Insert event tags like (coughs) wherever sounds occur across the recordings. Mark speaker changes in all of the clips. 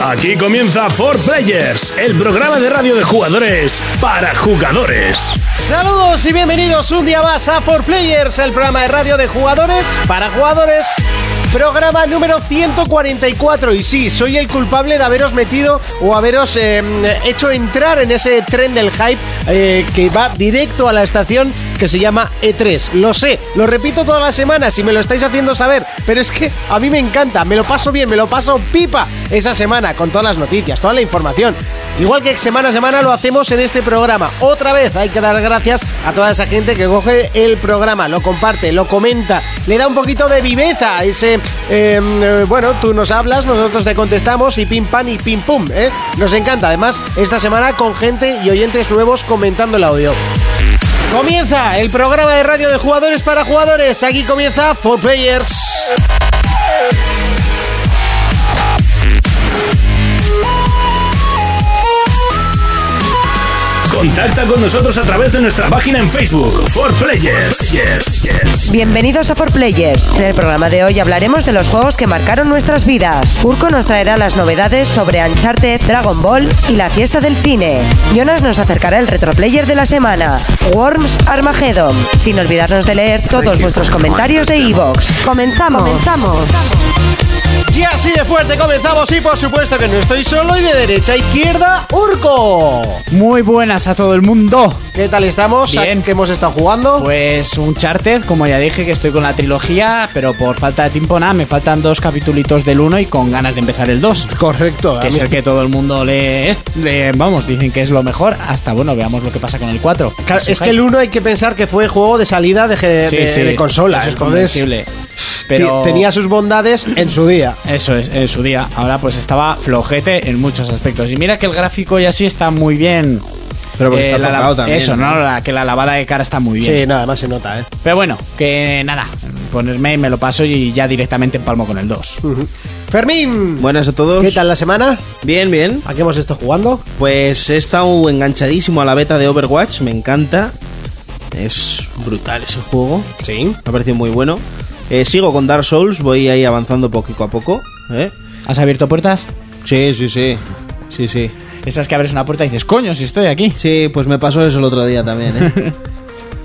Speaker 1: Aquí comienza For Players, el programa de radio de jugadores para jugadores.
Speaker 2: Saludos y bienvenidos un día más a For Players, el programa de radio de jugadores para jugadores. Programa número 144 y sí, soy el culpable de haberos metido o haberos eh, hecho entrar en ese tren del hype eh, que va directo a la estación que se llama E3. Lo sé, lo repito todas las semanas y me lo estáis haciendo saber, pero es que a mí me encanta, me lo paso bien, me lo paso pipa esa semana con todas las noticias, toda la información. Igual que semana a semana lo hacemos en este programa. Otra vez hay que dar gracias a toda esa gente que coge el programa, lo comparte, lo comenta, le da un poquito de viveza a ese... eh, eh, bueno, tú nos hablas, nosotros te contestamos y pim pam y pim pum. ¿eh? Nos encanta, además, esta semana con gente y oyentes nuevos comentando el audio. Comienza el programa de radio de jugadores para jugadores. Aquí comienza For Players.
Speaker 1: Contacta con nosotros a través de nuestra página en Facebook, For Players. Yes, yes.
Speaker 3: Bienvenidos a For Players. En el programa de hoy hablaremos de los juegos que marcaron nuestras vidas. Urco nos traerá las novedades sobre Uncharted, Dragon Ball y la fiesta del cine. Jonas nos acercará el retroplayer de la semana, Worms Armageddon. Sin olvidarnos de leer todos vuestros comentarios de Evox. Comenzamos. Comenzamos.
Speaker 2: Y así de fuerte comenzamos y por supuesto que no estoy solo y de derecha a izquierda, Urco.
Speaker 4: Muy buenas a todo el mundo.
Speaker 2: ¿Qué tal estamos?
Speaker 4: Bien.
Speaker 2: ¿Qué hemos estado jugando?
Speaker 4: Pues un charted, como ya dije, que estoy con la trilogía, pero por falta de tiempo nada, me faltan dos capitulitos del 1 y con ganas de empezar el 2.
Speaker 2: Correcto.
Speaker 4: Que es el que todo el mundo le, es- le- Vamos, dicen que es lo mejor. Hasta bueno, veamos lo que pasa con el 4.
Speaker 2: Claro, es que el 1 hay que pensar que fue juego de salida de, ge- de, de consola.
Speaker 4: Eso es
Speaker 2: entonces,
Speaker 4: comprensible.
Speaker 2: ti-
Speaker 4: Pero.
Speaker 2: tenía sus bondades en su día.
Speaker 4: Eso es, en su día. Ahora pues estaba flojete en muchos aspectos. Y mira que el gráfico y así está muy bien. Eh,
Speaker 5: Pero porque está
Speaker 4: la la-
Speaker 5: tocado también,
Speaker 4: Eso,
Speaker 5: ¿no?
Speaker 4: ¿no? La- que la lavada de cara está muy bien.
Speaker 2: Sí, nada más se nota, ¿eh?
Speaker 4: Pero bueno, que nada, ponerme, me lo paso y ya directamente empalmo con el 2.
Speaker 2: Fermín.
Speaker 5: Buenas a todos.
Speaker 2: ¿Qué tal la semana?
Speaker 5: Bien, bien.
Speaker 2: ¿A qué hemos estado jugando?
Speaker 5: Pues he estado enganchadísimo a la beta de Overwatch, me encanta. Es brutal ese juego,
Speaker 2: Sí.
Speaker 5: me ha parecido muy bueno. Eh, sigo con Dark Souls, voy ahí avanzando poquito a poco. ¿eh?
Speaker 4: ¿Has abierto puertas?
Speaker 5: Sí, sí, sí. Sí, sí.
Speaker 4: Esas que abres una puerta y dices, coño, si estoy aquí.
Speaker 5: Sí, pues me pasó eso el otro día también,
Speaker 4: (laughs)
Speaker 5: ¿eh?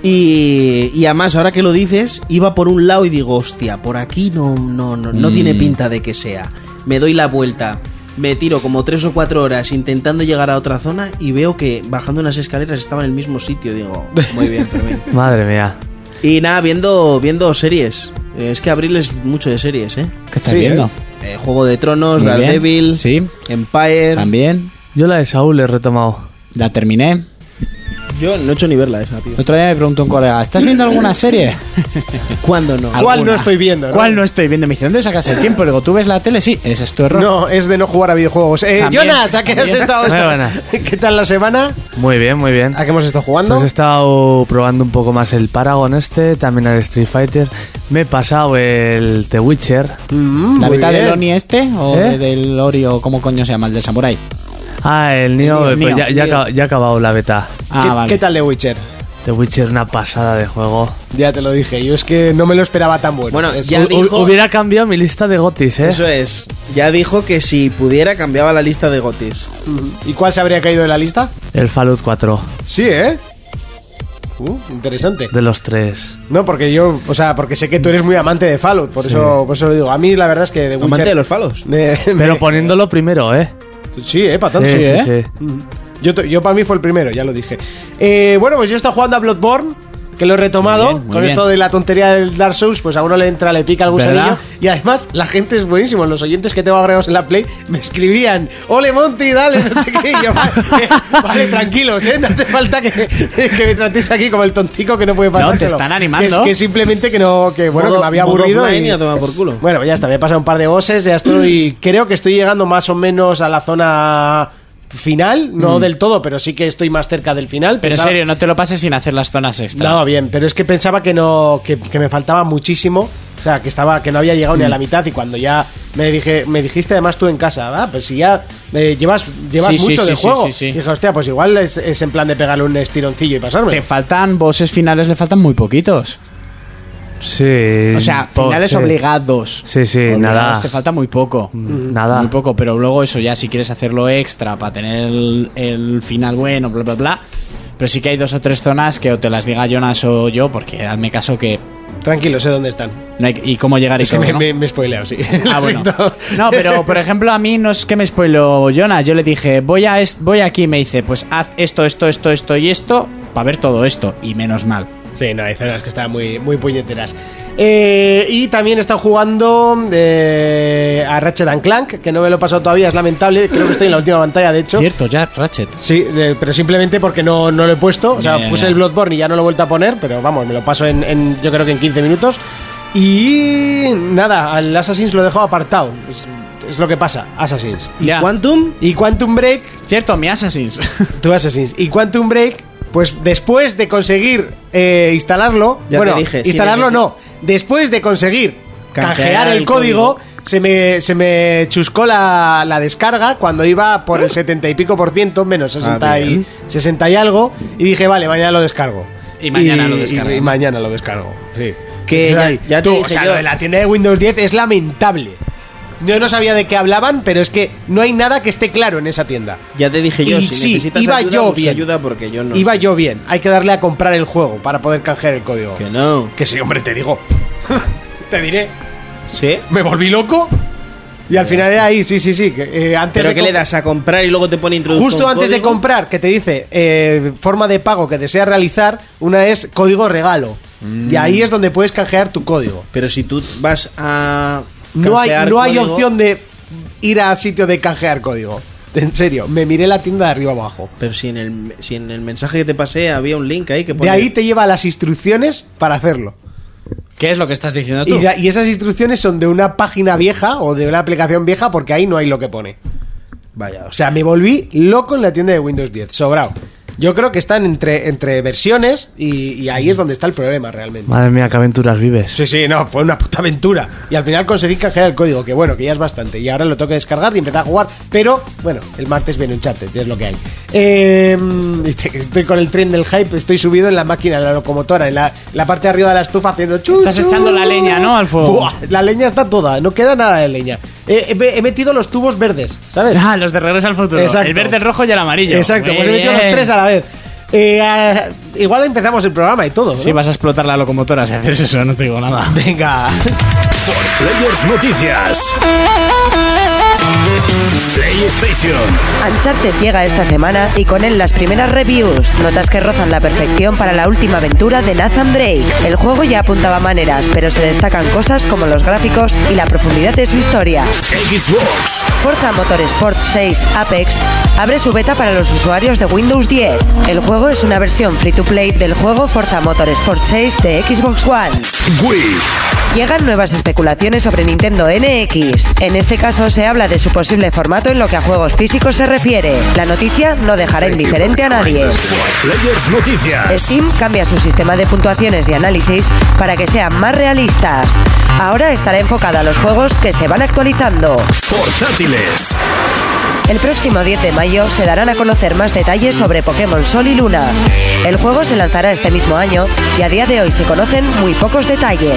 Speaker 5: Y, y además, ahora que lo dices, iba por un lado y digo, hostia, por aquí no, no, no,
Speaker 4: Mm.
Speaker 5: no tiene pinta de que sea. Me doy la vuelta, me tiro como tres o cuatro horas intentando llegar a otra zona y veo que bajando unas escaleras estaba en el mismo sitio. Digo,
Speaker 4: (laughs)
Speaker 5: muy bien, Fermín.
Speaker 6: Madre mía.
Speaker 5: Y nada, viendo, viendo series. Eh, Es que abril es mucho de series, ¿eh?
Speaker 4: ¿Qué estás
Speaker 2: Sí,
Speaker 4: viendo?
Speaker 2: ¿eh?
Speaker 5: Eh, Juego de Tronos,
Speaker 4: Muy bien,
Speaker 5: Daredevil,
Speaker 4: sí.
Speaker 2: eh.
Speaker 5: Empire.
Speaker 4: También.
Speaker 6: Yo la de Saúl le he retomado.
Speaker 4: La terminé.
Speaker 5: Yo no he hecho ni verla esa, tío.
Speaker 4: El otro día me preguntó un colega, ¿estás viendo
Speaker 2: (laughs)
Speaker 4: alguna serie?
Speaker 5: ¿Cuándo no?
Speaker 2: ¿Cuál
Speaker 4: Alguna.
Speaker 2: no estoy viendo, no?
Speaker 4: ¿Cuál no estoy viendo? Me dice, ¿dónde sacas el tiempo? Le digo, ¿tú ves la tele? Sí, ese es tu error.
Speaker 2: No, es de no jugar a videojuegos. Eh,
Speaker 4: También,
Speaker 2: Jonas, ¿a qué has
Speaker 4: también.
Speaker 2: estado?
Speaker 6: Muy buena.
Speaker 2: (laughs) ¿Qué tal la semana?
Speaker 6: Muy bien, muy bien.
Speaker 2: ¿A qué hemos estado jugando?
Speaker 6: Pues he estado probando un poco más el Paragon este, también el Street Fighter. Me he pasado el The Witcher.
Speaker 2: Mm,
Speaker 4: ¿La
Speaker 2: muy
Speaker 4: mitad del
Speaker 2: bien.
Speaker 4: Oni este? ¿O de-
Speaker 6: ¿Eh?
Speaker 4: del Ori o cómo coño se llama? ¿El del Samurai?
Speaker 6: Ah, el Neo,
Speaker 4: El Neo,
Speaker 6: pues ya, ya,
Speaker 4: Neo.
Speaker 6: acab- ya ha acabado la beta.
Speaker 4: Ah,
Speaker 2: ¿Qué,
Speaker 4: vale.
Speaker 2: qué tal de Witcher?
Speaker 6: The Witcher, una pasada de juego.
Speaker 2: Ya te lo dije, yo es que no me lo esperaba tan bueno.
Speaker 5: Bueno,
Speaker 2: Es-
Speaker 5: Ya
Speaker 6: Hu- hu-
Speaker 5: dijo-
Speaker 6: Hubiera cambiado mi lista de gotis, ¿eh?
Speaker 5: Eso es. Ya dijo que si pudiera cambiaba la lista de gotis.
Speaker 2: ¿Y cuál se habría caído de la lista?
Speaker 6: El Fallout 4,
Speaker 2: Sí, ¿eh? Uh, interesante.
Speaker 6: de los tres.
Speaker 2: No, porque yo, o sea, porque sé que tú eres muy amante de Fallout, por eso por eso lo digo. A mí la verdad es que de Witcher...
Speaker 5: Amante de los
Speaker 2: (laughs)
Speaker 5: falos.
Speaker 2: me-
Speaker 6: Pero
Speaker 2: me-
Speaker 6: poniéndolo primero, ¿eh?
Speaker 2: Sí, ¿eh? Patón, sí, ¿eh? Yo, to- yo para mí fue el primero, ya lo dije. Eh, bueno, pues yo he estado jugando a Bloodborne, que lo he retomado.
Speaker 4: Muy bien, muy
Speaker 2: Con esto
Speaker 4: bien.
Speaker 2: de la tontería del Dark Souls, pues a uno le entra, le pica algún
Speaker 4: ¿Verdad?
Speaker 2: gusanillo. Y además, la gente es buenísima. Los oyentes que tengo agregados en la Play me escribían: Ole, Monty, dale, no sé qué. Y yo,
Speaker 4: (laughs)
Speaker 2: vale, eh, vale, tranquilos, ¿eh? No hace falta que, que me tratéis aquí como el tontico que no puede pasar.
Speaker 4: te están animando.
Speaker 2: Es que simplemente que no, que bueno,
Speaker 5: Modo-
Speaker 2: que me había
Speaker 5: modo
Speaker 2: aburrido.
Speaker 5: offline y a tomar por culo.
Speaker 2: Bueno, ya está, me he pasado un par de bosses, ya estoy. creo que estoy llegando más o menos a la zona final, no del todo, pero sí que estoy más cerca del final.
Speaker 4: Pero en
Speaker 2: Pensaba-
Speaker 4: serio, no te lo pases sin hacer las zonas extra.
Speaker 2: No, bien, pero es que pensaba que no. que, que me faltaba muchísimo. O sea, que estaba, que no había llegado ni a la mitad. Y cuando ya me dije, me dijiste además tú en casa, ah, pues si ya eh, llevas, llevas
Speaker 4: Sí, sí,
Speaker 2: mucho
Speaker 4: sí,
Speaker 2: de
Speaker 4: sí,
Speaker 2: juego.
Speaker 4: sí, sí.
Speaker 2: Dije, hostia, pues igual es, es en plan de pegarle un estironcillo y pasarme.
Speaker 4: Te faltan bosses finales, le faltan muy poquitos.
Speaker 6: Sí.
Speaker 4: O sea,
Speaker 6: po-
Speaker 4: finales
Speaker 6: sí.
Speaker 4: obligados.
Speaker 6: Sí, sí,
Speaker 4: Obligados,
Speaker 6: nada. Mm.
Speaker 4: Te falta muy poco. Mm.
Speaker 6: Nada.
Speaker 4: Muy poco, pero luego eso ya, si quieres hacerlo extra para tener el, el final bueno, bla, bla, bla. Pero sí que hay dos o tres zonas que o te las diga Jonas o yo, porque hazme caso que.
Speaker 2: Tranquilo, sé dónde están.
Speaker 4: no hay- ¿Y cómo llegar y
Speaker 2: Es que
Speaker 4: todo,
Speaker 2: me,
Speaker 4: ¿no?
Speaker 2: me, me he spoileado, (laughs) sí.
Speaker 4: (laughs) Ah,
Speaker 2: Lo
Speaker 4: bueno.
Speaker 2: siento.
Speaker 4: No, pero por ejemplo, a mí no es que me spoiló Jonas. Yo le dije, voy, a est- voy aquí y me dice, pues haz esto, esto, esto, esto y esto para ver todo esto. Y menos mal.
Speaker 2: Sí, no, hay zonas que están muy, muy puñeteras. Eh, y también están jugando eh, a Ratchet and Clank, que no me lo he pasado todavía, es lamentable. Creo que estoy en la última pantalla, de hecho.
Speaker 4: Cierto, ya, Ratchet.
Speaker 2: Sí, eh, pero simplemente porque no, no lo he puesto. O sea,
Speaker 4: Ya, ya,
Speaker 2: puse
Speaker 4: ya.
Speaker 2: el Bloodborne y ya no lo he vuelto a poner, pero vamos, me lo paso en, en- yo creo que en 15 minutos. Y nada, al Assassin's lo he dejado apartado. Es, es lo que pasa, Assassin's.
Speaker 5: ¿Y
Speaker 4: Ya.
Speaker 5: Quantum?
Speaker 2: Y Quantum Break,
Speaker 4: Cierto, mi Assassin's. (laughs)
Speaker 2: (laughs) tu Assassin's. Y Quantum Break, pues después de conseguir eh, instalarlo,
Speaker 5: Ya
Speaker 2: bueno,
Speaker 5: te dije, sí,
Speaker 2: instalarlo
Speaker 5: debes-
Speaker 2: no, después de conseguir
Speaker 5: Canjear
Speaker 2: canjear el
Speaker 5: el
Speaker 2: código,
Speaker 5: código.
Speaker 2: se me, se me chuscó la, la descarga cuando iba por el 70 y pico por ciento, menos 60 y,
Speaker 5: ¿Eh? Ah, bien.
Speaker 2: 60 y algo, y dije, vale, mañana lo descargo.
Speaker 4: Y mañana lo descargo.
Speaker 2: Y, y mañana lo descargo, sí.
Speaker 5: Que
Speaker 2: Sí,
Speaker 5: ya-
Speaker 2: ahí.
Speaker 5: ya te
Speaker 2: Tú,
Speaker 5: dije
Speaker 2: o sea,
Speaker 5: yo.
Speaker 2: lo de la tienda de Windows 10 es lamentable. Yo no sabía de qué hablaban, pero es que no hay nada que esté claro en esa tienda.
Speaker 5: Ya te dije yo,
Speaker 2: Y
Speaker 5: si
Speaker 2: sí,
Speaker 5: necesitas
Speaker 2: iba
Speaker 5: ayuda,
Speaker 2: yo
Speaker 5: busca
Speaker 2: bien.
Speaker 5: ayuda porque yo no.
Speaker 2: Iba
Speaker 5: sé.
Speaker 2: yo bien. Hay que darle a comprar el juego para poder canjear el código.
Speaker 5: Que no.
Speaker 2: Que sí, hombre, te digo. (laughs) te diré.
Speaker 5: ¿Sí?
Speaker 2: Me volví loco. Y al final era ahí, sí, sí, sí. que, eh, antes
Speaker 5: ¿Pero
Speaker 2: de
Speaker 5: qué
Speaker 2: com-
Speaker 5: le das a comprar y luego te pone introducir?
Speaker 2: Justo antes de comprar, que te dice eh, forma de pago que deseas realizar, una es código regalo. Y
Speaker 5: Mm.
Speaker 2: ahí es donde puedes canjear tu código.
Speaker 5: Pero si tú vas a.
Speaker 2: No hay,
Speaker 5: canjear
Speaker 2: no hay
Speaker 5: código-
Speaker 2: opción de ir al sitio de canjear código. En serio, me miré la tienda de arriba abajo.
Speaker 5: Pero si en, el, si en el mensaje que te pasé había un link ahí que
Speaker 2: De ahí te lleva a las instrucciones para hacerlo.
Speaker 4: ¿Qué es lo que estás diciendo tú?
Speaker 2: Y, la- y esas instrucciones son de una página vieja o de una aplicación vieja porque ahí no hay lo que pone.
Speaker 5: Vaya, o
Speaker 2: O
Speaker 5: sea.
Speaker 2: sea, me volví loco en la tienda de Windows 10, sobrado. Yo creo que están entre, entre versiones y, y ahí es donde está el problema realmente.
Speaker 6: Madre mía, qué aventuras vives.
Speaker 2: Sí, sí, no, fue una puta aventura. Y al final conseguí canjear el código, que bueno, que ya es bastante. Y ahora lo tengo que descargar y empezar a jugar. Pero, bueno, el martes viene un chat, es lo que hay. Eh, (laughs) estoy con el tren del hype, estoy subido en la máquina, en la locomotora, en la, la parte de arriba de la estufa haciendo chu.
Speaker 4: Estás
Speaker 2: chu.
Speaker 4: echando la leña, ¿no, al fuego?
Speaker 2: Buah, la leña está toda, no queda nada de leña. Eh, he, he metido los tubos verdes, ¿sabes?
Speaker 4: (laughs) Ah, los de regreso al
Speaker 2: (laughs)
Speaker 4: futuro.
Speaker 2: Exacto.
Speaker 4: El verde, el rojo y el amarillo.
Speaker 2: Exacto,
Speaker 4: Muy
Speaker 2: pues he metido los
Speaker 4: bien.
Speaker 2: tres a la vez. Eh, ah, igual empezamos el programa y todo. ¿no?
Speaker 4: Sí, vas a explotar la locomotora si haces eso, no te digo nada.
Speaker 2: (laughs) Venga.
Speaker 1: Players Noticias. PlayStation.
Speaker 3: Uncharted llega esta semana y con él las primeras reviews, notas que rozan la perfección para la última aventura de Nathan Drake. El juego ya apuntaba maneras, pero se destacan cosas como los gráficos y la profundidad de su historia.
Speaker 1: Xbox.
Speaker 3: Forza Motorsport 6 Apex abre su beta para los usuarios de Windows 10. El juego es una versión free to play del juego Forza Motorsport 6 de Xbox One.
Speaker 1: Wii.
Speaker 3: Llegan nuevas especulaciones sobre Nintendo NX. En este caso se habla de su posible formato en lo que a juegos físicos se refiere. La noticia no dejará indiferente a nadie.
Speaker 1: Players Noticias.
Speaker 3: Steam cambia su sistema de puntuaciones y análisis para que sean más realistas. Ahora estará enfocada a los juegos que se van actualizando.
Speaker 1: Portátiles.
Speaker 3: El próximo 10 de mayo se darán a conocer más detalles sobre Pokémon Sol y Luna. El juego se lanzará este mismo año y a día de hoy se conocen muy pocos detalles.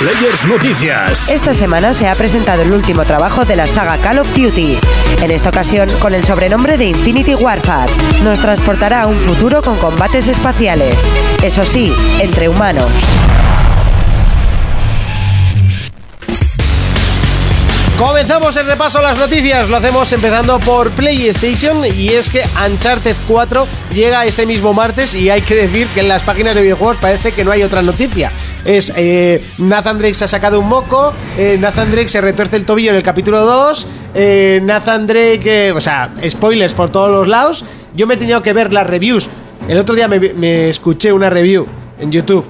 Speaker 1: Players Noticias.
Speaker 3: Esta semana se ha presentado el último trabajo de la saga Call of Duty, en esta ocasión con el sobrenombre de Infinity Warfare. Nos transportará a un futuro con combates espaciales, eso sí, entre humanos.
Speaker 2: Comenzamos el repaso a las noticias. Lo hacemos empezando por PlayStation y es que Uncharted 4 llega este mismo martes y hay que decir que en las páginas de videojuegos parece que no hay otra noticia. Es eh, Nathan Drake se ha sacado un moco, eh, Nathan Drake se retuerce el tobillo en el capítulo 2, eh, Nathan Drake, eh, o sea, spoilers por todos los lados. Yo me he tenido que ver las reviews. El otro día me, me escuché una review en YouTube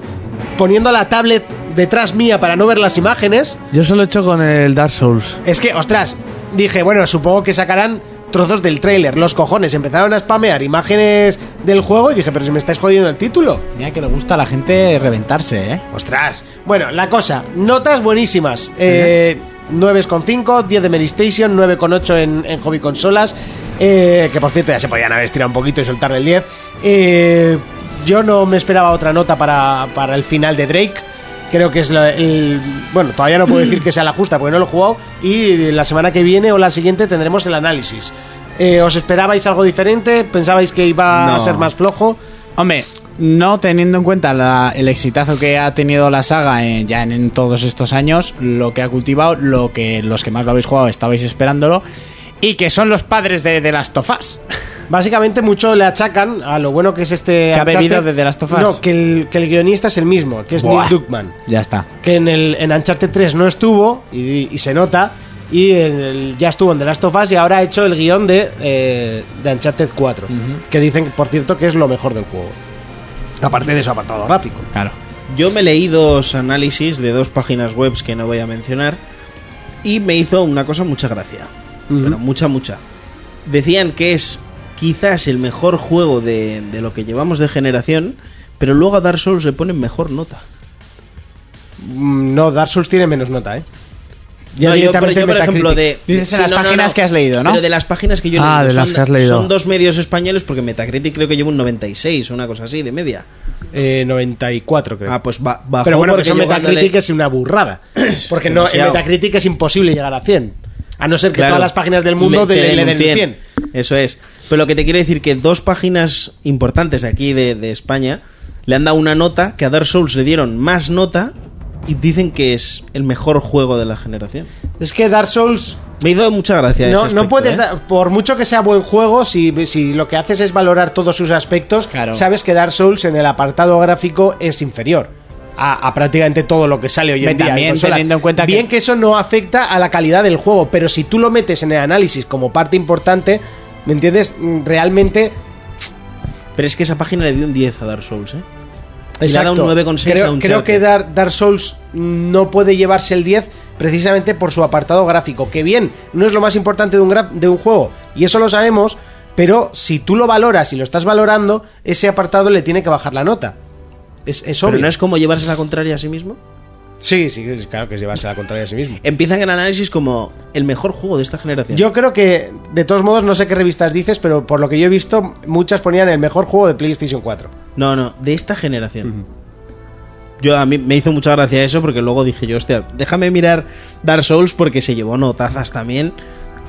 Speaker 2: poniendo la tablet detrás mía para no ver las imágenes.
Speaker 6: Yo solo he hecho con el Dark Souls.
Speaker 2: Es que, ostras, dije, bueno, supongo que sacarán trozos del tráiler, los cojones. Empezaron a spamear imágenes del juego y dije, pero si me estáis jodiendo el título.
Speaker 4: Mira que le gusta a la gente reventarse, ¿eh?
Speaker 2: Ostras. Bueno, la cosa, notas buenísimas. Eh, 9,5, 10 de Mary Station, 9,8 en, en hobby consolas. eh, que por cierto ya se podían haber estirado un poquito y soltarle el 10. Eh, yo no me esperaba otra nota para, para el final de Drake. creo que es la, el- Bueno, todavía no puedo decir que sea la justa porque no lo he jugado. Y la semana que viene o la siguiente tendremos el análisis. Eh, ¿Os esperabais algo diferente? ¿Pensabais que iba a
Speaker 5: No.
Speaker 2: ser más flojo?
Speaker 4: Hombre, no teniendo en cuenta la- el exitazo que ha tenido la saga en- ya en, en todos estos años, lo que ha cultivado, lo que los que más lo habéis jugado estabais esperándolo, y que son los padres de, de las tofás.
Speaker 2: Básicamente mucho le achacan a lo bueno que es este...
Speaker 4: ha
Speaker 2: Uncharted.
Speaker 4: bebido de The Last of Us.
Speaker 2: No, que el, que el guionista es el mismo, que es
Speaker 4: Buah.
Speaker 2: Neil Druckmann.
Speaker 4: (laughs) Ya está.
Speaker 2: que en el en Uncharted 3 no estuvo y, y se nota y en el- ya estuvo en The Last of Us y ahora ha hecho el guión de, eh, de Uncharted 4 que dicen por cierto que es lo mejor del juego aparte de su apartado gráfico
Speaker 4: Claro.
Speaker 5: Yo me leí dos análisis de dos páginas webs que no voy a mencionar y me hizo una cosa mucha gracia. Pero mucha, mucha. Decían que es quizás el mejor juego de, de lo que llevamos de generación, pero luego a Dark Souls le ponen mejor nota.
Speaker 2: Mm, no Dark Souls tiene menos nota eh ya
Speaker 5: No, yo, pero
Speaker 2: directamente
Speaker 5: yo, por ejemplo,
Speaker 2: Metacritic.
Speaker 5: de...
Speaker 4: Dices en
Speaker 5: sí,
Speaker 4: las páginas que has leído, ¿no?
Speaker 5: Pero de las páginas que yo he
Speaker 6: Ah,
Speaker 5: leído.
Speaker 6: de las
Speaker 5: son,
Speaker 6: que has leído.
Speaker 5: son dos medios españoles porque Metacritic creo que lleva un 96 o una cosa así de media.
Speaker 2: Eh, 94 creo
Speaker 5: Ah, pues ba- bajó
Speaker 2: pero bueno que
Speaker 5: porque
Speaker 2: eso en
Speaker 5: yo
Speaker 2: Metacritic
Speaker 5: dándole-
Speaker 2: es una
Speaker 5: (clears throat)
Speaker 2: burrada porque no en
Speaker 5: demasiado.
Speaker 2: Metacritic es imposible llegar a 100 a no ser que
Speaker 5: Claro.
Speaker 2: todas las páginas del mundo
Speaker 5: Le-
Speaker 2: de-
Speaker 5: te
Speaker 2: le
Speaker 5: den
Speaker 2: den
Speaker 5: un
Speaker 2: 100
Speaker 5: Eso es. Pero lo que te quiero decir que dos páginas importantes de aquí de, de España le han dado una nota que a Dark Souls le dieron más nota y dicen que es el mejor juego de la generación.
Speaker 2: es que Dark Souls
Speaker 5: Me hizo mucha gracia
Speaker 2: No,
Speaker 5: ese aspecto,
Speaker 2: no puedes,
Speaker 5: ¿eh?
Speaker 2: dar- por mucho que sea buen juego, si, si lo que haces es valorar todos sus aspectos,
Speaker 4: Claro.
Speaker 2: sabes que Dark Souls en el apartado gráfico es inferior. A, a prácticamente todo lo que sale hoy en
Speaker 4: Ve,
Speaker 2: día.
Speaker 4: también
Speaker 2: consolas.
Speaker 4: teniendo en cuenta que-
Speaker 2: Bien que eso no afecta a la calidad del juego, pero si tú lo metes en el análisis como parte importante, ¿me entiendes? Mm, Realmente.
Speaker 5: Pero es que esa página le dio un 10 a Dark Souls, ¿eh? Y le ha
Speaker 2: Exacto.
Speaker 5: dado un 9,6 a
Speaker 2: creo,
Speaker 5: un
Speaker 2: creo
Speaker 5: Uncharted.
Speaker 2: que Dar- Dark Souls no puede llevarse el 10 precisamente por su apartado gráfico. Que bien, no es lo más importante de un, gra- de un juego, y eso lo sabemos, pero si tú lo valoras y lo estás valorando, ese apartado le tiene que bajar la nota. Es, es
Speaker 5: Pero
Speaker 2: obvio.
Speaker 5: no es como llevarse la contraria a sí mismo.
Speaker 2: Sí, sí, es claro que es llevarse la contraria a sí
Speaker 5: (laughs)
Speaker 2: mismo.
Speaker 5: Empiezan el análisis como el mejor juego de esta generación.
Speaker 2: Yo creo que, de todos modos, no sé qué revistas dices, pero por lo que yo he visto, muchas ponían el mejor juego de PlayStation 4.
Speaker 5: No, no, de esta generación. Yo a mí me hizo mucha gracia eso porque luego dije yo, hostia, déjame mirar Dark Souls porque se llevó notazas también.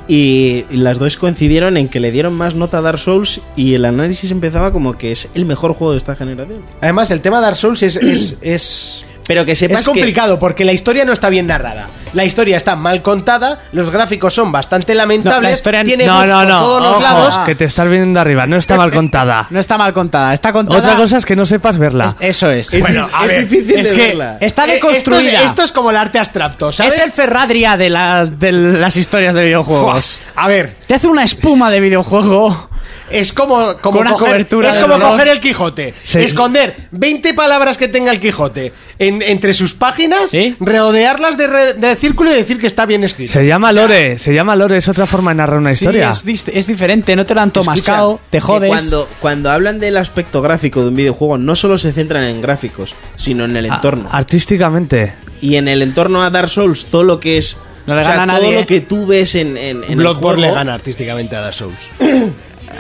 Speaker 5: Y las dos coincidieron en que le dieron más nota a Dark Souls y el análisis empezaba como que es el mejor juego de esta generación.
Speaker 2: Además, el tema de Dark Souls es- es- es
Speaker 5: Pero que sepas
Speaker 2: Es complicado porque la historia no está bien narrada. La historia está mal contada, los gráficos son bastante lamentables,
Speaker 4: historia-
Speaker 2: tiene
Speaker 6: No,
Speaker 2: bugs
Speaker 6: no,
Speaker 2: por
Speaker 6: Ah, no.
Speaker 2: todos los
Speaker 6: Ojo,
Speaker 2: lados.
Speaker 6: que te estás viendo arriba. No está mal
Speaker 4: (laughs)
Speaker 6: contada.
Speaker 4: No está mal contada, está contada.
Speaker 6: Otra cosa es que no sepas verla.
Speaker 4: Es- eso es.
Speaker 5: que es, di- es difícil
Speaker 4: es
Speaker 5: de
Speaker 4: que
Speaker 5: verla.
Speaker 4: está
Speaker 2: Eh, esto es-
Speaker 4: deconstruida.
Speaker 2: Esto, es como el arte abstracto, ¿sabes?
Speaker 4: Es el Ferradria de, las de las historias de videojuegos.
Speaker 2: A ver,
Speaker 4: Te hace una espuma de videojuego.
Speaker 2: es como, como
Speaker 4: Con una
Speaker 2: coger,
Speaker 4: cobertura
Speaker 2: es
Speaker 4: de
Speaker 2: como
Speaker 4: dolor.
Speaker 2: coger el Quijote,
Speaker 6: Sí.
Speaker 2: esconder 20 palabras que tenga el Quijote en- entre sus páginas,
Speaker 4: ¿Sí?
Speaker 2: rodearlas de, re- de círculo y decir que está bien escrito.
Speaker 6: Se llama Lore. Se llama Lore. Es otra forma de narrar una historia.
Speaker 4: Sí, es, dist- es diferente, no te lo han
Speaker 5: Escucha,
Speaker 4: tomascado, te
Speaker 5: que
Speaker 4: jodes.
Speaker 5: Cuando, cuando hablan del aspecto gráfico de un videojuego, no solo se centran en gráficos, sino en el
Speaker 6: A-
Speaker 5: entorno.
Speaker 6: Artísticamente.
Speaker 5: y en el entorno a Dark Souls todo lo que es
Speaker 4: No le
Speaker 5: o sea,
Speaker 4: gana a nadie,
Speaker 5: todo
Speaker 4: ¿eh?
Speaker 5: lo que tú ves en, en, en el
Speaker 2: Bloodborne le
Speaker 5: juego,
Speaker 2: gana artísticamente a Dark Souls.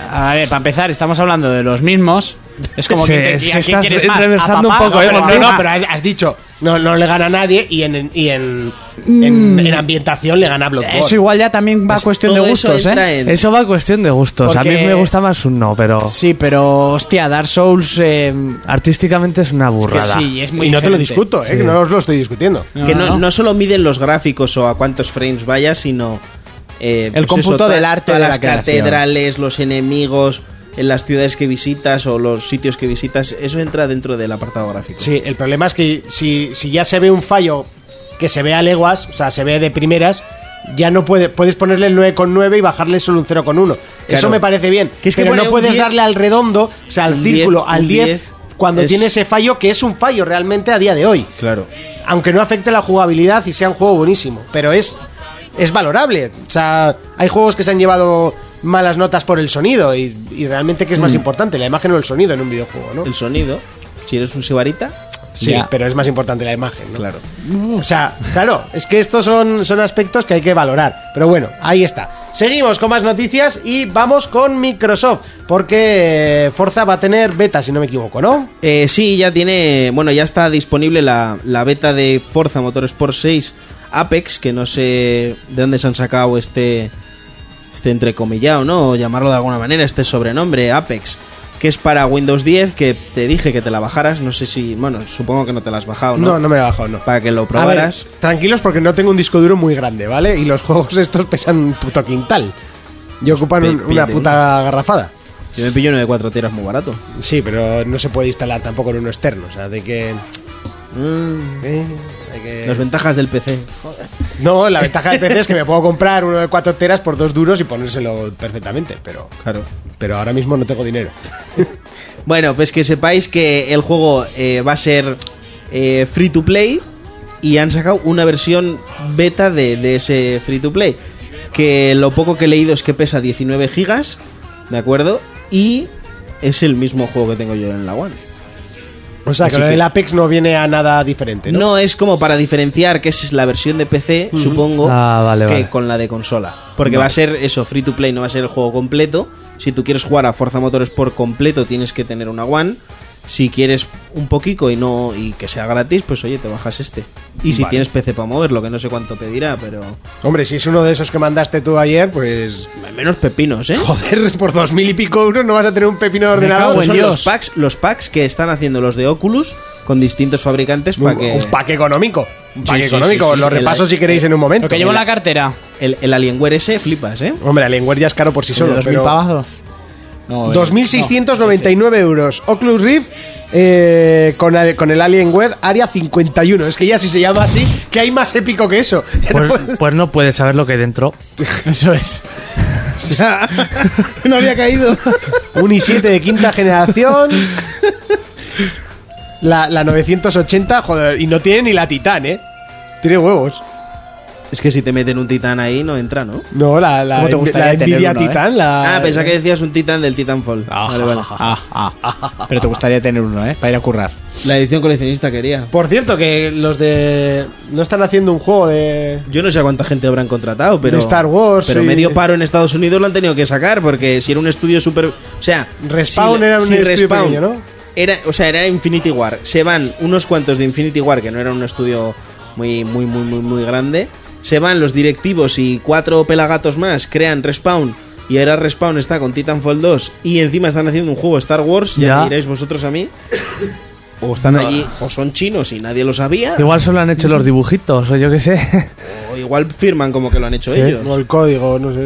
Speaker 4: A ver, para empezar, estamos hablando de los mismos. Es como
Speaker 6: Sí,
Speaker 4: que,
Speaker 6: es
Speaker 4: ¿a quién
Speaker 6: que estás
Speaker 4: quieres más? ¿A
Speaker 6: reversando un
Speaker 4: papá?
Speaker 6: poco,
Speaker 4: No,
Speaker 6: ¿eh?
Speaker 4: pero
Speaker 2: No,
Speaker 4: a
Speaker 2: no,
Speaker 4: mamá.
Speaker 2: pero has has dicho, no, no le gana a nadie y en, y en, en, en ambientación le gana a Bloodborne.
Speaker 4: Eso igual ya también va a
Speaker 5: pues,
Speaker 4: cuestión de
Speaker 5: todo eso
Speaker 4: gustos,
Speaker 5: entra
Speaker 4: ¿eh?
Speaker 5: en-
Speaker 6: Eso va a cuestión de gustos. A mí
Speaker 4: Porque-
Speaker 6: me gusta más un no, pero
Speaker 4: Sí, pero hostia, Dark Souls. eh,
Speaker 6: artísticamente es una
Speaker 4: que
Speaker 6: burrada.
Speaker 4: sí, es muy
Speaker 2: y no te lo
Speaker 4: diferente.
Speaker 2: discuto, eh, que no os lo estoy discutiendo.
Speaker 5: que no, no solo miden los gráficos o a cuántos frames vaya sino eh,
Speaker 4: El cómputo
Speaker 5: toda-
Speaker 4: del arte
Speaker 5: todas
Speaker 4: de la
Speaker 5: las
Speaker 4: creación.
Speaker 5: catedrales los enemigos en las ciudades que visitas o los sitios que visitas eso entra dentro del apartado gráfico
Speaker 2: Sí, el problema es que si, si ya se ve un fallo que se ve a leguas, o sea, se ve de primeras, ya no puede, puedes ponerle el 9,9 y bajarle solo un 0,1. Eso
Speaker 5: Claro.
Speaker 2: me parece bien.
Speaker 5: Que es que
Speaker 2: pero
Speaker 5: pone
Speaker 2: no
Speaker 5: un
Speaker 2: puedes
Speaker 5: 10,
Speaker 2: darle al redondo, o sea, al
Speaker 5: un
Speaker 2: círculo,
Speaker 5: 10,
Speaker 2: al
Speaker 5: un
Speaker 2: 10,
Speaker 5: 10
Speaker 2: cuando
Speaker 5: es-
Speaker 2: tiene ese fallo que es un fallo realmente a día de hoy.
Speaker 5: claro
Speaker 2: aunque no afecte la jugabilidad y sea un juego buenísimo, pero es es valorable. O sea, hay juegos que se han llevado malas notas por el sonido y, y realmente qué es más importante, la imagen o el sonido en un videojuego, ¿no?
Speaker 5: Mm. el sonido si eres un sibarita
Speaker 2: Sí,
Speaker 4: Ya.
Speaker 2: pero es más importante la imagen, ¿no?
Speaker 5: claro
Speaker 2: O sea, claro, es que estos son, son aspectos que hay que valorar. Pero bueno, ahí está. Seguimos con más noticias y vamos con Microsoft, porque eh, Forza va a tener beta, si no me equivoco, ¿no?
Speaker 5: Eh, sí, ya tiene. Bueno, ya está disponible la, la beta de Forza Motorsport 6 Apex, que no sé de dónde se han sacado este. Este entrecomillado, ¿no? O llamarlo de alguna manera, este sobrenombre, Apex. Que es para Windows 10, que te dije que te la bajaras. No sé si. Bueno, supongo que no te la has bajado, ¿no?
Speaker 2: No, no me lo he bajado, no.
Speaker 5: Para que
Speaker 2: A
Speaker 5: lo
Speaker 2: ver,
Speaker 5: probaras.
Speaker 2: tranquilos porque no tengo un disco duro muy grande, ¿vale? Y los (laughs) juegos estos pesan un puto quintal. Y ocupan
Speaker 5: pi-
Speaker 2: un- una
Speaker 5: pide
Speaker 2: puta garrafada.
Speaker 5: Yo me pillo uno de cuatro tiras muy barato.
Speaker 2: Sí, pero no se puede instalar tampoco en uno externo. O sea, de que. eh, hay que-
Speaker 5: Las ventajas del PC.
Speaker 2: No, la ventaja del PC es que me puedo comprar uno de 4 teras por dos duros y ponérselo perfectamente, pero,
Speaker 5: Claro.
Speaker 2: pero ahora mismo no tengo dinero.
Speaker 5: Bueno, pues que sepáis que el juego eh, va a ser eh, free to play y han sacado una versión beta de, de ese free to play. Que lo poco que he leído es que pesa 19 gigas, ¿de acuerdo? Y es el mismo juego que tengo yo en la One.
Speaker 2: O sea, que
Speaker 5: Así
Speaker 2: lo
Speaker 5: que-
Speaker 2: del Apex no viene a nada diferente,
Speaker 5: ¿no?
Speaker 2: ¿no?
Speaker 5: es como para diferenciar que es la versión de PC, supongo,
Speaker 6: Ah, vale,
Speaker 5: que
Speaker 6: vale.
Speaker 5: con la de consola. Porque va a ser eso, free to play, no va a ser el juego completo. Si tú quieres jugar a Forza Motorsport completo, tienes que tener una One. Si quieres un poquito y no y que sea gratis, pues oye, te bajas este. Y si
Speaker 2: Vale.
Speaker 5: tienes PC para moverlo, que no sé cuánto pedirá, pero
Speaker 2: Hombre, si es uno de esos que mandaste tú ayer, pues. (laughs)
Speaker 5: menos pepinos, ¿eh?
Speaker 2: Joder, por dos mil y pico euros no vas a tener un pepino de ordenador.
Speaker 4: cago en
Speaker 5: Son
Speaker 4: Dios.
Speaker 5: los packs, los packs que están haciendo los de Oculus con distintos fabricantes
Speaker 2: Un,
Speaker 5: para que
Speaker 2: un pack económico. Un pack
Speaker 5: sí,
Speaker 2: económico.
Speaker 5: sí, sí,
Speaker 2: Lo
Speaker 5: sí,
Speaker 2: repaso
Speaker 5: el-
Speaker 2: si queréis en un momento.
Speaker 4: eh, Lo que llevo en la cartera.
Speaker 5: el, el Alienware ese flipas, ¿eh?
Speaker 2: Hombre, la lengua ya es caro por sí solo.
Speaker 4: ¿De 2.000
Speaker 2: pero-
Speaker 4: pavazos? No, eh,
Speaker 2: 2.699 euros. Oculus Rift eh, con, el, con el Alienware Área 51. Es que ya si se llama así, que hay más épico que eso. (laughs)
Speaker 4: ¿eh?
Speaker 6: Pues, pues no puedes saber lo que hay dentro.
Speaker 4: no. Eso es. (laughs)
Speaker 5: O sea, no había caído.
Speaker 2: (laughs) Un i7 de quinta generación. La, la 980, joder, y no tiene ni la Titan, ¿eh? Tiene huevos.
Speaker 5: Es que si te meten un titán ahí, no entra, ¿no?
Speaker 2: No, la, la,
Speaker 4: ¿Cómo te gustaría
Speaker 2: la
Speaker 4: tener
Speaker 2: Nvidia
Speaker 4: uno, eh?
Speaker 2: Titan, la...
Speaker 5: Ah, pensaba que decías un titán del Titanfall. Vale, vale.
Speaker 4: Ah, ah, ah. Pero te gustaría tener uno, ¿eh? Para ir a currar.
Speaker 5: La edición coleccionista quería.
Speaker 2: Por cierto, que los de... No están haciendo un juego de...
Speaker 5: Yo no sé a cuánta gente habrán contratado, pero.
Speaker 2: De Star Wars,
Speaker 5: Pero
Speaker 2: sí.
Speaker 5: medio paro en Estados Unidos lo han tenido que sacar, porque si era un estudio súper. O sea.
Speaker 2: Respawn
Speaker 5: si-
Speaker 2: era un
Speaker 5: si
Speaker 2: estudio
Speaker 5: Respawn
Speaker 2: pequeño, ¿no?
Speaker 5: Era, o sea, era Infinity War. Se van unos cuantos de Infinity War, que no era un estudio muy, muy, muy, muy, muy grande. Se van los directivos y cuatro pelagatos más, crean Respawn. Y ahora Respawn está con Titanfall 2. Y encima están haciendo un juego Star Wars. Ya,
Speaker 6: Ya.
Speaker 5: me diréis vosotros a mí. O están allí, o son chinos y nadie lo sabía.
Speaker 6: Igual solo han hecho los dibujitos, o yo qué sé. (laughs)
Speaker 5: O igual firman como que lo han hecho
Speaker 6: Sí.
Speaker 5: ellos.
Speaker 2: No, el código, no sé,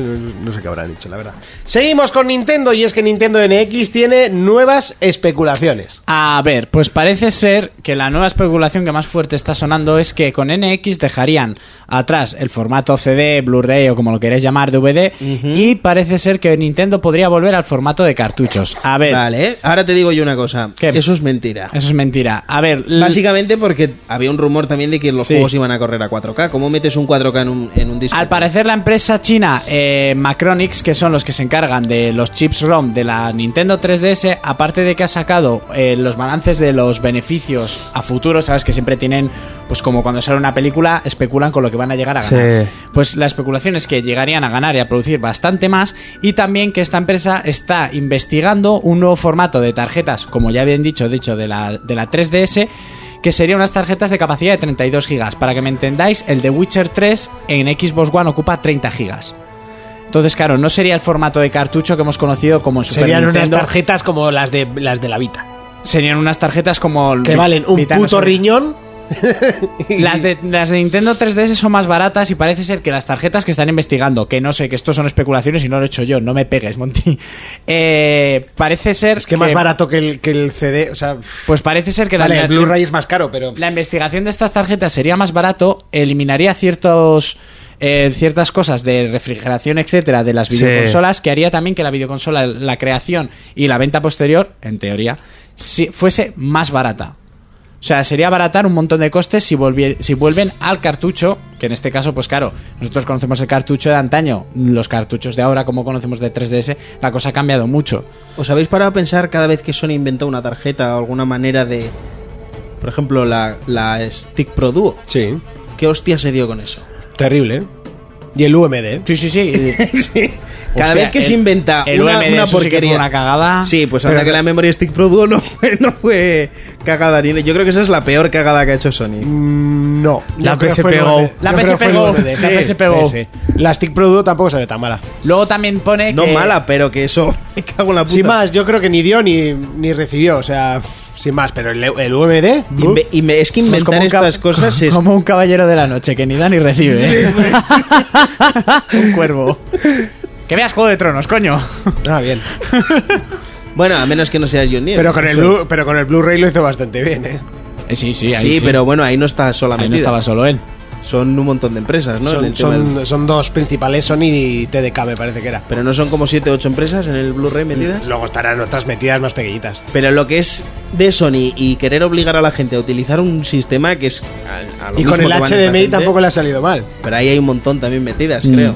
Speaker 2: no sé qué habrán hecho, la verdad. Seguimos con Nintendo y es que Nintendo NX tiene nuevas especulaciones.
Speaker 4: A ver, pues parece ser que la nueva especulación que más fuerte está sonando es que con NX dejarían atrás el formato CD, Blu-ray o como lo queréis llamar, DVD, y parece ser que Nintendo podría volver al formato de cartuchos. A ver,
Speaker 5: Vale, ¿eh? ahora te digo yo una cosa.
Speaker 4: ¿Qué?
Speaker 5: Eso es mentira.
Speaker 4: eso es mentira. A ver, l-
Speaker 5: Básicamente porque había un rumor también de que los
Speaker 4: Sí.
Speaker 5: juegos iban a correr a 4K. ¿Cómo metes un 4K en un, en un disco?
Speaker 4: Al parecer la empresa china eh, Macronix, que son los que se encargan de los chips ROM de la Nintendo 3DS, aparte de que ha sacado eh, los balances de los beneficios a futuro, sabes que siempre tienen, pues como cuando sale una película, especulan con lo que van a llegar a ganar.
Speaker 6: Sí.
Speaker 4: Pues la especulación es que llegarían a ganar y a producir bastante más y también que esta empresa está investigando un nuevo formato de tarjetas, como ya bien dicho, dicho de la, de la 3DS, que serían unas tarjetas de capacidad de 32 GB. Para que me entendáis, el de Witcher 3 en Xbox One ocupa 30 GB. Entonces, claro, no sería el formato de cartucho que hemos conocido como en Super
Speaker 2: Serían unas
Speaker 4: Nintendo.
Speaker 2: tarjetas como las de las de la Vita,
Speaker 4: serían unas tarjetas como...
Speaker 2: que valen un
Speaker 4: Vitano
Speaker 2: puto
Speaker 4: sobre-
Speaker 2: riñón. (laughs)
Speaker 4: las de, las de Nintendo 3DS son más baratas y parece ser que las tarjetas que están investigando, que no sé, que esto son especulaciones y no lo he hecho yo, no me pegues, Monty. (laughs) Eh, parece ser.
Speaker 2: Es que más barato que el, que el CD, o sea,
Speaker 4: Pues parece ser que la-
Speaker 2: vale,
Speaker 4: la,
Speaker 2: el Blu-ray es más caro, pero
Speaker 4: la investigación de estas tarjetas sería más barato, eliminaría ciertos. eh, ciertas cosas de refrigeración, etcétera, de las
Speaker 6: Sí.
Speaker 4: videoconsolas, que haría también que la videoconsola, la creación y la venta posterior, en teoría, si fuese más barata. O sea, sería abaratar un montón de costes si, volvie- si vuelven al cartucho, que en este caso, pues claro, nosotros conocemos el cartucho de antaño, los cartuchos de ahora, como conocemos de 3DS, la cosa ha cambiado mucho.
Speaker 5: ¿Os habéis parado a pensar cada vez que Sony inventó una tarjeta o alguna manera de. Por ejemplo, la, la Stick Pro Duo?
Speaker 2: sí,
Speaker 5: ¿Qué hostia se dio con eso?
Speaker 2: terrible. ¿eh? Y el UMD. ¿eh?
Speaker 4: Sí, sí, (laughs) sí.
Speaker 5: (laughs) Sí. Cada
Speaker 4: Hostia,
Speaker 5: vez que se
Speaker 4: el-
Speaker 5: inventa
Speaker 4: el
Speaker 5: una,
Speaker 4: UMD,
Speaker 5: una
Speaker 4: eso sí que
Speaker 5: porquería.
Speaker 4: fue una cagada.
Speaker 5: Sí, pues
Speaker 4: Pero-
Speaker 5: anda que la Memory Stick Pro Duo no fue, no fue cagada ni. Yo creo que esa es la peor cagada que ha hecho Sony.
Speaker 2: Mm, No.
Speaker 6: La
Speaker 2: Yo creo que fue
Speaker 6: PSP
Speaker 2: el
Speaker 6: Go.
Speaker 2: UMD.
Speaker 4: La
Speaker 2: Yo creo que fue el
Speaker 4: PSP Go,
Speaker 2: UMD.
Speaker 4: la PSP Go.
Speaker 2: La Stick Pro Duo tampoco se ve tan mala.
Speaker 4: Luego también pone
Speaker 5: No
Speaker 4: que-
Speaker 5: mala, pero que eso. (laughs) Me cago en la puta.
Speaker 2: Sin más, yo creo que ni dio ni, ni recibió, o sea, sin más, pero el, el UMD.
Speaker 5: Inve- y me- es que
Speaker 4: pues,
Speaker 5: inventar
Speaker 4: como un cab-
Speaker 5: estas
Speaker 4: (laughs)
Speaker 5: cosas es.
Speaker 4: Como un caballero de la noche que ni da ni recibe. ¿eh? (laughs) un cuervo. Que veas Juego de Tronos, coño.
Speaker 2: Ah,
Speaker 5: (laughs)
Speaker 2: bien.
Speaker 5: Bueno, a menos que no seas John Nieve.
Speaker 2: Pero con el
Speaker 5: Eso
Speaker 2: Blu- pero con el Blu-ray lo hizo bastante bien, ¿eh?
Speaker 4: Eh, Sí, sí,
Speaker 5: es.
Speaker 4: ahí
Speaker 5: Sí,
Speaker 4: sí.
Speaker 5: pero bueno, ahí no está solamente.
Speaker 4: Ahí no estaba solo él.
Speaker 5: Son un montón de empresas, ¿no? En
Speaker 2: son,
Speaker 5: el tema
Speaker 2: son-
Speaker 5: del-
Speaker 2: son dos principales, Sony y TDK, me parece que era.
Speaker 5: Pero no son como 7 o 8 empresas en el Blu-ray metidas.
Speaker 2: Luego estarán otras metidas más pequeñitas.
Speaker 5: Pero lo que es de Sony y querer obligar a la gente a utilizar un sistema que es. a- a lo
Speaker 2: Y con
Speaker 5: mismo
Speaker 2: el
Speaker 5: que van esta
Speaker 2: HDMI
Speaker 5: gente,
Speaker 2: tampoco le ha salido mal.
Speaker 5: Pero ahí hay un montón también metidas, creo.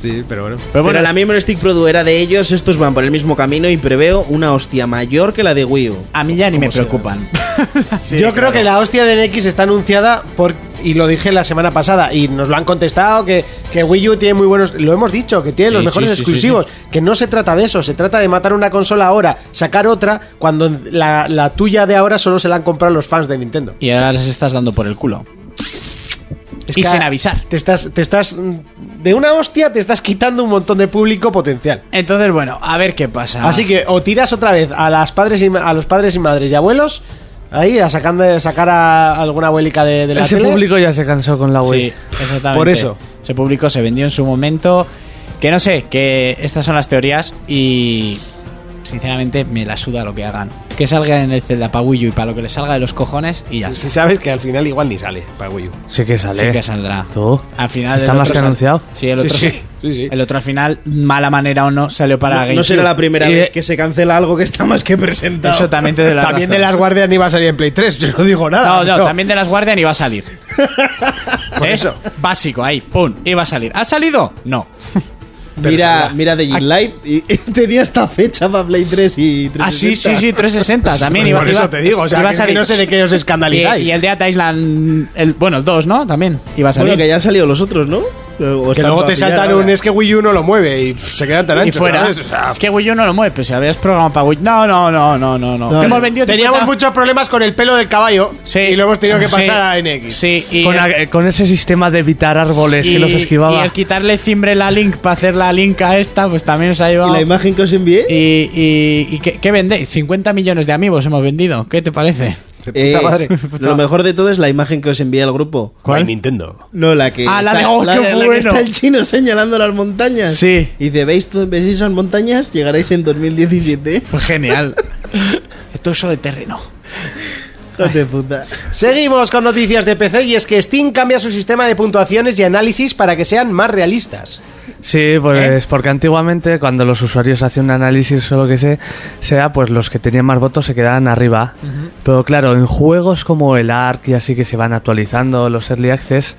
Speaker 2: Sí, pero bueno.
Speaker 4: Pero Mm. bueno,
Speaker 5: Pero la Memory Stick Pro Duo era de ellos, estos van por el mismo camino y preveo una hostia mayor que la de Wii U.
Speaker 4: a mí ya ni me
Speaker 5: Como sea.
Speaker 4: preocupan. (laughs) Así
Speaker 2: Yo creo
Speaker 4: de claro.
Speaker 2: que la hostia de NX está anunciada por y lo dije la semana pasada y nos lo han contestado que, que Wii U tiene muy buenos lo hemos dicho que tiene los
Speaker 4: Sí,
Speaker 2: mejores
Speaker 4: sí, sí,
Speaker 2: exclusivos que no se trata de eso se trata de matar una consola ahora sacar otra cuando la, la tuya de ahora solo se la han comprado los fans de Nintendo
Speaker 4: Y ahora les estás dando por el culo.
Speaker 2: Es
Speaker 4: y
Speaker 2: que
Speaker 4: sin avisar.
Speaker 2: te estás te estás mm, de una hostia te estás quitando un montón de público potencial
Speaker 4: Entonces, bueno, a ver qué pasa.
Speaker 2: así que o tiras otra vez a las padres y, ma- a los padres y madres y abuelos ahí a sacando eh, sacar a alguna abuelica de, de la
Speaker 6: Ese
Speaker 2: tele.
Speaker 6: público ya se cansó con la
Speaker 4: Sí,
Speaker 6: Wii.
Speaker 4: exactamente.
Speaker 2: Por eso.
Speaker 4: Se publicó, se vendió en su momento. Que no sé, que estas son las teorías y. Sinceramente, me la suda lo que hagan. Que salga en el Zelda para Wii U y para lo que le salga de los cojones y ya.
Speaker 2: Si sabes que al final igual ni sale para Wii U.
Speaker 6: Sí que sale.
Speaker 4: Sí que saldrá.
Speaker 6: Tú.
Speaker 4: Al final.
Speaker 6: Está
Speaker 4: el
Speaker 6: más
Speaker 4: otro
Speaker 6: que
Speaker 4: sal-
Speaker 6: anunciado.
Speaker 4: Sí, el otro,
Speaker 2: Sí,
Speaker 4: sí,
Speaker 2: sí. Sí, sí.
Speaker 4: El otro al final, mala manera o no, salió para
Speaker 5: No,
Speaker 4: GameCube.
Speaker 5: no será la primera
Speaker 4: Y-
Speaker 5: vez que se cancela algo que está más que presentado.
Speaker 4: Eso también te la
Speaker 2: También
Speaker 4: razón.
Speaker 2: de las guardias ni va a salir en Play 3, yo no digo nada.
Speaker 4: No, no, también de las Guardian iba a
Speaker 5: (laughs)
Speaker 4: salir.
Speaker 2: Por
Speaker 4: ¿Eh?
Speaker 2: eso.
Speaker 4: Básico, ahí, pum, iba a salir. ¿Ha salido? No.
Speaker 5: Mira, mira de Light y, (laughs) y tenía esta fecha para Play 3 y 360.
Speaker 4: Ah, sí, sí, sí, 360 también.
Speaker 2: Pues
Speaker 4: iba,
Speaker 2: por
Speaker 4: iba-
Speaker 2: eso te digo, o sea,
Speaker 4: iba a
Speaker 2: que-
Speaker 4: salir.
Speaker 2: que no sé de qué os escandalizáis.
Speaker 4: Y, y el de Ata Island, el, bueno, el 2, ¿no? También iba a salir.
Speaker 5: Bueno, que Pues ya han salido los otros, ¿no? O
Speaker 2: Que
Speaker 5: están
Speaker 2: luego
Speaker 5: para
Speaker 2: te
Speaker 5: pillar
Speaker 2: saltan
Speaker 5: ahora.
Speaker 2: un es que Wii U no lo mueve y pff, se quedan tan
Speaker 4: y
Speaker 2: anchos.
Speaker 4: fuera.
Speaker 2: ¿sabes? O sea,
Speaker 4: es que Wii U no lo mueve, pero si habías programado para Wii No, no, no, no, no. no.
Speaker 5: No,
Speaker 4: hemos
Speaker 5: no.
Speaker 4: vendido
Speaker 2: Teníamos
Speaker 4: 50.
Speaker 2: muchos problemas con el pelo del caballo
Speaker 4: Sí.
Speaker 2: y lo hemos tenido que
Speaker 4: Sí.
Speaker 2: pasar a NX.
Speaker 4: Sí, y.
Speaker 6: Con, a- con ese sistema de evitar árboles que los
Speaker 4: Y
Speaker 6: esquivaba.
Speaker 4: el quitarle cimbre la Link para hacer la Link a esta, pues también os ha
Speaker 5: ¿Y
Speaker 4: llevado.
Speaker 5: la imagen que os envié?
Speaker 4: ¿Y, y, y qué, qué vendéis? 50 millones de amigos hemos vendido. ¿Qué te parece?
Speaker 5: Eh,
Speaker 2: puta madre.
Speaker 5: Lo mejor de todo es la imagen que os envié al grupo.
Speaker 2: ¿Cuál? Nintendo.
Speaker 5: No, la que,
Speaker 4: Ah, la
Speaker 5: está,
Speaker 4: de- ¡oh, qué
Speaker 5: la que
Speaker 4: bueno!
Speaker 5: está el chino señalando las montañas.
Speaker 4: Sí.
Speaker 5: Y dice, ¿veis, todo- veis esas montañas? Llegaréis en 2017.
Speaker 4: Fue Pues genial.
Speaker 5: (laughs)
Speaker 4: Todo eso de terreno.
Speaker 5: Hijo de puta.
Speaker 2: Seguimos con noticias de PC y es que Steam cambia su sistema de puntuaciones y análisis para que sean más realistas.
Speaker 6: Sí, pues
Speaker 4: ¿Eh?
Speaker 6: porque antiguamente cuando los usuarios hacían un análisis o lo que sé, sea, pues los que tenían más votos se quedaban arriba. Pero claro, en juegos como el ARC y así que se van actualizando los Early Access,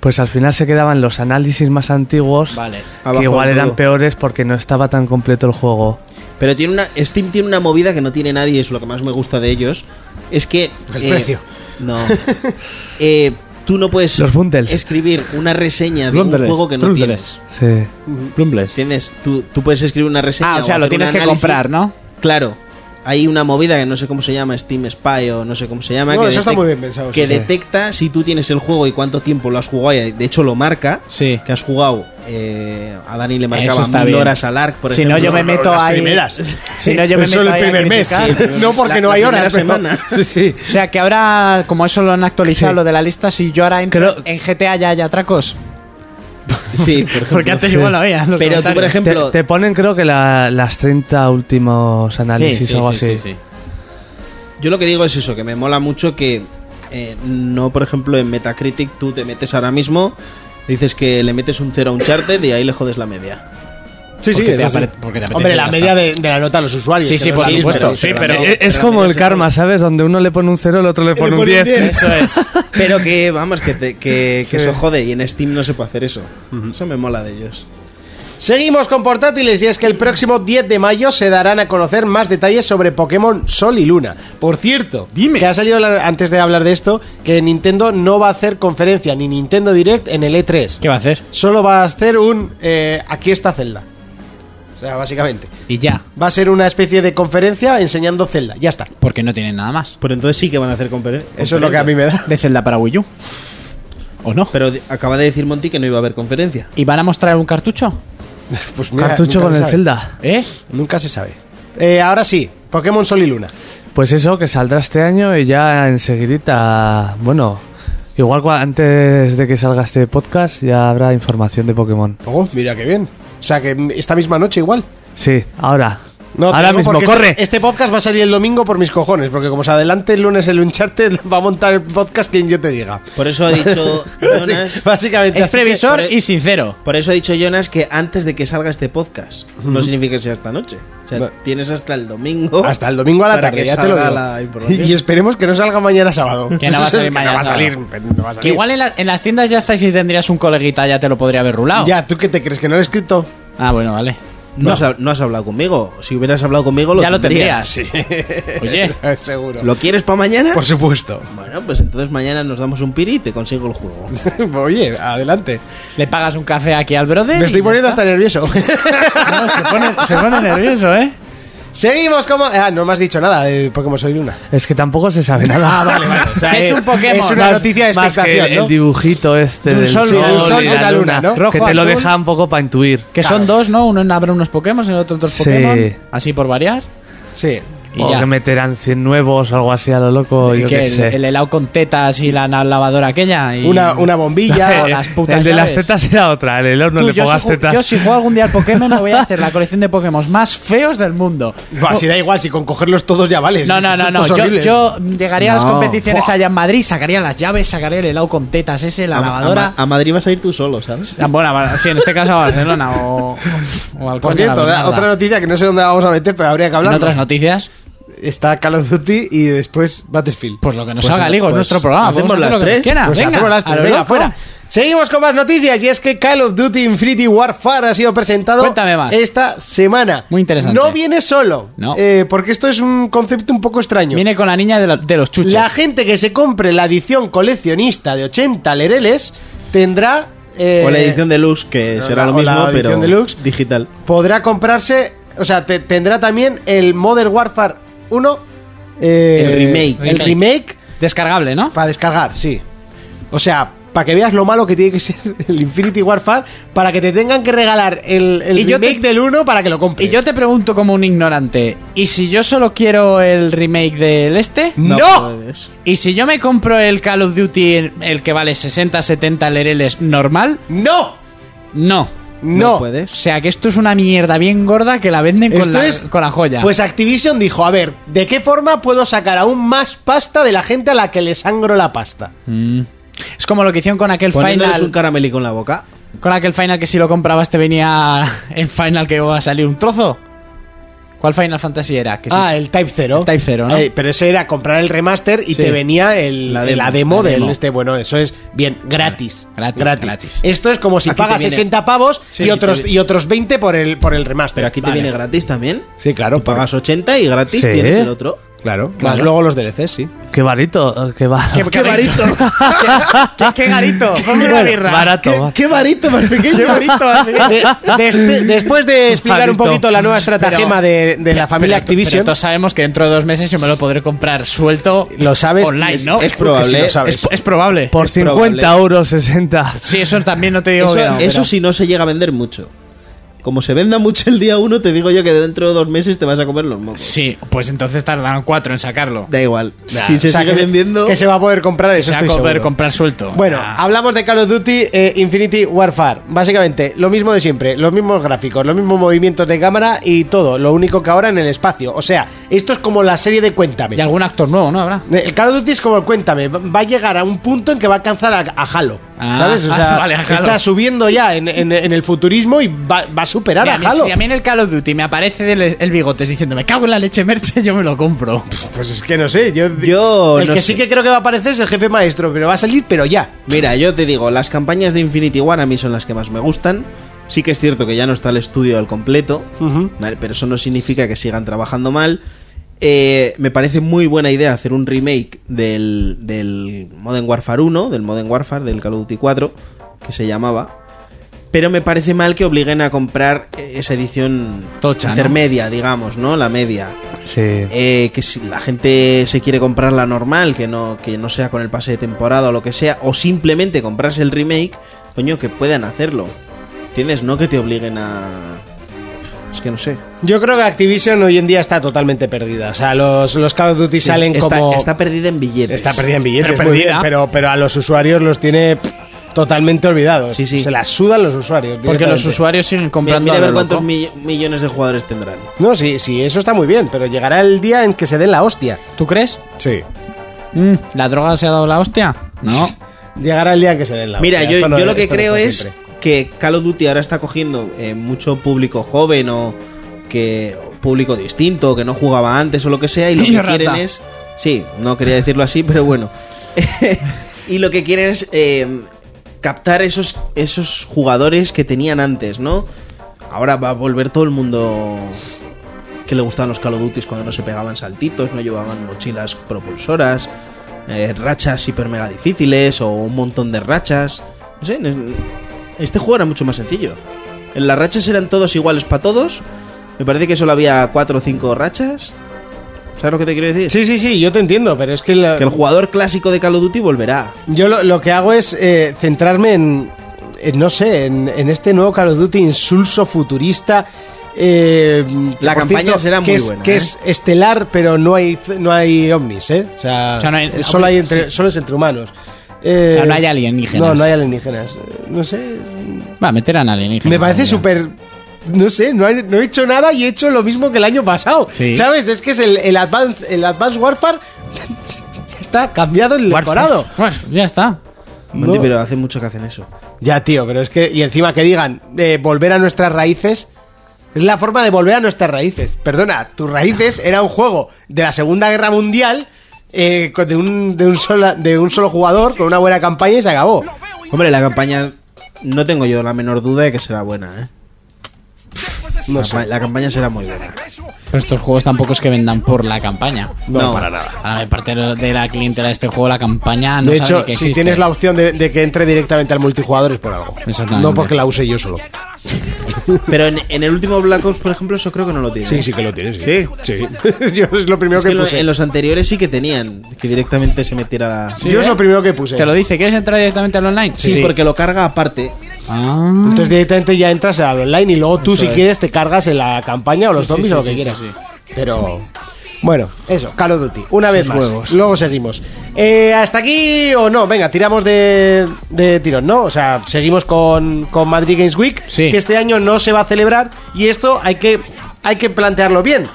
Speaker 6: pues al final se quedaban los análisis más antiguos,
Speaker 4: Vale.
Speaker 6: que
Speaker 5: Abajo
Speaker 6: igual
Speaker 5: del
Speaker 6: eran
Speaker 5: todo.
Speaker 6: peores porque no estaba tan completo el juego.
Speaker 5: Pero tiene una, Steam tiene una movida que no tiene nadie, es lo que más me gusta de ellos. Es que.
Speaker 2: El precio. (laughs)
Speaker 5: No. Eh, tú no puedes
Speaker 6: Los bundles.
Speaker 5: escribir una reseña de un
Speaker 4: Bundles,
Speaker 5: juego que no
Speaker 4: bundles.
Speaker 5: tienes.
Speaker 6: Sí.
Speaker 4: Plumbles.
Speaker 5: ¿Entiendes? Tú, tú puedes escribir una reseña.
Speaker 4: Ah, o sea,
Speaker 5: hacer
Speaker 4: lo
Speaker 5: un
Speaker 4: tienes que
Speaker 5: análisis.
Speaker 4: comprar, ¿no?
Speaker 5: Claro. Hay una movida que no sé cómo se llama, Steam Spy o no sé cómo se llama.
Speaker 2: No,
Speaker 5: que
Speaker 2: eso está
Speaker 5: detec-
Speaker 2: muy bien pensado,
Speaker 5: Que
Speaker 2: sí, sí.
Speaker 5: detecta si tú tienes el juego y cuánto tiempo lo has jugado. y De hecho, lo marca.
Speaker 4: Sí.
Speaker 5: Que has jugado. eh, a Dani le
Speaker 4: Eso
Speaker 5: marcaba
Speaker 4: está
Speaker 5: mil
Speaker 4: bien.
Speaker 5: horas al ARC, por
Speaker 4: si
Speaker 5: ejemplo.
Speaker 4: no, yo me meto
Speaker 2: las
Speaker 4: ahí.
Speaker 2: primeras.
Speaker 4: Si no, yo
Speaker 5: (laughs)
Speaker 4: me
Speaker 2: Pues
Speaker 4: meto
Speaker 2: solo
Speaker 4: ahí
Speaker 2: el
Speaker 4: a
Speaker 2: primer mes.
Speaker 4: criticar.
Speaker 2: No porque
Speaker 5: La-
Speaker 2: no
Speaker 5: la
Speaker 2: hay
Speaker 5: primera
Speaker 2: horas. pero-
Speaker 5: semana.
Speaker 2: (laughs) Sí, sí.
Speaker 4: O sea, que ahora, como eso lo han actualizado,
Speaker 6: Sí.
Speaker 4: lo de la lista, si yo ahora en,
Speaker 6: Creo-
Speaker 4: en GTA ya hay atracos.
Speaker 5: Sí, por ejemplo.
Speaker 4: (laughs) Porque antes
Speaker 6: sí.
Speaker 4: igual lo había. en los
Speaker 5: Pero tú, por
Speaker 4: comentarios.
Speaker 6: Te,
Speaker 5: ejemplo,
Speaker 6: te ponen creo que la- las 30 últimos análisis
Speaker 4: Sí,
Speaker 6: o algo
Speaker 4: sí, sí,
Speaker 6: así.
Speaker 4: sí, sí.
Speaker 5: yo lo que digo es eso, que me mola mucho que eh, no, por ejemplo, en Metacritic tú te metes ahora mismo, dices que le metes un cero a un charted y ahí le jodes la media.
Speaker 2: Sí, sí,
Speaker 4: Porque
Speaker 2: es
Speaker 4: te
Speaker 2: así.
Speaker 4: apare- porque te apetece
Speaker 2: Hombre, la
Speaker 4: gastar.
Speaker 2: media de, de la nota a los usuarios.
Speaker 4: Sí,
Speaker 2: que
Speaker 4: sí,
Speaker 2: no
Speaker 4: por
Speaker 2: es la misma.
Speaker 4: supuesto. Sí,
Speaker 5: la
Speaker 4: pero-
Speaker 5: media-
Speaker 6: Eh, Es
Speaker 5: la
Speaker 6: como
Speaker 5: media
Speaker 6: el
Speaker 5: se
Speaker 6: karma,
Speaker 5: jode.
Speaker 6: ¿sabes? Donde uno le pone un 0, el otro le pone un 10.
Speaker 4: Eso es.
Speaker 5: (laughs) Pero que, vamos, que, te- que, que eso jode y en Steam no se puede hacer eso. Eso me mola de ellos.
Speaker 2: Seguimos con portátiles y es que el próximo 10 de mayo se darán a conocer más detalles sobre Pokémon Sol y Luna. Por cierto,
Speaker 7: Dime.
Speaker 2: que ha salido la- antes de hablar de esto que Nintendo no va a hacer conferencia ni Nintendo Direct en el E3.
Speaker 4: ¿Qué va a hacer?
Speaker 2: Solo va a hacer un eh, aquí está Zelda. O sea, básicamente.
Speaker 4: Y ya.
Speaker 2: Va a ser una especie de conferencia enseñando Zelda. Ya está.
Speaker 4: Porque no tienen nada más.
Speaker 7: Pero entonces sí que van a hacer comperen-
Speaker 2: Eso es lo que a mí me da.
Speaker 4: De Zelda para Wii U. ¿O no?
Speaker 5: Pero de- acaba de decir Monty que no iba a haber conferencia.
Speaker 4: ¿Y van a mostrar un cartucho?
Speaker 2: Pues mira,
Speaker 6: Cartucho
Speaker 2: nunca
Speaker 6: con
Speaker 2: se
Speaker 6: el
Speaker 2: sabe.
Speaker 6: Zelda.
Speaker 4: ¿Eh?
Speaker 2: Nunca se sabe. Eh, ahora sí, Pokémon Sol y Luna.
Speaker 6: Pues eso, que saldrá este año y ya enseguidita. Bueno, igual cua- antes de que salga este podcast ya habrá información de Pokémon.
Speaker 2: Oh, mira qué bien. O sea que mm, esta misma noche igual.
Speaker 6: Sí, ahora.
Speaker 2: No, te
Speaker 6: ahora
Speaker 2: digo
Speaker 6: mismo,
Speaker 2: porque
Speaker 6: corre.
Speaker 2: Este, este podcast va a salir el domingo por mis cojones, porque como se adelante el lunes el Uncharted, (laughs) va a montar el podcast quien yo te diga.
Speaker 5: Por eso ha dicho Jonas.
Speaker 2: Así- básicamente.
Speaker 4: Es
Speaker 2: así que-
Speaker 4: previsor
Speaker 5: por-
Speaker 4: y sincero.
Speaker 5: Por eso ha dicho Jonas que antes de que salga este podcast, no significa que sea esta noche. O sea,
Speaker 2: No.
Speaker 5: tienes hasta el domingo.
Speaker 2: Hasta el domingo a la
Speaker 5: para
Speaker 2: tarde,
Speaker 5: que
Speaker 2: ya te lo
Speaker 5: salga
Speaker 2: digo. (laughs)
Speaker 5: la información.
Speaker 2: Y esperemos que no salga mañana sábado.
Speaker 4: Que no va a
Speaker 2: (laughs)
Speaker 4: salir
Speaker 2: Que
Speaker 4: mañana
Speaker 2: no va a
Speaker 4: sábado.
Speaker 2: salir, pero no va a salir.
Speaker 4: Que igual en, la- en las tiendas ya estáis y tendrías un coleguita, ya te lo podría haber rulado.
Speaker 2: Ya, ¿tú qué te crees? ¿Que no lo he escrito? (laughs)
Speaker 4: Ah, bueno, vale.
Speaker 5: No, has, hab- no has hablado conmigo. Si hubieras hablado conmigo, lo
Speaker 4: ya lo
Speaker 5: tendrías.
Speaker 4: tendrías. (laughs) Oye,
Speaker 2: Seguro.
Speaker 5: ¿Lo quieres para mañana?
Speaker 2: Por supuesto. (laughs)
Speaker 5: Bueno, pues entonces mañana nos damos un piri y te consigo el juego.
Speaker 2: Oye, adelante.
Speaker 4: le pagas un café aquí al brother.
Speaker 2: Me estoy
Speaker 4: y ya
Speaker 2: poniendo
Speaker 4: está.
Speaker 2: hasta nervioso. (laughs)
Speaker 4: No, se, pone, se pone nervioso, ¿eh?
Speaker 2: Seguimos como... Ah, no me has dicho nada de Pokémon Soy Luna.
Speaker 6: Es que tampoco se sabe
Speaker 2: Ah,
Speaker 4: (laughs)
Speaker 6: nada.
Speaker 4: es un Pokémon.
Speaker 2: eh, es una noticia de
Speaker 6: Más que
Speaker 2: expectación,
Speaker 6: el,
Speaker 2: ¿no?
Speaker 6: dibujito este
Speaker 4: De un
Speaker 6: del
Speaker 4: sol,
Speaker 6: sol,
Speaker 4: de un sol
Speaker 6: y
Speaker 4: y
Speaker 6: la
Speaker 4: una luna,
Speaker 6: luna,
Speaker 4: ¿no?
Speaker 6: que
Speaker 4: Rojo,
Speaker 6: te lo
Speaker 4: azul.
Speaker 6: deja un poco para intuir.
Speaker 4: Que son dos, ¿no? Uno habrá unos Pokémon, el otro otros
Speaker 6: Sí.
Speaker 4: Pokémon. Así por variar.
Speaker 2: Sí.
Speaker 4: Y
Speaker 6: o
Speaker 4: ya.
Speaker 6: que meterán 100 nuevos o algo así a lo loco.
Speaker 4: Y
Speaker 6: yo
Speaker 4: que
Speaker 6: qué
Speaker 4: el,
Speaker 6: sé.
Speaker 4: el helado con tetas y la na- lavadora aquella. y-
Speaker 2: Una, una bombilla. (laughs)
Speaker 4: o las putas
Speaker 6: El de las
Speaker 4: llaves.
Speaker 6: tetas era otra, el horno
Speaker 4: Tú,
Speaker 6: le
Speaker 4: yo,
Speaker 6: pongas
Speaker 4: si, ju-
Speaker 6: tetas.
Speaker 4: yo si juego algún día al Pokémon voy a hacer la colección de Pokémon más feos del mundo. Oh,
Speaker 2: Buah, si da igual, si con cogerlos todos ya vales.
Speaker 4: No,
Speaker 2: Es que
Speaker 4: no, no,
Speaker 2: son
Speaker 4: no.
Speaker 2: todos
Speaker 4: Yo,
Speaker 2: horribles.
Speaker 4: yo llegaría a las
Speaker 5: No.
Speaker 4: competiciones allá en Madrid, sacaría las llaves, sacaría el helado con tetas ese, la
Speaker 5: A-
Speaker 4: lavadora.
Speaker 5: A, Ma- a Madrid vas a ir tú solo, ¿sabes?
Speaker 4: Ah, Bueno, va- sí, en este caso a Barcelona o, o al
Speaker 2: Por
Speaker 4: coño
Speaker 2: cierto,
Speaker 4: de la Bernarda.
Speaker 2: otra noticia que no sé dónde la vamos a meter, pero habría que
Speaker 4: En
Speaker 2: hablar.
Speaker 4: otras noticias,
Speaker 2: Está Call of Duty y después Battlefield.
Speaker 4: pues lo que nos
Speaker 5: Pues
Speaker 4: haga
Speaker 5: no,
Speaker 4: Ligo es
Speaker 5: pues
Speaker 4: nuestro programa.
Speaker 5: hacemos
Speaker 4: podemos hacer
Speaker 5: las
Speaker 4: lo que nos
Speaker 5: tres.
Speaker 4: quiera.
Speaker 2: Pues
Speaker 4: Ah, venga,
Speaker 2: hacemos las tres,
Speaker 4: a lo
Speaker 2: venga,
Speaker 4: loco.
Speaker 2: fuera. Seguimos con más noticias y es que Call of Duty Infinity Warfare ha sido presentado
Speaker 4: Cuéntame más.
Speaker 2: esta semana.
Speaker 4: Muy interesante.
Speaker 2: No viene solo,
Speaker 4: No.
Speaker 2: eh, porque esto es un concepto un poco extraño.
Speaker 4: Viene con la niña de, la- de los chuches.
Speaker 2: La gente que se compre la edición coleccionista de 80 lereles tendrá... eh,
Speaker 5: o la edición deluxe, que será
Speaker 2: la-
Speaker 5: lo
Speaker 2: o la
Speaker 5: mismo, pero
Speaker 2: edición deluxe.
Speaker 5: digital.
Speaker 2: podrá comprarse, o sea, te- tendrá también el Modern Warfare 1. eh,
Speaker 5: El remake.
Speaker 2: El remake
Speaker 4: Descargable, ¿no?
Speaker 2: para descargar, sí. O sea, para que veas lo malo que tiene que ser (laughs) el Infinity Warfare, para que te tengan que regalar el, el
Speaker 4: Y yo
Speaker 2: remake
Speaker 4: te-
Speaker 2: del 1 para que lo compres.
Speaker 4: Y yo te pregunto como un ignorante, ¿y si yo solo quiero el remake del este?
Speaker 5: puedes.
Speaker 4: ¿Y si yo me compro el Call of Duty, el que vale 60, 70 lereles normal?
Speaker 2: ¡No!
Speaker 4: No.
Speaker 2: No.
Speaker 5: No puedes.
Speaker 4: O sea que esto es una mierda bien gorda que la venden con,
Speaker 2: Esto
Speaker 4: la,
Speaker 2: es-
Speaker 4: con la joya.
Speaker 2: Pues Activision dijo, a ver, ¿de qué forma puedo sacar aún más pasta de la gente a la que le sangro la pasta?
Speaker 4: es como lo que hicieron con aquel
Speaker 5: Poniéndoles
Speaker 4: final.
Speaker 5: un caramelico en la boca.
Speaker 4: Con aquel final que si lo comprabas te venía (laughs) el final que iba a salir un trozo. ¿Cuál Final Fantasy era? Que sí.
Speaker 2: Ah, el Type 0.
Speaker 4: El Type 0, ¿no?
Speaker 2: pero ese era comprar el remaster y
Speaker 4: Sí.
Speaker 2: te venía el,
Speaker 5: La
Speaker 2: la
Speaker 5: demo.
Speaker 2: demo,
Speaker 4: La
Speaker 2: del
Speaker 4: demo.
Speaker 2: este. Bueno, eso es bien, gratis.
Speaker 4: Gratis, gratis.
Speaker 2: Esto es como si
Speaker 5: Aquí te
Speaker 2: pagas
Speaker 5: viene.
Speaker 2: 60 pavos
Speaker 5: Sí,
Speaker 2: y, otros,
Speaker 5: te-
Speaker 2: y otros 20 por el, por el remaster.
Speaker 5: Pero aquí te
Speaker 2: Vale.
Speaker 5: viene gratis también.
Speaker 2: Sí, claro,
Speaker 5: Tú pagas 80 y gratis
Speaker 6: Sí.
Speaker 5: tienes el otro.
Speaker 2: Claro, Más luego los DLCs, sí.
Speaker 6: Qué barito, qué va.
Speaker 4: ¡Qué, barito! ¡Qué, qué (laughs) garito! Ponme una
Speaker 6: Bueno,
Speaker 4: birra.
Speaker 6: barato.
Speaker 5: ¿Qué, qué varito más pequeño!
Speaker 4: ¡Qué bonito!
Speaker 2: De- despe- después de explicar un
Speaker 6: Palito.
Speaker 2: poquito la nueva estratagema de, de la familia
Speaker 4: Pero-
Speaker 2: Activision,
Speaker 4: Pero todos sabemos que dentro de dos meses yo me lo podré comprar suelto.
Speaker 2: Lo sabes,
Speaker 4: Online,
Speaker 2: es-
Speaker 4: ¿no?
Speaker 5: es probable.
Speaker 2: Sí lo sabes.
Speaker 4: Es, es probable.
Speaker 6: Por
Speaker 5: Es
Speaker 6: 50
Speaker 5: probable.
Speaker 6: euros 60.
Speaker 4: Sí, eso también no te digo
Speaker 5: Eso,
Speaker 4: que no,
Speaker 5: eso
Speaker 4: pero-
Speaker 5: si no se llega a vender mucho. Como se venda mucho el día uno, te digo yo que dentro de dos meses te vas a comer los mocos.
Speaker 4: Sí, pues entonces tardaron cuatro en sacarlo.
Speaker 5: Da igual.
Speaker 2: Nah,
Speaker 5: si se
Speaker 2: o sea,
Speaker 5: sigue
Speaker 2: que se-
Speaker 5: vendiendo...
Speaker 2: que se va a poder comprar
Speaker 4: O
Speaker 2: eso.
Speaker 4: sea,
Speaker 2: estoy
Speaker 4: poder
Speaker 2: seguro.
Speaker 4: comprar suelto.
Speaker 2: Bueno,
Speaker 4: Ah.
Speaker 2: hablamos de Call of Duty eh, Infinity Warfare. Básicamente, lo mismo de siempre, los mismos gráficos, los mismos movimientos de cámara y todo. Lo único que ahora en el espacio. O sea, esto es como la serie de Cuéntame.
Speaker 4: y algún actor nuevo, ¿no? Habrá.
Speaker 2: El Call of Duty es como el Cuéntame. Va- Va a llegar a un punto en que va a alcanzar a, a Halo.
Speaker 4: Ah,
Speaker 2: ¿Sabes? O
Speaker 4: ah,
Speaker 2: sea,
Speaker 4: vale, a Halo.
Speaker 2: está subiendo ya en, en- en el futurismo y va, va a superar
Speaker 4: Mira,
Speaker 2: a
Speaker 4: a mí-
Speaker 2: Halo.
Speaker 4: si a mí en el Call of Duty me aparece del- el bigotes diciendo me cago en la leche merche, (laughs) yo me lo compro.
Speaker 2: Pues es que no sé. Yo,
Speaker 5: Yo
Speaker 2: el
Speaker 5: no
Speaker 2: que
Speaker 5: sé.
Speaker 2: sí que creo que va a aparecer es el jefe maestro, pero va a salir, pero ya.
Speaker 5: Mira, yo te digo, las campañas de Infinity War a mí son las que más me gustan. Sí que es cierto que ya no está el estudio al completo,
Speaker 2: Ujú.
Speaker 5: ¿vale? pero eso no significa que sigan trabajando mal. Eh, me parece muy buena idea hacer un remake del, del Modern Warfare 1, del Modern Warfare, del Call of Duty 4, que se llamaba. Pero me parece mal que obliguen a comprar eh, esa edición
Speaker 4: Tocha, ¿no?
Speaker 5: intermedia, digamos, ¿no? La media.
Speaker 6: Sí.
Speaker 5: Eh, que si la gente se quiere comprar la normal, que no, que no sea con el pase de temporada o lo que sea, o simplemente comprarse el remake, coño, que puedan hacerlo. ¿Entiendes? No que te obliguen a. Es que no sé.
Speaker 2: Yo creo que Activision hoy en día está totalmente perdida. O sea, los, los Call of Duty
Speaker 5: Sí,
Speaker 2: salen
Speaker 5: está,
Speaker 2: como.
Speaker 5: está perdida en billetes.
Speaker 2: Está perdida en billetes,
Speaker 4: Pero
Speaker 2: muy bien,
Speaker 4: perdida.
Speaker 2: pero, pero, a los usuarios los tiene pff, totalmente olvidados.
Speaker 5: Sí, sí.
Speaker 2: Se las sudan los usuarios.
Speaker 4: Porque los
Speaker 2: directamente.
Speaker 4: usuarios siguen
Speaker 5: Mira,
Speaker 4: comprando
Speaker 5: mira a
Speaker 4: a lo
Speaker 5: ver
Speaker 4: loco.
Speaker 5: cuántos mi- millones de jugadores tendrán.
Speaker 2: No, sí, sí, eso está muy bien, pero llegará el día en que se den la hostia.
Speaker 4: ¿Tú crees?
Speaker 2: Sí.
Speaker 4: Mm, ¿La droga se ha dado la hostia? No.
Speaker 2: Llegará el día en que se den la
Speaker 5: Mira,
Speaker 2: hostia.
Speaker 5: yo,
Speaker 2: Esto no-
Speaker 5: yo lo que
Speaker 2: esto no
Speaker 5: creo
Speaker 2: está
Speaker 5: es
Speaker 2: siempre.
Speaker 5: que Call of Duty ahora está cogiendo eh, mucho público joven o que o público distinto, que no jugaba antes o lo que sea, y lo
Speaker 4: Niño
Speaker 5: que quieren
Speaker 4: rata.
Speaker 5: es. Sí, no quería decirlo así, pero bueno. (laughs) y lo que quieren es eh, captar esos, esos jugadores que tenían antes, ¿no? Ahora va a volver todo el mundo que le gustaban los Call of Duty cuando no se pegaban saltitos, no llevaban mochilas propulsoras, eh, rachas hiper mega difíciles o un montón de rachas. No sé, en- este juego era mucho más sencillo. En Las rachas eran todos iguales para todos. Me parece que solo había 4 o 5 rachas. ¿Sabes lo que te quiero decir?
Speaker 2: Sí, sí, sí, yo te entiendo, pero es que. la-
Speaker 5: Que el jugador clásico de Call of Duty volverá.
Speaker 2: Yo lo, lo que hago es eh, centrarme en, en, no sé, en, en este nuevo Call of Duty insulso futurista. eh, que,
Speaker 5: La
Speaker 2: por
Speaker 5: campaña será
Speaker 2: que
Speaker 5: muy
Speaker 2: es-
Speaker 5: buena,
Speaker 2: Que
Speaker 5: ¿eh?
Speaker 2: es estelar, pero no hay, no hay ovnis, ¿eh? O sea,
Speaker 4: O sea, no hay-
Speaker 2: eh, solo, hay entre,
Speaker 4: sí.
Speaker 2: solo es entre humanos. Eh,
Speaker 4: O sea, no hay alienígenas.
Speaker 2: No, no hay alienígenas. Eh, No sé.
Speaker 4: Va a meter a alienígena.
Speaker 2: Me parece súper. No sé, no he, no he hecho nada y he hecho lo mismo que el año pasado.
Speaker 4: Sí.
Speaker 2: ¿Sabes? Es que es el, el, Advance, el Advanced Warfare. (laughs) Está cambiado el decorado.
Speaker 4: Bueno, ya está.
Speaker 5: Monty,
Speaker 2: No.
Speaker 5: pero hace mucho que hacen eso.
Speaker 2: Ya, tío, pero es que. Y encima que digan, eh, volver a nuestras raíces. Es la forma de volver a nuestras raíces. Perdona, tus
Speaker 4: (laughs)
Speaker 2: raíces era un juego de la Segunda Guerra Mundial. eh, con- de, un, de, un sola- de un solo jugador con una buena campaña y se acabó.
Speaker 5: Hombre, la campaña. No tengo yo la menor duda de que será buena, ¿eh?
Speaker 2: No
Speaker 5: la,
Speaker 2: sé.
Speaker 5: la campaña será muy buena.
Speaker 4: Pero estos juegos tampoco es que vendan por la campaña.
Speaker 5: No,
Speaker 1: Para nada.
Speaker 4: A la parte de la clientela de este juego, la campaña no
Speaker 2: de
Speaker 4: sabe
Speaker 2: hecho,
Speaker 4: que
Speaker 2: si
Speaker 4: existe.
Speaker 2: tienes la opción de, de que entre directamente al multijugador es por algo.
Speaker 4: Exactamente.
Speaker 2: No porque la use yo solo.
Speaker 5: Pero en, en el último Black Ops, por ejemplo, eso creo que no lo tiene.
Speaker 2: Sí, sí que lo tienes. Sí, sí. (laughs) yo es lo primero
Speaker 5: Es que
Speaker 2: que,
Speaker 5: en lo-
Speaker 2: puse.
Speaker 5: en los anteriores sí que tenían que directamente se metiera la. Sí,
Speaker 2: yo
Speaker 4: ¿eh?
Speaker 2: es lo primero que puse.
Speaker 4: ¿Te lo dice? ¿Quieres entrar directamente al online?
Speaker 5: porque lo carga aparte.
Speaker 4: Ah.
Speaker 2: Entonces directamente ya entras al online y luego tú, si quieres, te cargas en la campaña o los
Speaker 4: Sí,
Speaker 2: zombies
Speaker 4: sí,
Speaker 2: o lo
Speaker 4: sí,
Speaker 2: que
Speaker 4: sí,
Speaker 2: quieras.
Speaker 4: sí,
Speaker 2: Pero. Bueno, eso, Call of Duty. Una vez más. Luego seguimos. Eh, ¿Hasta aquí o no? Venga, tiramos de, de tirón, ¿no? O sea, seguimos con, con Madrid Games Week,
Speaker 4: Sí.
Speaker 2: que este año no se va a celebrar y esto hay que, hay que plantearlo bien.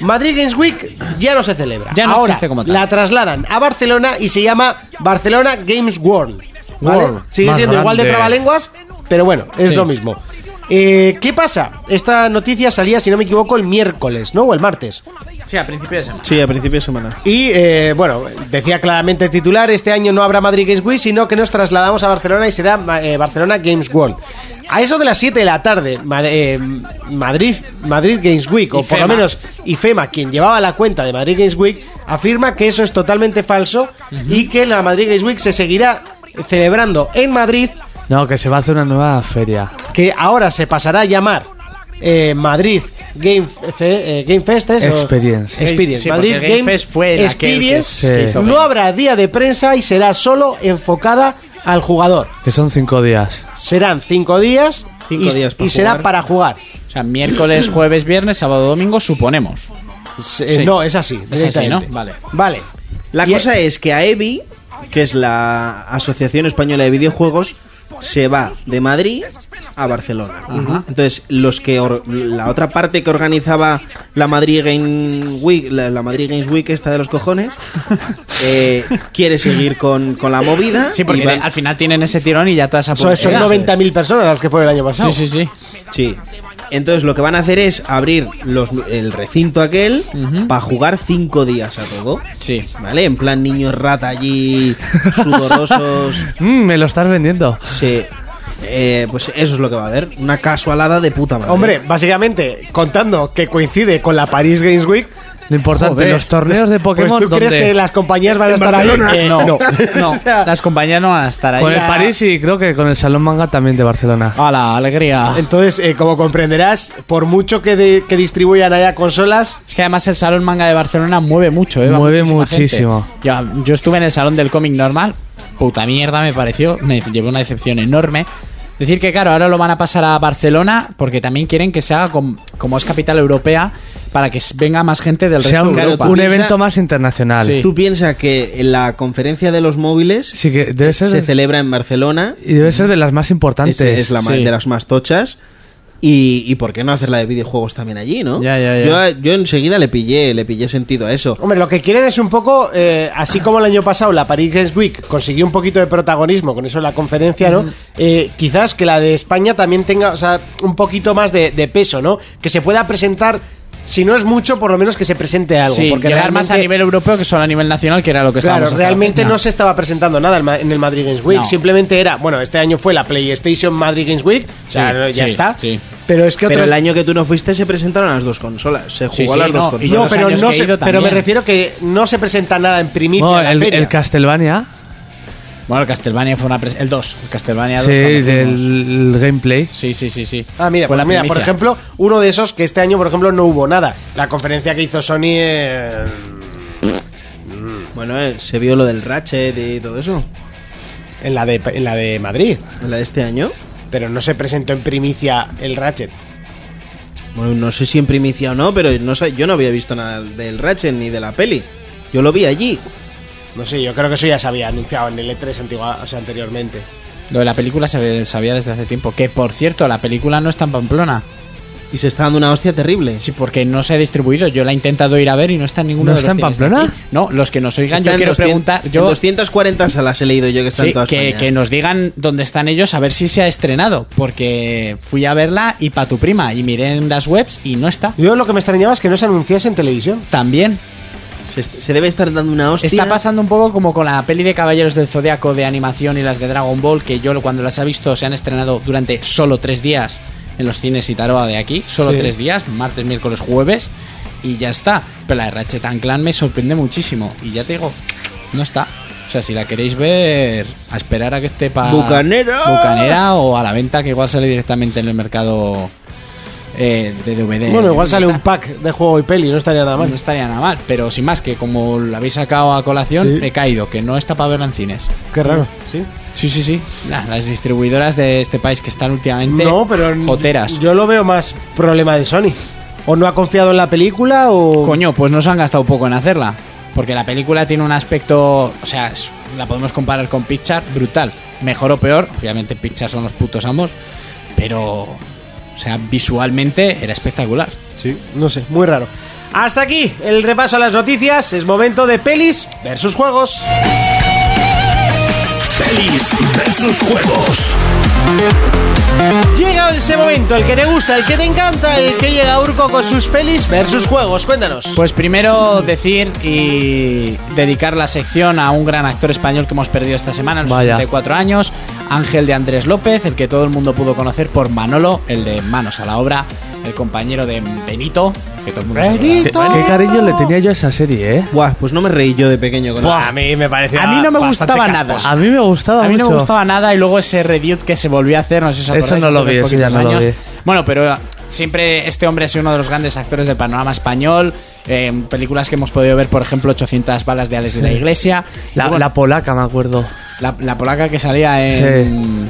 Speaker 2: Madrid Games Week ya no se celebra.
Speaker 4: Ya no
Speaker 2: Ahora,
Speaker 4: existe como tal.
Speaker 2: La trasladan a Barcelona y se llama Barcelona Games World. ¿vale?
Speaker 6: World,
Speaker 2: Sigue
Speaker 6: más
Speaker 2: siendo igual de
Speaker 6: grande.
Speaker 2: trabalenguas lenguas, pero bueno, es
Speaker 4: Sí.
Speaker 2: lo mismo. Eh, ¿Qué pasa? Esta noticia salía, si no me equivoco, el miércoles, ¿no? O el martes.
Speaker 4: Sí, a principio de semana.
Speaker 5: Sí, a principio de semana.
Speaker 2: Y eh, bueno, decía claramente el titular, este año no habrá Madrid Games Week, sino que nos trasladamos a Barcelona y será eh, Barcelona Games World. A eso de las 7 de la tarde, Ma- eh, Madrid, Madrid Games Week, o por
Speaker 4: IFEMA.
Speaker 2: lo menos IFEMA, quien llevaba la cuenta de Madrid Games Week, afirma que eso es totalmente falso y que la Madrid Games Week se seguirá celebrando en Madrid
Speaker 6: No, que se va a hacer una nueva feria.
Speaker 2: que ahora se pasará a llamar eh, Madrid Game, Fe- eh, Game Fest. ¿es? O-
Speaker 6: Experience.
Speaker 2: Experience.
Speaker 4: Sí, porque
Speaker 2: Madrid
Speaker 4: el
Speaker 2: Games
Speaker 4: Game Fest fue de aquel que
Speaker 2: Experience.
Speaker 6: se hizo
Speaker 2: No habrá día de prensa y será solo enfocada al jugador.
Speaker 6: Que son cinco días.
Speaker 2: Serán cinco días
Speaker 5: Cinco
Speaker 2: y,
Speaker 5: días para
Speaker 2: y será
Speaker 5: jugar.
Speaker 2: para jugar.
Speaker 4: O sea, miércoles, jueves, viernes, sábado, domingo, suponemos.
Speaker 2: Se-
Speaker 4: Sí.
Speaker 2: Eh, No, es así.
Speaker 4: Es así, ¿no?
Speaker 2: directamente.
Speaker 4: Vale.
Speaker 2: Vale.
Speaker 5: La
Speaker 2: Y-
Speaker 5: cosa es que AEBI, que es la Asociación Española de Videojuegos, se va de Madrid a Barcelona. Entonces, los que or- la otra parte que organizaba la Madrid Game Week, la, la Madrid Games Week esta de los cojones, eh, quiere seguir con, con la movida.
Speaker 4: Sí, porque
Speaker 5: y van-
Speaker 4: al final tienen ese tirón y ya toda esa
Speaker 2: son son
Speaker 4: publicidad.
Speaker 2: 90.000 personas las que fueron el año pasado.
Speaker 4: Pues Sí, sí, sí.
Speaker 5: Sí. Entonces lo que van a hacer es abrir los, el recinto aquel para jugar cinco días a todo.
Speaker 4: Sí.
Speaker 5: ¿Vale? En plan niños rata allí, sudorosos.
Speaker 4: (laughs)
Speaker 6: Mm, me lo estás vendiendo.
Speaker 5: se... eh, pues eso es lo que va a haber. Una casualada de puta madre.
Speaker 2: Hombre, básicamente, contando que coincide con la Paris Games Week,
Speaker 6: Lo importante,
Speaker 2: Joder.
Speaker 6: los torneos de
Speaker 2: pues
Speaker 6: Pokémon.
Speaker 2: tú crees
Speaker 6: ¿dónde?
Speaker 2: que las compañías van a estar ahí. Eh,
Speaker 4: No, no.
Speaker 2: (laughs) O sea,
Speaker 4: Las compañías no van a estar ahí.
Speaker 6: Con
Speaker 4: O sea,
Speaker 6: el París y creo que con el Salón Manga también de Barcelona.
Speaker 4: A la alegría.
Speaker 2: Entonces, eh, como comprenderás, por mucho que, de- que distribuyan allá consolas,
Speaker 4: Es que además el Salón Manga de Barcelona mueve mucho, ¿eh? Va
Speaker 6: Mueve
Speaker 4: muchísima
Speaker 6: muchísimo.
Speaker 4: gente. Yo, yo estuve en el Salón del Cómic normal. Puta mierda me pareció. Me llevó una decepción enorme. Decir que, claro, ahora lo van a pasar a Barcelona porque también quieren que se haga com- como es capital europea para que s- venga más gente del
Speaker 6: sea
Speaker 4: resto
Speaker 6: un,
Speaker 4: de
Speaker 5: claro,
Speaker 4: Europa.
Speaker 5: tú
Speaker 6: un
Speaker 5: piensa-
Speaker 6: evento más internacional.
Speaker 4: Sí.
Speaker 5: Tú piensas que en la conferencia de los móviles
Speaker 6: Sí, que debe ser,
Speaker 5: se celebra en Barcelona.
Speaker 6: y debe ser de las más importantes.
Speaker 5: Es, es la más-
Speaker 4: Sí.
Speaker 5: de las más tochas. Y, y por qué no hacer la de videojuegos también allí, ¿no?
Speaker 4: Ya, ya, ya.
Speaker 5: Yo, yo enseguida le pillé, le pillé sentido a eso.
Speaker 2: hombre, lo que quieren es un poco, eh, así como el año pasado la Paris Games Week consiguió un poquito de protagonismo con eso en la conferencia, ¿no? Eh, quizás que la de España también tenga, o sea, un poquito más de, de peso, ¿no? Que se pueda presentar, si no es mucho, por lo menos que se presente algo.
Speaker 4: Sí,
Speaker 2: porque
Speaker 4: llegar más a
Speaker 2: realmente-
Speaker 4: nivel europeo que solo a nivel nacional, que era lo que
Speaker 2: Claro,
Speaker 4: estábamos hasta la
Speaker 2: realmente
Speaker 4: fecha.
Speaker 2: no se estaba presentando nada en Ma- en el Madrid Games Week.
Speaker 4: No.
Speaker 2: Simplemente era, bueno, este año fue la PlayStation Madrid Games Week. O sea,
Speaker 4: Sí,
Speaker 2: no, ya
Speaker 4: sí,
Speaker 2: está.
Speaker 4: sí.
Speaker 2: Pero es que
Speaker 5: Pero
Speaker 2: otro-
Speaker 5: el año que tú no fuiste se presentaron las dos consolas. Se jugó
Speaker 4: Sí,
Speaker 5: a
Speaker 4: sí,
Speaker 5: las dos
Speaker 4: no, y
Speaker 5: consolas.
Speaker 2: No,
Speaker 4: Pues los
Speaker 2: pero,
Speaker 4: años
Speaker 2: no
Speaker 4: que he
Speaker 2: se-
Speaker 4: ido
Speaker 2: pero me
Speaker 4: también.
Speaker 2: refiero que no se presenta nada en primicia.
Speaker 6: No,
Speaker 2: en la
Speaker 6: Oh, el,
Speaker 2: feria.
Speaker 6: el Castlevania.
Speaker 4: Bueno, el Castlevania fue una... pres- El 2. El Castlevania 2.
Speaker 6: Sí,
Speaker 4: cuando fuimos.
Speaker 6: del gameplay.
Speaker 4: Sí, sí, sí, sí.
Speaker 2: Ah, mira,
Speaker 4: Fue
Speaker 2: pues
Speaker 4: la
Speaker 2: mira, por
Speaker 4: primicia.
Speaker 2: ejemplo, uno de esos que este año, por ejemplo, no hubo nada. La conferencia que hizo Sony. eh,
Speaker 5: Bueno, eh, se vio lo del Ratchet y todo eso.
Speaker 2: En la, de, en la de Madrid,
Speaker 5: En la de este año.
Speaker 2: pero no se presentó en primicia el Ratchet.
Speaker 5: Bueno, no sé si en primicia o no, pero no sé, yo no había visto nada del Ratchet ni de la peli. Yo lo vi allí.
Speaker 2: No sé, yo creo que eso ya se había anunciado en el E3 antigua, o sea, anteriormente.
Speaker 4: Lo de la película se ve- sabía desde hace tiempo. Que por cierto, la película no está en Pamplona.
Speaker 5: Y se está dando una hostia terrible.
Speaker 4: Sí, porque no se ha distribuido. Yo la he intentado ir a ver y no está en ninguno
Speaker 6: ¿No
Speaker 4: de
Speaker 6: está
Speaker 4: los
Speaker 6: en
Speaker 4: cines de
Speaker 6: Pamplona?
Speaker 4: aquí. No, los que nos oigan,
Speaker 5: Está
Speaker 4: yo
Speaker 5: en
Speaker 4: quiero
Speaker 5: 200
Speaker 4: preguntar.
Speaker 5: en
Speaker 4: Yo,
Speaker 5: 240 salas he leído yo que están
Speaker 4: sí,
Speaker 5: todas
Speaker 4: que, que nos digan dónde están ellos a ver si se ha estrenado. Porque fui a verla y pa' tu prima. Y miré en las webs y no está.
Speaker 2: Yo lo que me extrañaba es que no se anunciase en televisión.
Speaker 4: También.
Speaker 5: se, est- se debe estar dando una hostia.
Speaker 4: Está pasando un poco como con la peli de Caballeros del Zodiaco de animación y las de Dragon Ball, que yo cuando las he visto se han estrenado durante solo tres días en los cines Itaroa de aquí, solo
Speaker 2: Sí.
Speaker 4: tres días, martes, miércoles, jueves, y ya está. Pero la de Ratchet and Clan me sorprende muchísimo, y ya te digo, no está. O sea, si la queréis ver, a esperar a que esté para.
Speaker 5: Bucanera.
Speaker 4: Bucanera o a la venta, que igual sale directamente en el mercado eh, de DVD.
Speaker 2: Bueno, igual
Speaker 4: ¿no?
Speaker 2: sale un pack de juego y peli, no estaría nada mal.
Speaker 4: No estaría nada mal, pero sin más, que como lo habéis sacado a colación, he caído, que no está para verla en cines.
Speaker 2: Qué raro, ¿sí?
Speaker 4: Sí, sí, sí. Nah, las distribuidoras de este país que están últimamente
Speaker 2: No, pero n-
Speaker 4: joteras.
Speaker 2: yo lo veo más problema de Sony. O no ha confiado en la película o...
Speaker 4: Coño, pues no se han gastado poco en hacerla. Porque la película tiene un aspecto, o sea, es- la podemos comparar con Pixar, brutal. Mejor o peor, obviamente Pixar son los putos amos, pero, o sea, visualmente era espectacular.
Speaker 2: Sí, no sé, muy raro. Hasta aquí el repaso a las noticias. Es momento de pelis versus juegos.
Speaker 1: Pelis versus juegos.
Speaker 2: Llega ese momento, el que te gusta, el que te encanta, el que llega a Urco con sus pelis versus juegos. Cuéntanos.
Speaker 4: Pues primero decir y dedicar la sección a un gran actor español que hemos perdido esta semana, a los
Speaker 6: Vaya.
Speaker 4: 64 años, Ángel de Andrés López, el que todo el mundo pudo conocer por Manolo, el de Manos a la Obra, el compañero de Benito, que todo el mundo se acuerda.
Speaker 6: Qué, qué cariño le tenía yo a esa serie, ¿eh?
Speaker 5: Buah, pues no me reí yo de pequeño con
Speaker 2: a mí me parecía
Speaker 4: A mí no me
Speaker 2: bastante
Speaker 4: gustaba
Speaker 2: casposo.
Speaker 4: nada.
Speaker 6: A mí me gustaba
Speaker 4: Pues A mí no me
Speaker 6: mucho.
Speaker 4: gustaba nada y luego ese review que se volvió a hacer, no sé si os
Speaker 6: Eso
Speaker 4: acordáis,
Speaker 6: no lo
Speaker 4: hace
Speaker 6: vi,
Speaker 4: unos
Speaker 6: eso ya
Speaker 4: poquitos
Speaker 6: no lo
Speaker 4: años.
Speaker 6: vi.
Speaker 4: Bueno, pero eh, siempre este hombre ha sido uno de los grandes actores del panorama español. eh, En películas que hemos podido ver, por ejemplo, 800 balas de Alex de la Iglesia. Y
Speaker 6: La,
Speaker 4: luego-
Speaker 6: la polaca, me acuerdo.
Speaker 4: La, la polaca que salía en.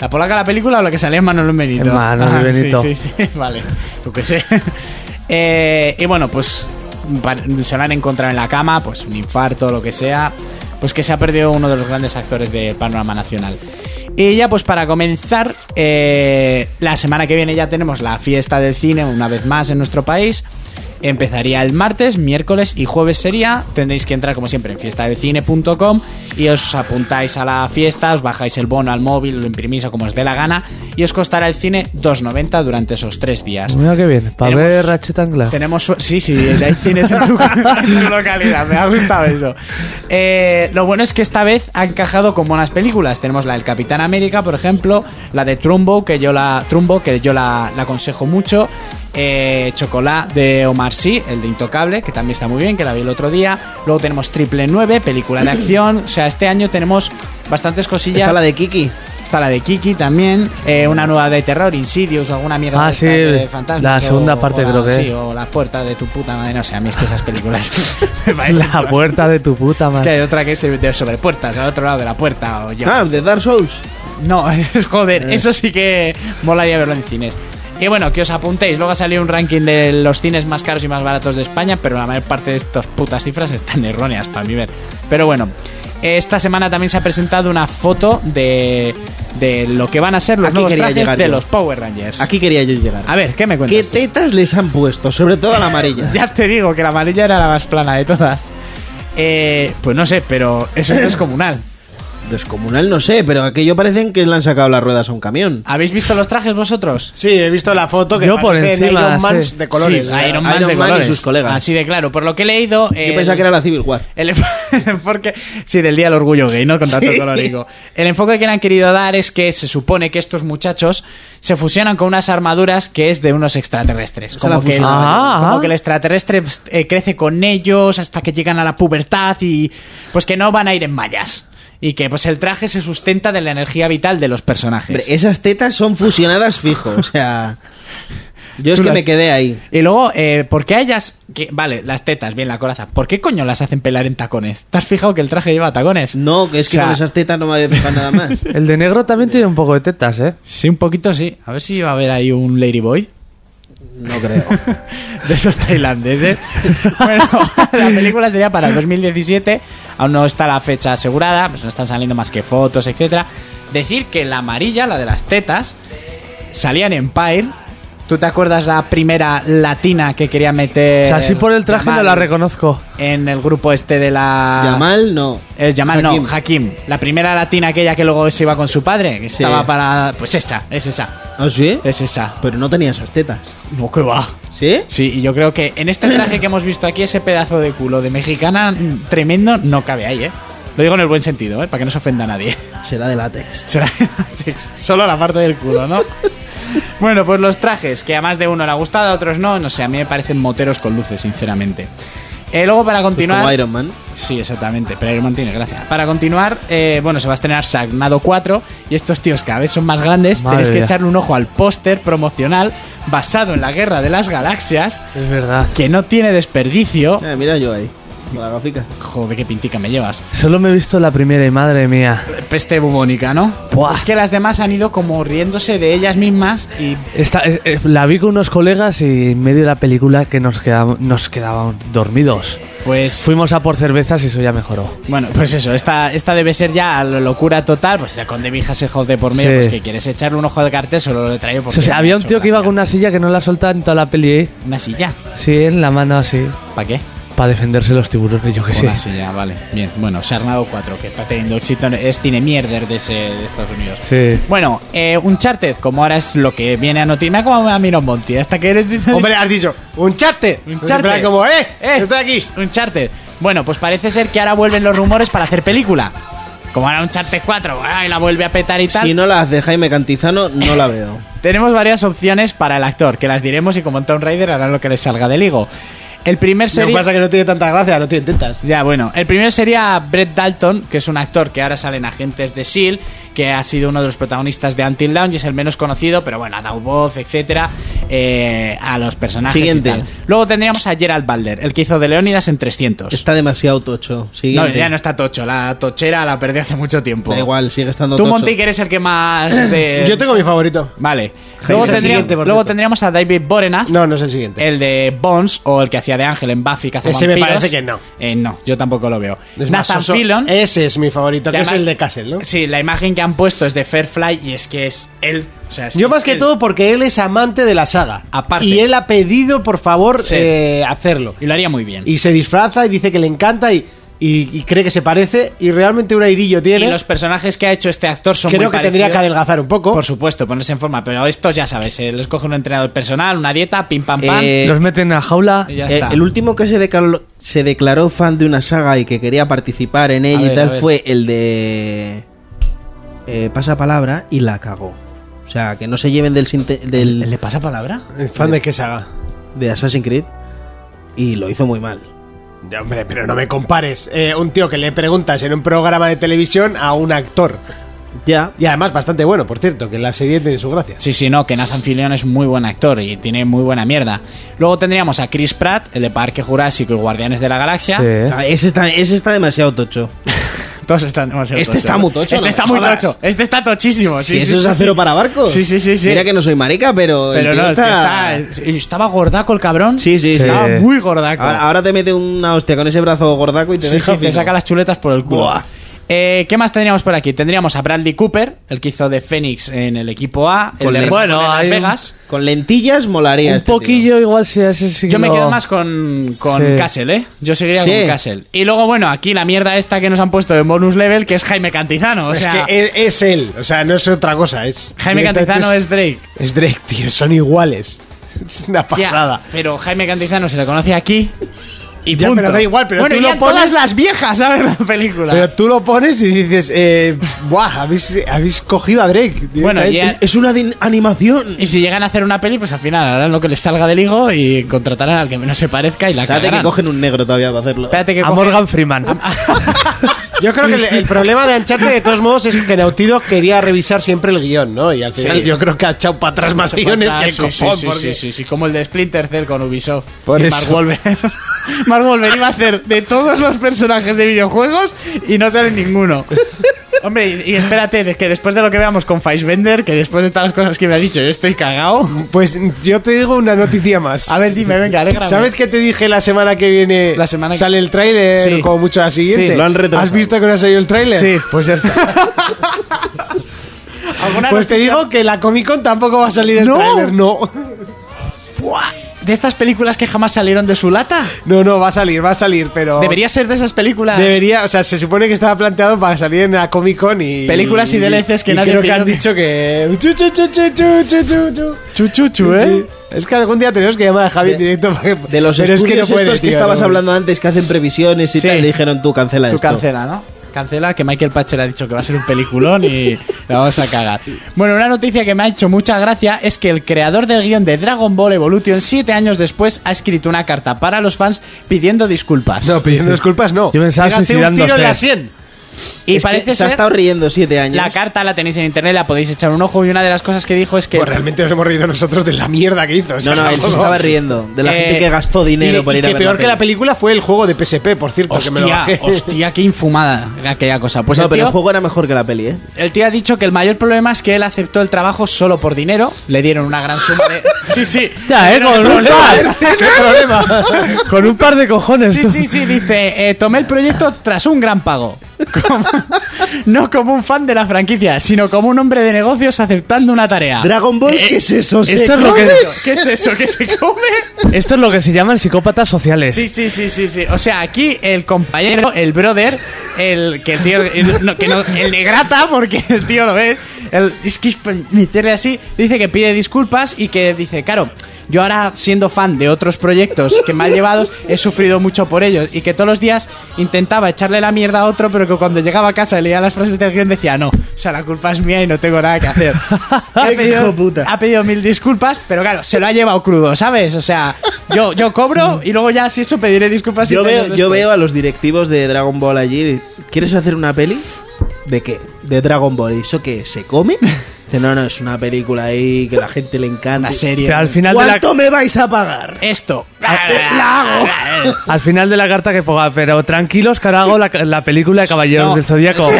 Speaker 4: ¿La polaca la película o la que salía en Manolo en Benito? Ah,
Speaker 6: En Manolo en Benito.
Speaker 4: Sí, sí, (laughs) sí, vale. Yo qué sé. (laughs) Eh, y bueno, pues pa- se lo han encontrado en la cama, pues un infarto, lo que sea. Pues que se ha perdido uno de los grandes actores de panorama nacional. Y ya, pues para comenzar, eh, la semana que viene ya tenemos la fiesta del cine, una vez más en nuestro país. Empezaría el martes, miércoles y jueves sería. Tendréis que entrar como siempre en fiestadecine.com y os apuntáis a la fiesta, os bajáis el bono al móvil, lo imprimís o como os dé la gana y os costará el cine 2,90 durante esos tres días.
Speaker 6: Mira que bien, para
Speaker 4: Tenemos-
Speaker 6: ver Ratchet and Clank.
Speaker 4: Tenemos su- sí, sí, hay cines en tu, (laughs) en tu localidad. Me ha gustado eso. Eh, lo bueno es que esta vez ha encajado con buenas películas. Tenemos la del Capitán América, por ejemplo, la de Trumbo, que yo la Trumbo, que yo la, la aconsejo mucho. Eh, Chocolate de Omar Sy, el de Intocable, que también está muy bien, que la vi el otro día. Luego tenemos Triple 9, película de acción. O sea, este año tenemos bastantes cosillas.
Speaker 5: Está la de Kiki.
Speaker 4: Está la de Kiki también, eh, una nueva de terror, Insidious o alguna mierda
Speaker 6: Ah,
Speaker 4: de, estas
Speaker 6: sí,
Speaker 4: de fantasmas.
Speaker 6: la
Speaker 4: o-
Speaker 6: segunda parte
Speaker 4: o la-
Speaker 6: creo que
Speaker 4: sí,
Speaker 6: es.
Speaker 4: o La puerta de tu puta madre, no sé, a mí es que esas
Speaker 6: (laughs)
Speaker 4: películas me bailan
Speaker 6: (laughs) La
Speaker 4: todas.
Speaker 6: puerta de tu puta
Speaker 4: Es que
Speaker 6: madre.
Speaker 4: hay otra que es de sobre puertas, al otro lado de la puerta o yo.
Speaker 5: Ah, de Dark Souls.
Speaker 4: No, (laughs) es
Speaker 5: Eh.
Speaker 4: joder, eso sí que molaría verlo en cines. Y bueno, que os apuntéis, luego ha salido un ranking de los cines más caros y más baratos de España, pero la mayor parte de estas putas cifras están erróneas para mi ver. Pero bueno, esta semana también se ha presentado una foto de, de lo que van a ser los
Speaker 5: Aquí
Speaker 4: nuevos
Speaker 5: quería
Speaker 4: trajes
Speaker 5: llegar
Speaker 4: de
Speaker 5: yo.
Speaker 4: los Power Rangers.
Speaker 5: Aquí quería yo llegar.
Speaker 4: A ver, ¿qué me
Speaker 5: ¿Qué
Speaker 4: cuentas? tú?
Speaker 5: tetas les han puesto? Sobre todo
Speaker 4: (laughs)
Speaker 5: a la amarilla.
Speaker 4: Ya te digo que la amarilla era la más plana de todas. Eh, pues no sé, pero eso es comunal.
Speaker 5: Descomunal no sé, pero aquello parecen que le han sacado las ruedas a un camión.
Speaker 4: ¿Habéis visto los trajes vosotros?
Speaker 2: Sí, he visto la foto que
Speaker 6: Yo por
Speaker 2: parecen
Speaker 6: encima,
Speaker 2: Iron Mans
Speaker 6: sí.
Speaker 2: de colores.
Speaker 4: Sí, Iron Man,
Speaker 5: Iron
Speaker 4: de
Speaker 5: Man y
Speaker 4: colores.
Speaker 5: sus colegas.
Speaker 4: Así de claro. Por lo que he leído.
Speaker 5: Yo pensaba que era la Civil War.
Speaker 4: El enfo- (laughs) porque sí del día del orgullo gay no con tanto colorico el enfoque que le han querido dar es que se supone que estos muchachos se fusionan con unas armaduras que es de unos extraterrestres
Speaker 5: sea, la
Speaker 4: como que, el,
Speaker 5: fusión.
Speaker 6: Ah,
Speaker 4: como
Speaker 6: ah.
Speaker 4: que el extraterrestre eh, crece con ellos hasta que llegan a la pubertad y pues que no van a ir en mallas y que pues el traje se sustenta de la energía vital de los personajes
Speaker 5: Hombre, esas tetas son fusionadas fijo,
Speaker 4: (laughs)
Speaker 5: o sea... Yo es
Speaker 4: Tú
Speaker 5: que
Speaker 4: las-
Speaker 5: me quedé ahí.
Speaker 4: Y luego, eh, ¿por qué a ellas... que- vale, las tetas, bien, la coraza. ¿Por qué coño las hacen pelar en tacones? ¿Te has fijado que el traje lleva tacones?
Speaker 5: No, que es que
Speaker 4: O sea,
Speaker 5: con esas tetas no me había fijado nada más.
Speaker 6: El de negro también tiene un poco de tetas, ¿eh?
Speaker 4: Sí, un poquito sí. A ver si va a haber ahí un Ladyboy.
Speaker 5: No
Speaker 4: (laughs)
Speaker 5: creo.
Speaker 4: De esos
Speaker 6: (laughs)
Speaker 4: tailandeses. bueno, la película sería para 2017. Aún no está la fecha asegurada, pues no están saliendo más que fotos, etcétera. Decir que la amarilla, la de las tetas, salía en Empire. ¿Tú te acuerdas la primera latina que quería meter?
Speaker 6: O sea, así por el traje no
Speaker 4: Jamal
Speaker 6: la reconozco.
Speaker 4: En el grupo este de la.
Speaker 5: Yamal, no.
Speaker 4: Eh, Yamal,
Speaker 5: Hakim.
Speaker 4: no, Hakim. La primera latina aquella que luego se iba con su padre, que
Speaker 5: Sí.
Speaker 4: estaba para. Pues esa, es esa,
Speaker 5: ¿Ah, sí?
Speaker 4: es esa.
Speaker 5: Pero no tenía esas tetas.
Speaker 4: No, que va.
Speaker 5: ¿Sí?
Speaker 4: Sí, y yo creo que en este traje que hemos visto aquí, ese pedazo de culo de mexicana mm, tremendo no cabe ahí, ¿eh? Lo digo en el buen sentido, ¿eh? Para que no se ofenda a nadie. (laughs)
Speaker 5: Será de látex.
Speaker 4: Será solo la parte del culo, ¿no? Bueno, pues los trajes, que a más de uno le ha gustado, a otros no, no sé, a mí me parecen moteros con luces, sinceramente. Eh, luego para
Speaker 5: Pues
Speaker 4: continuar...
Speaker 5: como Iron Man.
Speaker 4: Sí, exactamente, pero Iron Man tiene gracia. Para continuar, eh, bueno, se va a estrenar Sagnado 4 y estos tíos cada vez son más grandes.
Speaker 6: Madre
Speaker 4: Tenéis que
Speaker 6: mía.
Speaker 4: echarle un ojo al póster promocional basado en la Guerra de las Galaxias,
Speaker 6: Es verdad.
Speaker 4: que no tiene desperdicio.
Speaker 5: Ah, mira yo ahí. Con la gafica.
Speaker 4: Joder, qué pintica me llevas.
Speaker 6: Solo me he visto la primera y madre mía.
Speaker 4: Peste bubónica, ¿no?
Speaker 6: Buah.
Speaker 4: Es que las demás han ido como riéndose de ellas mismas y
Speaker 6: Esta- eh, eh, la vi con unos colegas y en medio de la película que nos, quedaba- nos quedaban dormidos.
Speaker 4: pues...
Speaker 6: Fuimos a por cervezas y eso ya mejoró.
Speaker 4: Bueno, pues eso, esta, esta debe ser ya la locura total, pues ya con Demi Hasselhoff de por medio,
Speaker 6: Sí.
Speaker 4: pues que quieres echarle un ojo de cartel, solo lo he traído porque...
Speaker 6: O sea,
Speaker 4: me ha
Speaker 6: había un
Speaker 4: hecho
Speaker 6: tío que iba
Speaker 4: gracia.
Speaker 6: con una silla que no la soltaba en toda la peli, ¿eh?
Speaker 4: Una silla,
Speaker 6: Sí, en la mano así.
Speaker 4: ¿para qué?
Speaker 6: Para defenderse los tiburones, yo que sé.
Speaker 4: Una silla, vale. Bien, bueno, Sarnado 4, que está teniendo éxito, en- es cine mierder de, ese- de Estados Unidos.
Speaker 6: Sí.
Speaker 4: Bueno, eh, Uncharted, como ahora es lo que viene a noticia, como a Miron Monty, hasta que eres... (laughs)
Speaker 2: Hombre, has dicho, un charte.
Speaker 4: Un charte.
Speaker 2: como, eh,
Speaker 4: ¡Eh!
Speaker 2: estoy aquí.
Speaker 4: Un charter. Bueno, pues parece ser que ahora vuelven los rumores para hacer película. Como ahora un charter 4, y la vuelve a petar y tal.
Speaker 5: Si no las de Jaime Cantizano, no
Speaker 4: (laughs)
Speaker 5: la veo.
Speaker 4: Tenemos varias opciones para el actor, que las diremos y como en Tomb Raider harán lo que les salga del higo. El primer
Speaker 2: Lo que
Speaker 4: sería...
Speaker 2: pasa es que no tiene tanta gracia, no tiene tetas.
Speaker 4: Ya, bueno. El primero sería Brett Dalton, que es un actor que ahora sale en Agentes de S.H.I.E.L.D., E que ha sido uno de los protagonistas de Until Dawn y es el menos conocido, pero bueno, ha dado voz, etcétera, eh, a los personajes y
Speaker 5: Siguiente.
Speaker 4: tal. Luego tendríamos a Gerald Balder, el que hizo de Leónidas en 300.
Speaker 5: Está demasiado tocho.
Speaker 4: No,
Speaker 5: Siguiente.
Speaker 4: ya no está tocho. La tochera la perdí hace mucho tiempo.
Speaker 5: Da igual, sigue estando
Speaker 4: Tú,
Speaker 5: tocho.
Speaker 4: Monty, que eres el que más...
Speaker 5: (coughs)
Speaker 4: De...
Speaker 2: Yo tengo mi favorito.
Speaker 4: Vale. Luego,
Speaker 2: Es el
Speaker 4: tendría-
Speaker 2: siguiente, por
Speaker 4: luego
Speaker 2: cierto.
Speaker 4: tendríamos a David Borenath.
Speaker 2: No, no es el siguiente.
Speaker 4: El de Bones o el que hacía de Ángel en Buffy que
Speaker 2: Ese me parece que no.
Speaker 4: Eh, no, yo tampoco lo veo.
Speaker 2: Es más,
Speaker 4: Nathan
Speaker 2: oso- Eh.
Speaker 4: Fillon.
Speaker 2: Ese es mi favorito,
Speaker 4: que
Speaker 2: que es
Speaker 4: además-
Speaker 2: el de Castle, ¿no?
Speaker 4: Sí, la imagen que han puesto es de Fairfly y es que es él O sea, es
Speaker 2: Yo más que
Speaker 4: él-
Speaker 2: todo porque él es amante de la saga.
Speaker 4: Aparte.
Speaker 2: Y él ha pedido, por favor,
Speaker 4: Sí.
Speaker 2: eh, hacerlo.
Speaker 4: Y lo haría muy bien.
Speaker 2: Y se disfraza y dice que le encanta y, y- y cree que se parece y realmente un airillo tiene.
Speaker 4: Y los personajes que ha hecho este actor son
Speaker 2: Creo
Speaker 4: muy
Speaker 2: que tendría que
Speaker 4: parecidos.
Speaker 2: adelgazar un poco.
Speaker 4: Por supuesto, ponerse en forma, pero esto ya sabes, eh, les coge un entrenador personal, una dieta, pim pam pam.
Speaker 5: Eh,
Speaker 6: Los meten en la jaula.
Speaker 4: y ya
Speaker 5: Eh,
Speaker 4: está.
Speaker 5: El último que se, declaró, se declaró fan de una saga y que quería participar en ella
Speaker 4: ver,
Speaker 5: y
Speaker 4: a
Speaker 5: tal
Speaker 4: ver.
Speaker 5: fue el de eh, Pasapalabra y la cagó. O sea, que no se lleven del, sinte- del-
Speaker 4: ¿Le pasa palabra?
Speaker 2: El Eh, fan de qué saga.
Speaker 5: de Assassin's Creed y lo hizo muy mal.
Speaker 2: Ya, hombre, pero no me compares. eh, un tío que le preguntas en un programa de televisión a un actor.
Speaker 5: Ya,
Speaker 2: Y además bastante bueno, por cierto, que la serie tiene su gracia.
Speaker 4: Sí, sí, no, que Nathan Fillion es muy buen actor y tiene muy buena mierda. Luego tendríamos a Chris Pratt, el de Parque Jurásico y Guardianes de la Galaxia.
Speaker 6: Sí.
Speaker 5: Ah, ese, está, ese está demasiado tocho.
Speaker 4: Todos están demasiado
Speaker 5: Este está muy tocho,
Speaker 4: Este
Speaker 5: no
Speaker 4: está
Speaker 5: me
Speaker 4: muy
Speaker 5: jodas.
Speaker 4: tocho. Este está tochísimo. Sí,
Speaker 5: si
Speaker 4: sí,
Speaker 5: eso
Speaker 4: sí,
Speaker 5: es acero
Speaker 4: sí.
Speaker 5: para barcos.
Speaker 4: Sí, sí, sí, sí.
Speaker 5: Mira que no soy marica, pero. el
Speaker 4: Pero
Speaker 5: tío
Speaker 4: no, el tío está... estaba gordaco el cabrón.
Speaker 5: Sí, sí, sí.
Speaker 4: Estaba muy gordaco.
Speaker 5: Ahora, ahora te mete una hostia con ese brazo gordaco y te
Speaker 4: Sí,
Speaker 5: deja
Speaker 4: sí, te
Speaker 5: fino.
Speaker 4: saca las chuletas por el culo.
Speaker 5: Buah.
Speaker 4: Eh, ¿Qué más tendríamos por aquí? Tendríamos a Bradley Cooper, el que hizo de Fénix en el equipo A, el
Speaker 5: Con
Speaker 4: de
Speaker 5: el-
Speaker 4: Resident
Speaker 6: Bueno,
Speaker 4: en Las
Speaker 6: hay un-
Speaker 4: Vegas.
Speaker 5: Con lentillas molaría.
Speaker 6: Un
Speaker 5: este tío.
Speaker 6: poquillo igual si ese sí
Speaker 4: Yo me
Speaker 6: lo-
Speaker 4: quedo más con, con
Speaker 6: Sí.
Speaker 4: Castle, ¿eh? Yo seguiría
Speaker 5: Sí.
Speaker 4: con Castle. Y luego, bueno, aquí la mierda esta que nos han puesto de bonus level, que es Jaime Cantizano. O
Speaker 2: es
Speaker 4: sea,
Speaker 2: que es, es él, o sea, no es otra cosa. Es
Speaker 4: Jaime Cantizano es Drake.
Speaker 2: Es Drake, tío, son iguales. (laughs) Es una
Speaker 4: Ya,
Speaker 2: pasada.
Speaker 4: pero Jaime Cantizano se le conoce aquí y
Speaker 2: Ya,
Speaker 4: punto.
Speaker 2: pero da igual, pero
Speaker 4: bueno,
Speaker 2: tú
Speaker 4: y
Speaker 2: lo
Speaker 4: a todas
Speaker 2: pones-
Speaker 4: las viejas, ¿sabes? La película.
Speaker 2: Pero tú lo pones y dices, eh, buah, habéis, habéis cogido a Drake.
Speaker 4: Bueno,
Speaker 2: directamente.
Speaker 4: ya-
Speaker 5: Es una din- animación.
Speaker 4: Y si llegan a hacer una peli, pues al final harán lo que les salga del higo y contratarán al que menos se parezca y la
Speaker 5: Espérate que
Speaker 4: cagarán.
Speaker 5: cogen un negro todavía para hacerlo.
Speaker 4: Espérate que
Speaker 6: A
Speaker 4: cogen-
Speaker 6: Morgan Freeman.
Speaker 2: Yo creo que el, el problema de Ancharte, de todos modos, es que Nautido quería revisar siempre el guión, ¿no? Y al final
Speaker 4: Sí.
Speaker 2: yo creo que ha echado para atrás más guiones que el
Speaker 4: sí, sí,
Speaker 2: copón,
Speaker 4: sí,
Speaker 2: porque-
Speaker 4: sí, sí, sí, como el de Splinter Cell con Ubisoft.
Speaker 2: Por
Speaker 4: y
Speaker 2: eso.
Speaker 4: Mark Wolver. (laughs) Mark Wolver iba a hacer de todos los personajes de videojuegos y no sale ninguno. Hombre, y, y espérate, de que después de lo que veamos con Fassbender, que después de todas las cosas que me ha dicho, yo estoy cagado.
Speaker 2: Pues yo te digo una noticia más.
Speaker 4: A ver, dime, venga, alégrame.
Speaker 2: ¿Sabes qué te dije la semana que viene?
Speaker 4: La semana que-
Speaker 2: sale el tráiler,
Speaker 4: Sí.
Speaker 2: como mucho la siguiente.
Speaker 4: Sí.
Speaker 5: Lo han retrasado.
Speaker 2: ¿Has visto que no ha salido el tráiler?
Speaker 4: Sí.
Speaker 2: Pues ya está.
Speaker 4: ¿Alguna
Speaker 2: pues te
Speaker 4: noticia?
Speaker 2: digo que la Comic Con tampoco va a salir el
Speaker 4: No.
Speaker 2: tráiler. No.
Speaker 4: ¡Buah! ¿De estas películas que jamás salieron de su lata?
Speaker 2: No, no, va a salir, va a salir, pero.
Speaker 4: Debería ser de esas películas.
Speaker 2: Debería, o sea, se supone que estaba planteado para salir en la Comic Con y.
Speaker 4: Películas y DLCs que
Speaker 2: y
Speaker 4: nadie
Speaker 2: Creo que
Speaker 4: pidió
Speaker 2: han
Speaker 4: (laughs) que-
Speaker 2: dicho que. Chu, chu, chu, chu, chu, chu, chu, chu.
Speaker 4: Chuchuchu, ¿eh?
Speaker 2: Sí. Es que algún día tenemos que llamar a Javi en
Speaker 5: De-
Speaker 2: directo para que-
Speaker 5: De los
Speaker 2: Pero es que
Speaker 5: estudios
Speaker 2: no puede,
Speaker 5: estos que
Speaker 2: tío,
Speaker 5: estabas
Speaker 2: no.
Speaker 5: hablando antes que hacen previsiones y
Speaker 4: Sí.
Speaker 5: tal, le dijeron tú cancela
Speaker 4: Tú
Speaker 5: esto.
Speaker 4: cancela, ¿no? Cancela que Michael Patcher ha dicho que va a ser un peliculón y la vamos a cagar. Bueno, una noticia que me ha hecho mucha gracia es que el creador del guión de Dragon Ball Evolution, siete años después, ha escrito una carta para los fans pidiendo disculpas.
Speaker 2: No, pidiendo disculpas no.
Speaker 6: Yo pensaba
Speaker 2: Pégate un tiro en
Speaker 6: suicidándose.
Speaker 2: la sien.
Speaker 4: y
Speaker 5: Es que
Speaker 4: parece
Speaker 5: se ha
Speaker 4: ser.
Speaker 5: estado riendo siete años.
Speaker 4: La carta la tenéis en internet, la podéis echar un ojo. Y una de las cosas que dijo es que.
Speaker 2: Pues realmente nos hemos reído nosotros de la mierda que hizo. o sea, (laughs)
Speaker 5: no, no, (laughs) él se
Speaker 2: tampoco-
Speaker 5: estaba riendo de la
Speaker 4: Eh,
Speaker 5: gente que gastó dinero
Speaker 2: Y-
Speaker 5: por
Speaker 2: y
Speaker 5: ir a
Speaker 2: que
Speaker 5: ver
Speaker 2: peor que la
Speaker 5: peli.
Speaker 2: película fue el juego de PSP, por cierto, que me lo
Speaker 4: Hostia,
Speaker 2: bajé.
Speaker 4: hostia, qué infumada aquella cosa. Pues
Speaker 5: no,
Speaker 4: el
Speaker 5: pero
Speaker 4: tío-
Speaker 5: el juego era mejor que la peli, ¿eh?
Speaker 4: El tío ha dicho que el mayor problema es que él aceptó el trabajo solo por dinero. Le dieron una gran suma de. Sí, sí.
Speaker 6: Ya,
Speaker 4: Le
Speaker 6: eh,
Speaker 4: dieron
Speaker 6: con
Speaker 4: el
Speaker 6: un
Speaker 4: problema.
Speaker 6: par. Con un par de cojones.
Speaker 4: Sí,
Speaker 6: tú.
Speaker 4: sí, sí, dice, eh, tomé el proyecto tras un gran pago. Como- no como un fan de la franquicia, sino como un hombre de negocios aceptando una tarea.
Speaker 5: Ah, Dragon Ball, ¿qué eh, es eso? ¿Se
Speaker 6: esto es lo que-
Speaker 5: come?
Speaker 4: ¿Qué es eso que se come?
Speaker 6: Esto es lo que se llaman psicópatas sociales.
Speaker 4: Sí, sí, sí, sí, sí. O sea, aquí el compañero, el brother, el que el tío, el, no, que no- el negrata, porque el tío lo ve, el es que es pa- mi tele así, dice que pide disculpas y que dice, claro, yo ahora siendo fan de otros proyectos que me han llevado, he sufrido mucho por ellos y que todos los días intentaba echarle la mierda a otro, pero que cuando llegaba a casa y leía las frases del guión decía, no, o sea, la culpa es mía y no tengo nada que
Speaker 5: (laughs)
Speaker 4: hacer. ha,
Speaker 5: Hijo
Speaker 4: pedido,
Speaker 5: puta.
Speaker 4: ha pedido mil disculpas, pero claro, se lo ha llevado crudo, ¿sabes? O sea, yo, yo cobro y luego ya si eso pediré disculpas.
Speaker 5: Yo
Speaker 4: siete
Speaker 5: veo,
Speaker 4: años
Speaker 5: yo
Speaker 4: después.
Speaker 5: veo a los directivos de Dragon Ball allí. y, ¿Quieres hacer una peli? ¿De qué? De Dragon Ball. ¿Y eso qué? ¿Se come? Dice, no, no, es una película ahí que la gente le encanta.
Speaker 4: una serie.
Speaker 6: Pero al final de la
Speaker 5: ¿Cuánto me vais a pagar?
Speaker 4: Esto.
Speaker 6: Al final de la carta que ponga, pero tranquilos, carajo, la, la película de Caballeros
Speaker 4: No.
Speaker 6: del Zodíaco.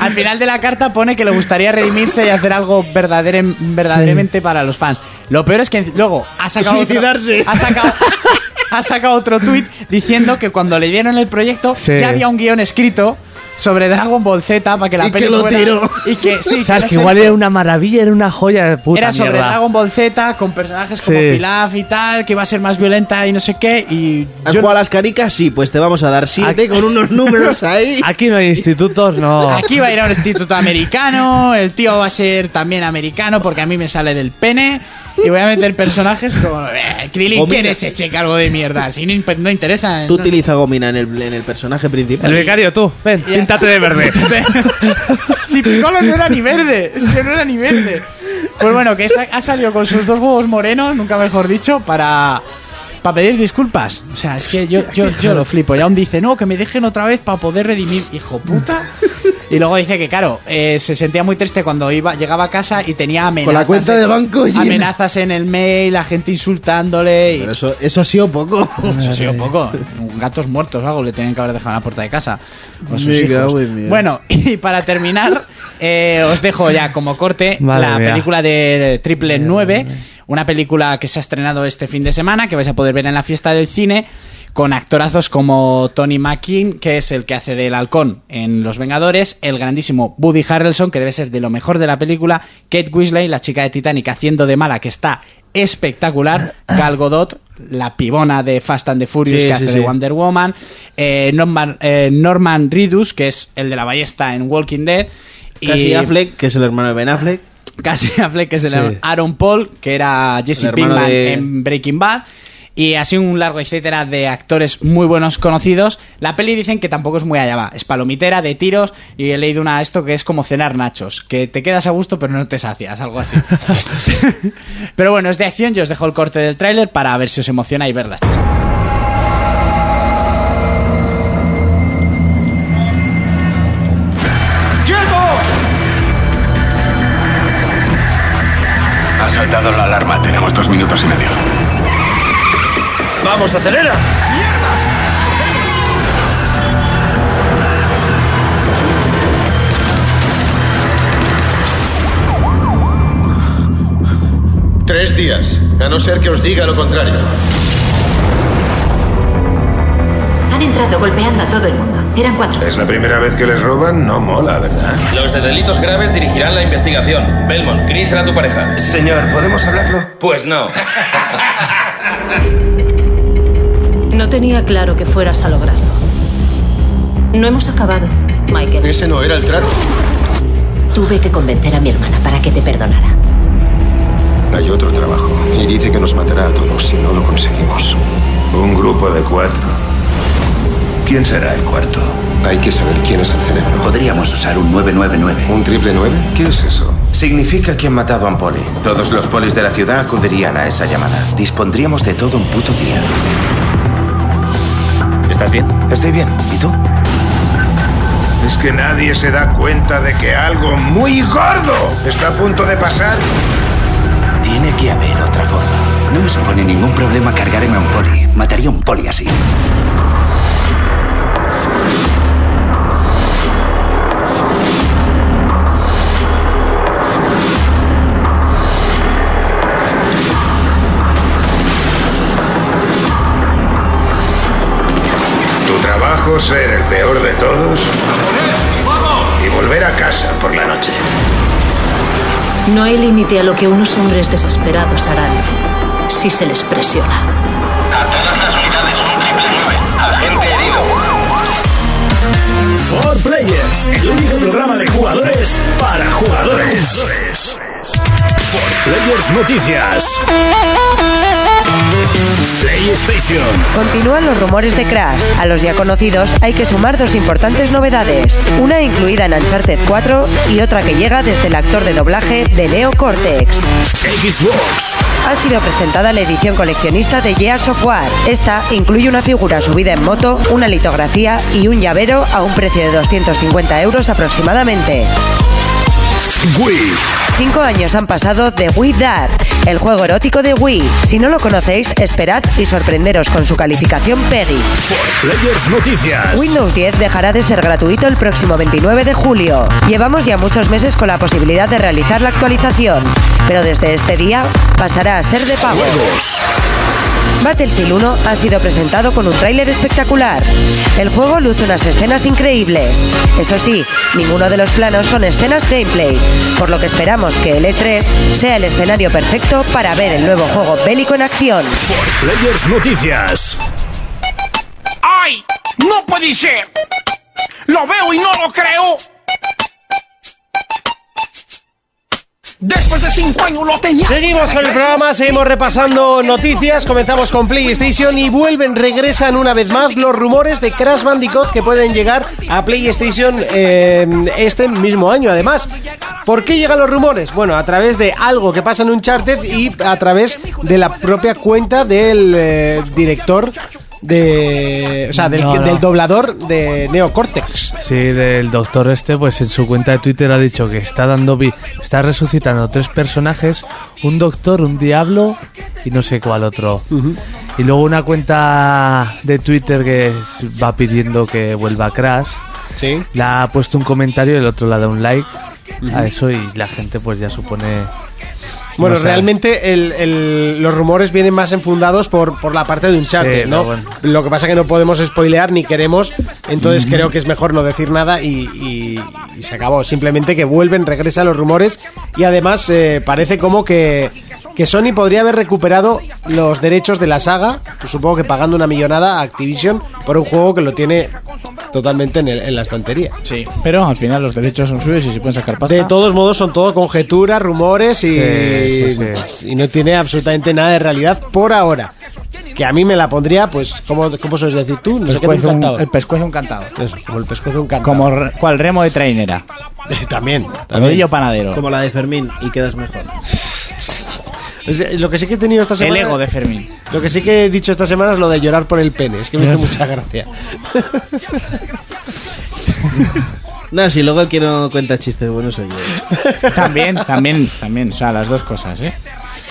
Speaker 4: Al final de la carta pone que le gustaría redimirse y hacer algo verdadero- verdaderamente para los fans. Lo peor es que luego ha sacado otro-
Speaker 5: Suicidarse.
Speaker 4: ha sacado ha sacado otro tuit diciendo que cuando le dieron el proyecto
Speaker 6: Sí.
Speaker 4: ya había un guión escrito sobre Dragon Ball Z para que la
Speaker 5: Y
Speaker 4: peli
Speaker 5: que lo
Speaker 4: fuera-
Speaker 5: tiró.
Speaker 4: Y que sí,
Speaker 6: Sabes
Speaker 4: no
Speaker 6: que
Speaker 4: sé,
Speaker 6: igual era una maravilla, era una joya de puta
Speaker 4: era sobre
Speaker 6: mierda.
Speaker 4: Dragon Ball Z con personajes como
Speaker 6: Sí.
Speaker 4: Pilaf y tal, que iba a ser más violenta y no sé qué y
Speaker 5: ¿Has
Speaker 4: yo
Speaker 5: jugado a las canicas? Sí, pues te vamos a dar siete
Speaker 6: Aquí-
Speaker 5: con unos
Speaker 4: (laughs)
Speaker 5: números ahí.
Speaker 6: Aquí no hay institutos, no.
Speaker 4: Aquí va a ir a un instituto americano, el tío va a ser también americano porque a mí me sale del pene. Y voy a meter personajes como... eh, Krillin,
Speaker 5: O
Speaker 4: ¿quién
Speaker 5: mira-
Speaker 4: es ese cargo de mierda? Si no, imp- no interesa.
Speaker 5: Tú
Speaker 4: no-
Speaker 5: utiliza gomina en el, en el personaje
Speaker 6: El
Speaker 5: principal.
Speaker 6: becario, tú, ven,
Speaker 4: Ya
Speaker 6: píntate de
Speaker 4: está.
Speaker 6: verde.
Speaker 4: (laughs) si Piccolo no era ni verde, es que no era ni verde. Pues bueno, que sa- ha salido con sus dos huevos morenos, nunca mejor dicho, para, para pedir disculpas. O sea, es que yo, yo, yo lo flipo. Y aún dice, no, que me dejen otra vez para poder redimir, hijo puta. Y luego dice que, claro, eh, se sentía muy triste cuando iba, llegaba a casa y tenía amenazas.
Speaker 5: Con la cuenta de banco llena.
Speaker 4: Amenazas en el mail, la gente insultándole. Y,
Speaker 5: Pero eso, eso ha
Speaker 4: (laughs)
Speaker 5: sido poco.
Speaker 4: eso ha sido poco. Gatos muertos o algo le tienen que haber dejado en la puerta de casa. O sus
Speaker 5: Me
Speaker 4: hijos.
Speaker 5: cago en Dios.
Speaker 4: Bueno, (laughs) y para terminar, eh, os dejo ya como corte
Speaker 6: Madre
Speaker 4: la
Speaker 6: mía.
Speaker 4: película de Triple 9, una película que se ha estrenado este fin de semana, que vais a poder ver en la fiesta del cine. Con actorazos como Tony Mackin, que es el que hace del halcón en Los Vengadores, el grandísimo Woody Harrelson, que debe ser de lo mejor de la película, Kate Weasley, la chica de Titanic, haciendo de mala, que está
Speaker 5: (coughs)
Speaker 4: espectacular, Gal Godot, la pibona de Fast and the Furious,
Speaker 5: Sí,
Speaker 4: que
Speaker 5: sí,
Speaker 4: hace de
Speaker 5: sí.
Speaker 4: Wonder Wonder Woman, eh, Norman, eh, Norman Reedus, que es el de la ballesta en Walking Dead, y
Speaker 5: Casi Affleck, que es el hermano de Ben Affleck.
Speaker 4: Cassie Affleck, que es el
Speaker 6: Sí.
Speaker 4: Aaron Paul, que era Jesse
Speaker 5: El hermano
Speaker 4: Pinkman
Speaker 5: de-
Speaker 4: en Breaking Bad. Y así un largo etcétera de actores muy buenos conocidos. La peli dicen que tampoco es muy allá va. Es palomitera, de tiros. Y he leído una esto que es como cenar nachos. Que te quedas a gusto pero no te sacias, algo así. pero bueno, es de acción. Yo os dejo el corte del tráiler para ver si os emociona y verla.
Speaker 7: Ha saltado la alarma, tenemos dos minutos y medio.
Speaker 1: ¡Vamos, acelera!
Speaker 8: Tres días, a no ser que os diga lo contrario.
Speaker 9: Han entrado golpeando a todo el mundo. Eran cuatro.
Speaker 7: Es la primera vez que les roban, no mola, ¿verdad?
Speaker 10: Los de delitos graves dirigirán la investigación. Belmont, Chris será tu pareja.
Speaker 7: Señor, ¿podemos hablarlo?
Speaker 10: Pues no.
Speaker 11: No tenía claro que fueras a lograrlo. No hemos acabado, Michael.
Speaker 8: Ese no era el trato.
Speaker 9: Tuve que convencer a mi hermana para que te perdonara.
Speaker 7: Hay otro trabajo y dice que nos matará a todos si no lo conseguimos. Un grupo de cuatro. ¿Quién será el cuarto? Hay que saber quién es el cerebro. Podríamos usar un 999. ¿Un triple 9? ¿Qué es eso? Significa que han matado a un poli. Todos los polis de la ciudad acudirían a esa llamada. Dispondríamos de todo un puto día.
Speaker 10: ¿Estás bien?
Speaker 7: Estoy bien. ¿Y tú? Es que nadie se da cuenta de que algo muy gordo está a punto de pasar. Tiene que haber otra forma. No me supone ningún problema cargarme a un poli. Mataría a un poli así. Tu trabajo ser el peor de todos. Y volver a casa por la noche.
Speaker 11: No hay límite a lo que unos hombres desesperados harán si se les presiona.
Speaker 1: For Players, el único programa de jugadores para jugadores. For Players Noticias. PlayStation.
Speaker 3: Continúan los rumores de Crash. A los ya conocidos hay que sumar dos importantes novedades, una incluida en Uncharted 4 y otra que llega desde el actor de doblaje de Leo Cortex.
Speaker 1: Xbox,
Speaker 3: Ha sido presentada la edición coleccionista de Gears of War. Esta incluye una figura subida en moto, una litografía y un llavero a un precio de 250 euros aproximadamente.
Speaker 1: Wii,
Speaker 3: Cinco años han pasado de We Dark el juego erótico de Wii. Si no lo conocéis, esperad y sorprenderos con su calificación PEGI.
Speaker 1: Players Noticias.
Speaker 3: Windows 10 dejará de ser gratuito el próximo 29 de julio. Llevamos ya muchos meses con la posibilidad de realizar la actualización, pero desde este día pasará a ser de pago. Battlefield 1 ha sido presentado con un tráiler espectacular. El juego luce unas escenas increíbles. Eso sí, ninguno de los planos son escenas gameplay, por lo que esperamos que el E3 sea el escenario perfecto para ver el nuevo juego bélico en acción.
Speaker 1: Players Noticias.
Speaker 12: ¡Ay! ¡No puede ser! ¡Lo veo y no lo creo! Después de cinco años lo tenía.
Speaker 2: Seguimos con el programa, seguimos repasando noticias, comenzamos con PlayStation y vuelven, regresan una vez más los rumores de Crash Bandicoot que pueden llegar a PlayStation eh, este mismo año además. ¿Por qué llegan los rumores? Bueno, a través de algo que pasa en Uncharted y a través de la propia cuenta del eh, director de... O sea, del,
Speaker 6: No, no.
Speaker 2: del doblador de Neocortex.
Speaker 6: Sí, del doctor este, pues en su cuenta de Twitter ha dicho que está dando vi- está resucitando tres personajes, un doctor, un diablo y no sé cuál otro. Y luego una cuenta de Twitter que es- va pidiendo que vuelva Crash.
Speaker 2: Sí.
Speaker 6: La ha puesto un comentario y el otro le ha dado un like
Speaker 2: Ujú.
Speaker 6: a eso y la gente pues ya supone
Speaker 2: Bueno,
Speaker 6: no sabe.
Speaker 2: realmente el- el- los rumores vienen más enfundados por, por la parte de Uncharted,
Speaker 6: Sí,
Speaker 2: ¿no?
Speaker 6: pero bueno.
Speaker 2: Lo que pasa que no podemos spoilear ni queremos, entonces
Speaker 6: Ujú.
Speaker 2: creo que es mejor no decir nada y, y- y se acabó. Simplemente que vuelven, regresan los rumores y además eh, parece como que, que Sony podría haber recuperado los derechos de la saga, pues supongo que pagando una millonada a Activision por un juego que lo tiene totalmente en, el- en la estantería.
Speaker 4: Sí. Pero al final los derechos son suyos y se pueden sacar pasta.
Speaker 2: De todos modos, son todo conjeturas, rumores y,
Speaker 4: Sí, sí,
Speaker 2: y no tiene absolutamente nada de realidad por ahora. Que a mí me la pondría, pues, ¿cómo, cómo sueles decir tú? No sé qué te
Speaker 4: Pescuezo un-
Speaker 2: encantado.
Speaker 4: el pescuezo encantado.
Speaker 2: como el pescuezo encantado.
Speaker 4: Como re- cual remo de trainera.
Speaker 2: (laughs) También.
Speaker 4: Rodillo panadero.
Speaker 5: Como la de Fermín y quedas mejor.
Speaker 2: O sea, Lo que sí que he tenido esta
Speaker 4: el
Speaker 2: semana.
Speaker 4: ego de Fermín.
Speaker 2: Lo que sí que he dicho esta semana es lo de llorar por el pene. Es que
Speaker 4: (laughs)
Speaker 2: me hace mucha gracia.
Speaker 5: No, si luego el que no cuenta chistes buenos soy yo.
Speaker 4: También, también, también. O sea, las dos cosas, ¿eh?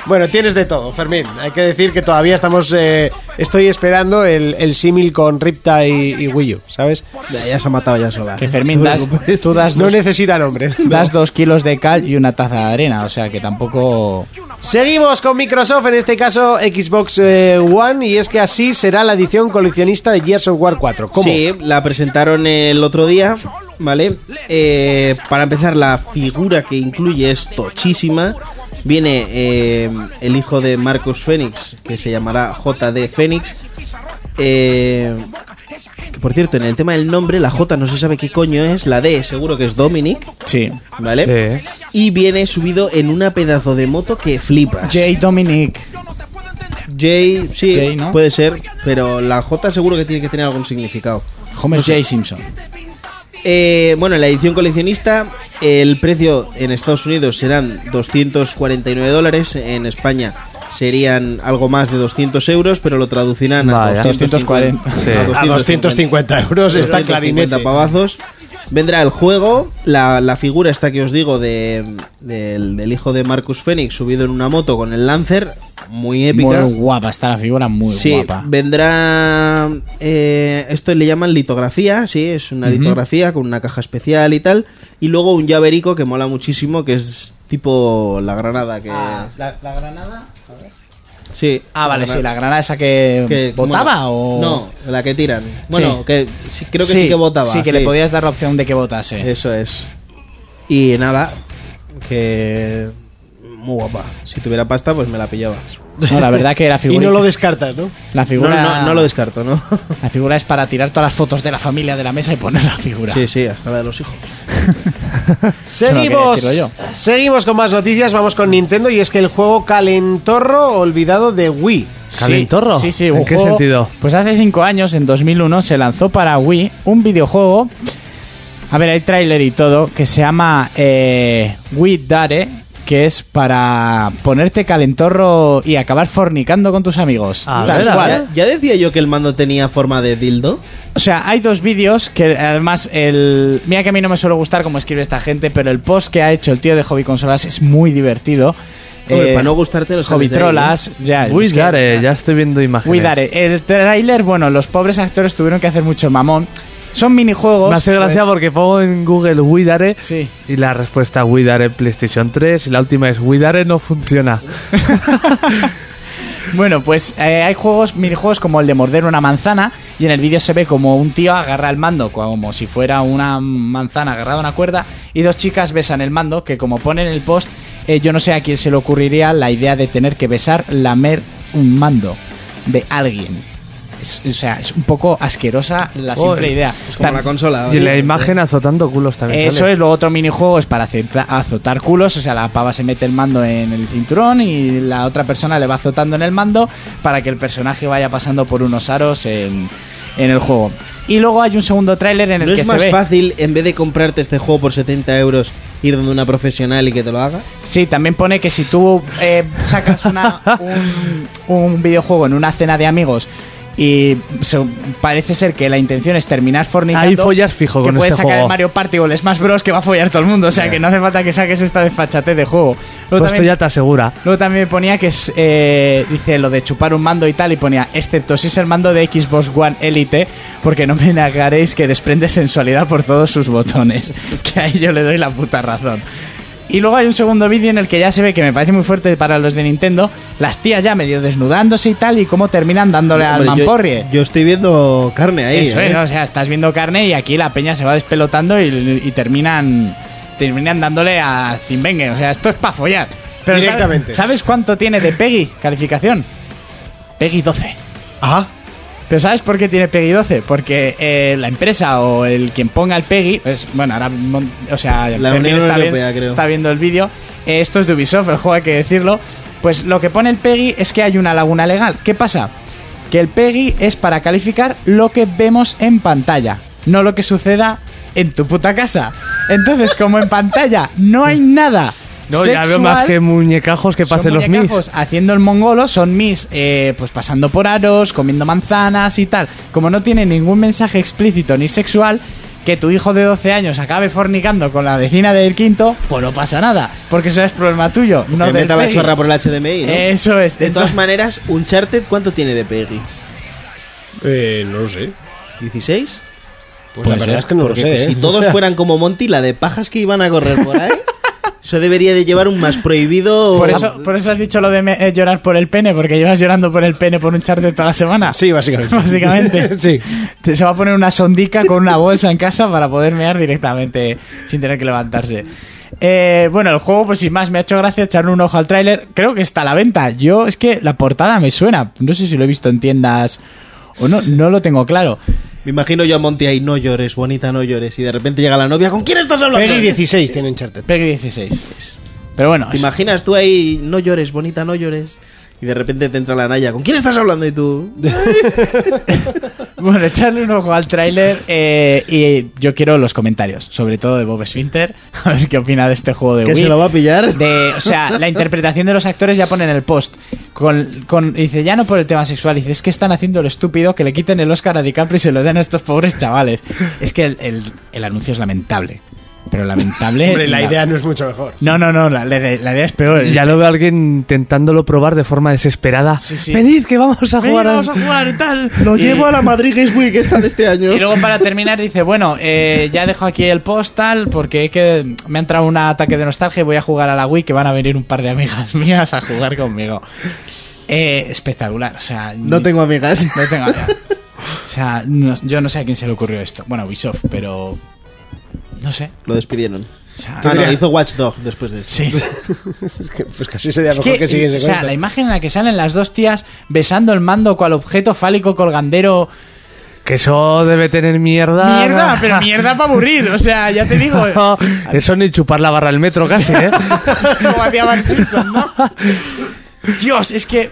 Speaker 2: Bueno, tienes de todo, Fermín. Hay que decir que todavía estamos. eh, estoy esperando el, el símil con Ripta y, y Wii U, ¿sabes?
Speaker 5: Ya, ya se ha matado ya sola.
Speaker 4: Que Fermín
Speaker 5: No
Speaker 4: das,
Speaker 5: te preocupes.
Speaker 4: tú das
Speaker 2: No
Speaker 4: dos,
Speaker 2: necesita nombre.
Speaker 4: das dos kilos de cal y una taza de arena. O sea, que tampoco...
Speaker 2: Seguimos con Microsoft, en este caso Xbox eh, One, y es que así será la edición coleccionista de Gears of War 4. ¿Cómo?
Speaker 5: Sí, la presentaron el otro día, ¿vale? Eh, para empezar, la figura que incluye es tochísima. Viene eh, el hijo de Marcus Phoenix, que se llamará JD Phoenix. Eh, que por cierto, en el tema del nombre, la J no se sabe qué coño es, la D seguro que es Dominic,
Speaker 4: Sí.
Speaker 5: ¿vale?
Speaker 6: Sí.
Speaker 5: Y viene subido en una pedazo de moto que flipas.
Speaker 4: J. Dominic.
Speaker 5: Jay, sí,
Speaker 4: Jay, ¿no?
Speaker 5: puede ser, pero la J seguro que tiene que tener algún significado.
Speaker 4: Homer
Speaker 5: No sé.
Speaker 4: J. Simpson.
Speaker 5: Eh, bueno, en la edición coleccionista, el precio en Estados Unidos serán 249 dólares, en España serían algo más de 200 euros, pero lo traducirán
Speaker 6: Vaya.
Speaker 5: a 240,
Speaker 6: Sí.
Speaker 2: A 250 euros Pues está clarinete.
Speaker 5: pavazos. Vendrá el juego, la, la figura esta que os digo de, del, del hijo de Marcus Phoenix subido en una moto con el Lancer, muy épica.
Speaker 4: Muy guapa. Está la figura muy
Speaker 5: Sí,
Speaker 4: guapa.
Speaker 5: vendrá. eh, esto le llaman litografía, sí, es una
Speaker 4: Ujú.
Speaker 5: litografía con una caja especial y tal. Y luego un llaverico que mola muchísimo, que es tipo la granada que.
Speaker 4: ¿La, granada?
Speaker 5: sí.
Speaker 4: Ah, vale, sí.
Speaker 5: granada
Speaker 4: La granada esa que,
Speaker 5: que
Speaker 4: botaba
Speaker 5: mola.
Speaker 4: o...
Speaker 5: No, la que tiran. Bueno, que sí, creo que sí, que botaba.
Speaker 4: Sí, que le podías dar la opción de que votase.
Speaker 5: Eso es. Y nada, que. Muy guapa. Si tuviera pasta, pues me la pillaba.
Speaker 4: No, la verdad
Speaker 5: (laughs)
Speaker 4: que la
Speaker 2: Y
Speaker 4: figura...
Speaker 2: no lo descartas, ¿no?
Speaker 4: la
Speaker 5: No,
Speaker 4: figura...
Speaker 5: no, no lo descarto, ¿no?
Speaker 4: La figura es para tirar todas las fotos de la familia de la mesa y poner la figura.
Speaker 5: sí, sí, hasta la de los hijos.
Speaker 4: no quería
Speaker 2: Seguimos,
Speaker 4: decirlo
Speaker 2: seguimos con más noticias, vamos con Nintendo y es que el juego Calentorro olvidado de Wii.
Speaker 6: ¿Calentorro?
Speaker 4: Sí, sí.
Speaker 6: ¿En
Speaker 4: un
Speaker 6: qué
Speaker 4: juego-
Speaker 6: sentido?
Speaker 4: Pues hace cinco años, en 2001, se lanzó para Wii un videojuego. A ver, hay tráiler y todo, que se llama eh, Wii Dare, que es para ponerte calentorro y acabar fornicando con tus amigos.
Speaker 6: A
Speaker 4: Tal
Speaker 6: ver, a
Speaker 4: cual.
Speaker 5: Ya, ya decía yo que el mando tenía forma de dildo.
Speaker 4: O sea, hay dos vídeos que además el... Mira que a mí no me suele gustar cómo escribe esta gente, pero el post que ha hecho el tío de Hobby Consolas es muy divertido.
Speaker 5: Hombre, para no gustarte los
Speaker 4: Jovitrolas, ya.
Speaker 6: Uy,
Speaker 4: es que-
Speaker 6: ¿eh? Dare, ya estoy viendo imágenes.
Speaker 4: Cuidare. El tráiler, bueno, los pobres actores tuvieron que hacer mucho mamón. Son minijuegos.
Speaker 6: Me hace gracia
Speaker 4: pues,
Speaker 6: porque pongo en Google Widare y la respuesta Widare PlayStation 3 y la última es Widare no funciona.
Speaker 4: (laughs) Bueno, pues eh, hay juegos, minijuegos como el de morder una manzana y en el vídeo se ve como un tío agarra el mando como si fuera una manzana agarrada a una cuerda y dos chicas besan el mando que como pone en el post, eh, yo no sé a quién se le ocurriría la idea de tener que besar, lamer un mando de alguien. Es- o sea, es un poco asquerosa la simple idea.
Speaker 5: Es como
Speaker 4: Tan-
Speaker 5: la consola.
Speaker 6: Y la imagen azotando culos también.
Speaker 4: eso
Speaker 6: sale.
Speaker 4: es, lo otro minijuego es para azota- azotar culos, o sea, la pava se mete el mando en el cinturón y la otra persona le va azotando en el mando para que el personaje vaya pasando por unos aros en, en el juego. Y luego hay un segundo tráiler en el
Speaker 5: ¿No
Speaker 4: que
Speaker 5: es
Speaker 4: se
Speaker 5: más
Speaker 4: ve...
Speaker 5: fácil, en vez de comprarte este juego por 70 euros, ir donde una profesional y que te lo haga?
Speaker 4: Sí, también pone que si tú eh, sacas una- un, un videojuego en una cena de amigos y se- parece ser que la intención es terminar fornicando...
Speaker 6: Ahí follas fijo
Speaker 4: que
Speaker 6: con
Speaker 4: puedes
Speaker 6: este
Speaker 4: sacar
Speaker 6: juego.
Speaker 4: el Mario Party o el Smash Bros. que va a follar todo el mundo, o sea, que no hace falta que saques esta desfachatez de juego.
Speaker 6: Pues
Speaker 4: Luego
Speaker 6: esto
Speaker 4: también-
Speaker 6: ya te asegura.
Speaker 4: Luego también me ponía que es, eh, dice lo de chupar un mando y tal, y ponía, excepto si es el mando de Xbox One Elite, porque no me negaréis que desprende sensualidad por todos sus botones. (laughs) Que ahí yo le doy la puta razón. Y luego hay un segundo vídeo en el que ya se ve que me parece muy fuerte para los de Nintendo, las tías ya medio desnudándose y tal, y cómo terminan dándole al
Speaker 5: Hombre, yo-
Speaker 4: mamporrie.
Speaker 5: Yo, estoy viendo carne ahí.
Speaker 4: Eso
Speaker 5: ¿eh?
Speaker 4: es, o sea, estás viendo carne y aquí la peña se va despelotando y, y terminan terminan dándole a Zimbengue. O sea, esto es para follar. Pero ¿sabes-
Speaker 2: Directamente.
Speaker 4: ¿sabes, cuánto tiene de Peggy calificación? Peggy 12. Ajá. ¿Pero sabes por qué tiene Peggy 12? Porque eh, la empresa o el quien ponga el Peggy, pues, bueno, ahora, mon- o sea,
Speaker 5: La
Speaker 4: Fermín
Speaker 5: Unión
Speaker 4: está,
Speaker 5: Europea,
Speaker 4: bien-
Speaker 5: creo.
Speaker 4: está viendo el vídeo, eh, esto es de Ubisoft, el juego hay que decirlo, pues lo que pone el Peggy es que hay una laguna legal. ¿Qué pasa? que el PEGI es para calificar lo que vemos en pantalla, no lo que suceda en tu puta casa. Entonces, como en pantalla no hay nada.
Speaker 6: (laughs) No, ya veo
Speaker 4: sexual,
Speaker 6: más que muñecajos que
Speaker 4: son
Speaker 6: pasen los mis.
Speaker 4: muñecajos haciendo el mongolo son mis eh, pues pasando por aros comiendo manzanas y tal como no tiene ningún mensaje explícito ni sexual que tu hijo de 12 años acabe fornicando con la vecina del quinto pues no pasa nada porque eso es problema tuyo no
Speaker 5: Te
Speaker 4: del
Speaker 5: meta la
Speaker 4: PEGI.
Speaker 5: chorra por el HDMI, ¿no?
Speaker 4: eso es
Speaker 5: De
Speaker 4: (laughs)
Speaker 5: todas
Speaker 4: Entonces-
Speaker 5: maneras, Uncharted, ¿cuánto tiene de Peggy?
Speaker 13: Eh, no lo sé.
Speaker 5: ¿16?
Speaker 13: Pues la verdad es que no lo
Speaker 5: Porque,
Speaker 13: sé.
Speaker 5: pues,
Speaker 13: ¿eh?
Speaker 2: (laughs)
Speaker 5: Si
Speaker 13: O
Speaker 5: todos
Speaker 13: sea, (laughs)
Speaker 5: fueran como Monty, la de pajas que iban a correr por ahí, eso debería de llevar un más prohibido.
Speaker 4: Por eso, por eso has dicho lo de me- eh, llorar por el pene, porque llevas llorando por el pene por un charter toda la semana. Sí,
Speaker 13: básicamente.
Speaker 4: (laughs) básicamente.
Speaker 13: sí.
Speaker 4: Te- Se va a poner una sondica con una bolsa en casa para poder mear directamente sin tener que levantarse. Eh, bueno, el juego, pues sin más, me ha hecho gracia echarle un ojo al tráiler. Creo que está a la venta. Yo, es que la portada me suena. No sé si lo he visto en tiendas o no, no lo tengo claro.
Speaker 5: Me imagino yo a Monty ahí, no llores, bonita, no llores. Y de repente llega la novia, ¿con quién estás hablando?
Speaker 2: Peggy 16 tiene Uncharted.
Speaker 4: Peggy 16. Pero bueno,
Speaker 5: ¿Te imaginas tú ahí, no llores, bonita, no llores? Y de repente te entra la Naya, ¿con quién estás hablando? Y tú.
Speaker 4: Bueno, echarle un ojo al tráiler eh, y yo quiero los comentarios, sobre todo de Bob Sfinter, (laughs) a ver qué opina de este juego de
Speaker 5: ¿Que
Speaker 4: Wii.
Speaker 5: se lo va a pillar?
Speaker 4: De- o sea, la interpretación de los actores ya pone en el post. Con, con- dice, ya no por el tema sexual, dice, es que están haciendo lo estúpido que le quiten el Oscar a DiCaprio y se lo den a estos pobres chavales. Es que el, el- el anuncio es lamentable. Pero lamentable...
Speaker 2: Hombre, la idea no es mucho mejor.
Speaker 4: No, no, no, la, la- la idea es peor.
Speaker 6: Ya lo veo a alguien intentándolo probar de forma desesperada.
Speaker 4: sí.
Speaker 6: Venid, que vamos a
Speaker 4: Venid,
Speaker 6: jugar.
Speaker 4: vamos a jugar y tal. Lo llevo a la
Speaker 5: Madrid Games Week esta de este año.
Speaker 4: Y luego para terminar dice, bueno, eh, ya dejo aquí el post tal porque he que me ha entrado un ataque de nostalgia y voy a jugar a la Wii que van a venir un par de amigas (laughs) mías a jugar conmigo. Eh, espectacular, o sea...
Speaker 5: No tengo amigas.
Speaker 4: No tengo amigas. O sea, no- yo no sé a quién se le ocurrió esto. Bueno, Ubisoft, pero... No sé.
Speaker 5: (laughs) Lo despidieron.
Speaker 4: sea,
Speaker 5: ah, no,
Speaker 4: Tendría-
Speaker 5: hizo Watchdog después de
Speaker 13: (laughs)
Speaker 5: esto.
Speaker 4: Sí.
Speaker 13: es que, pues casi sería
Speaker 4: Es
Speaker 13: mejor que, siguiese
Speaker 4: o
Speaker 13: con
Speaker 4: sea,
Speaker 13: esto.
Speaker 4: la imagen en la que salen las dos tías besando el mando cual objeto fálico colgandero...
Speaker 6: Que eso debe tener mierda.
Speaker 4: Mierda, pero
Speaker 6: (laughs)
Speaker 4: mierda para aburrir, o sea, ya te digo...
Speaker 6: Eso ni chupar la barra del metro casi,
Speaker 4: (laughs)
Speaker 6: ¿eh?
Speaker 4: Como hacía Bart Simpson, ¿no? (laughs) Dios, es que.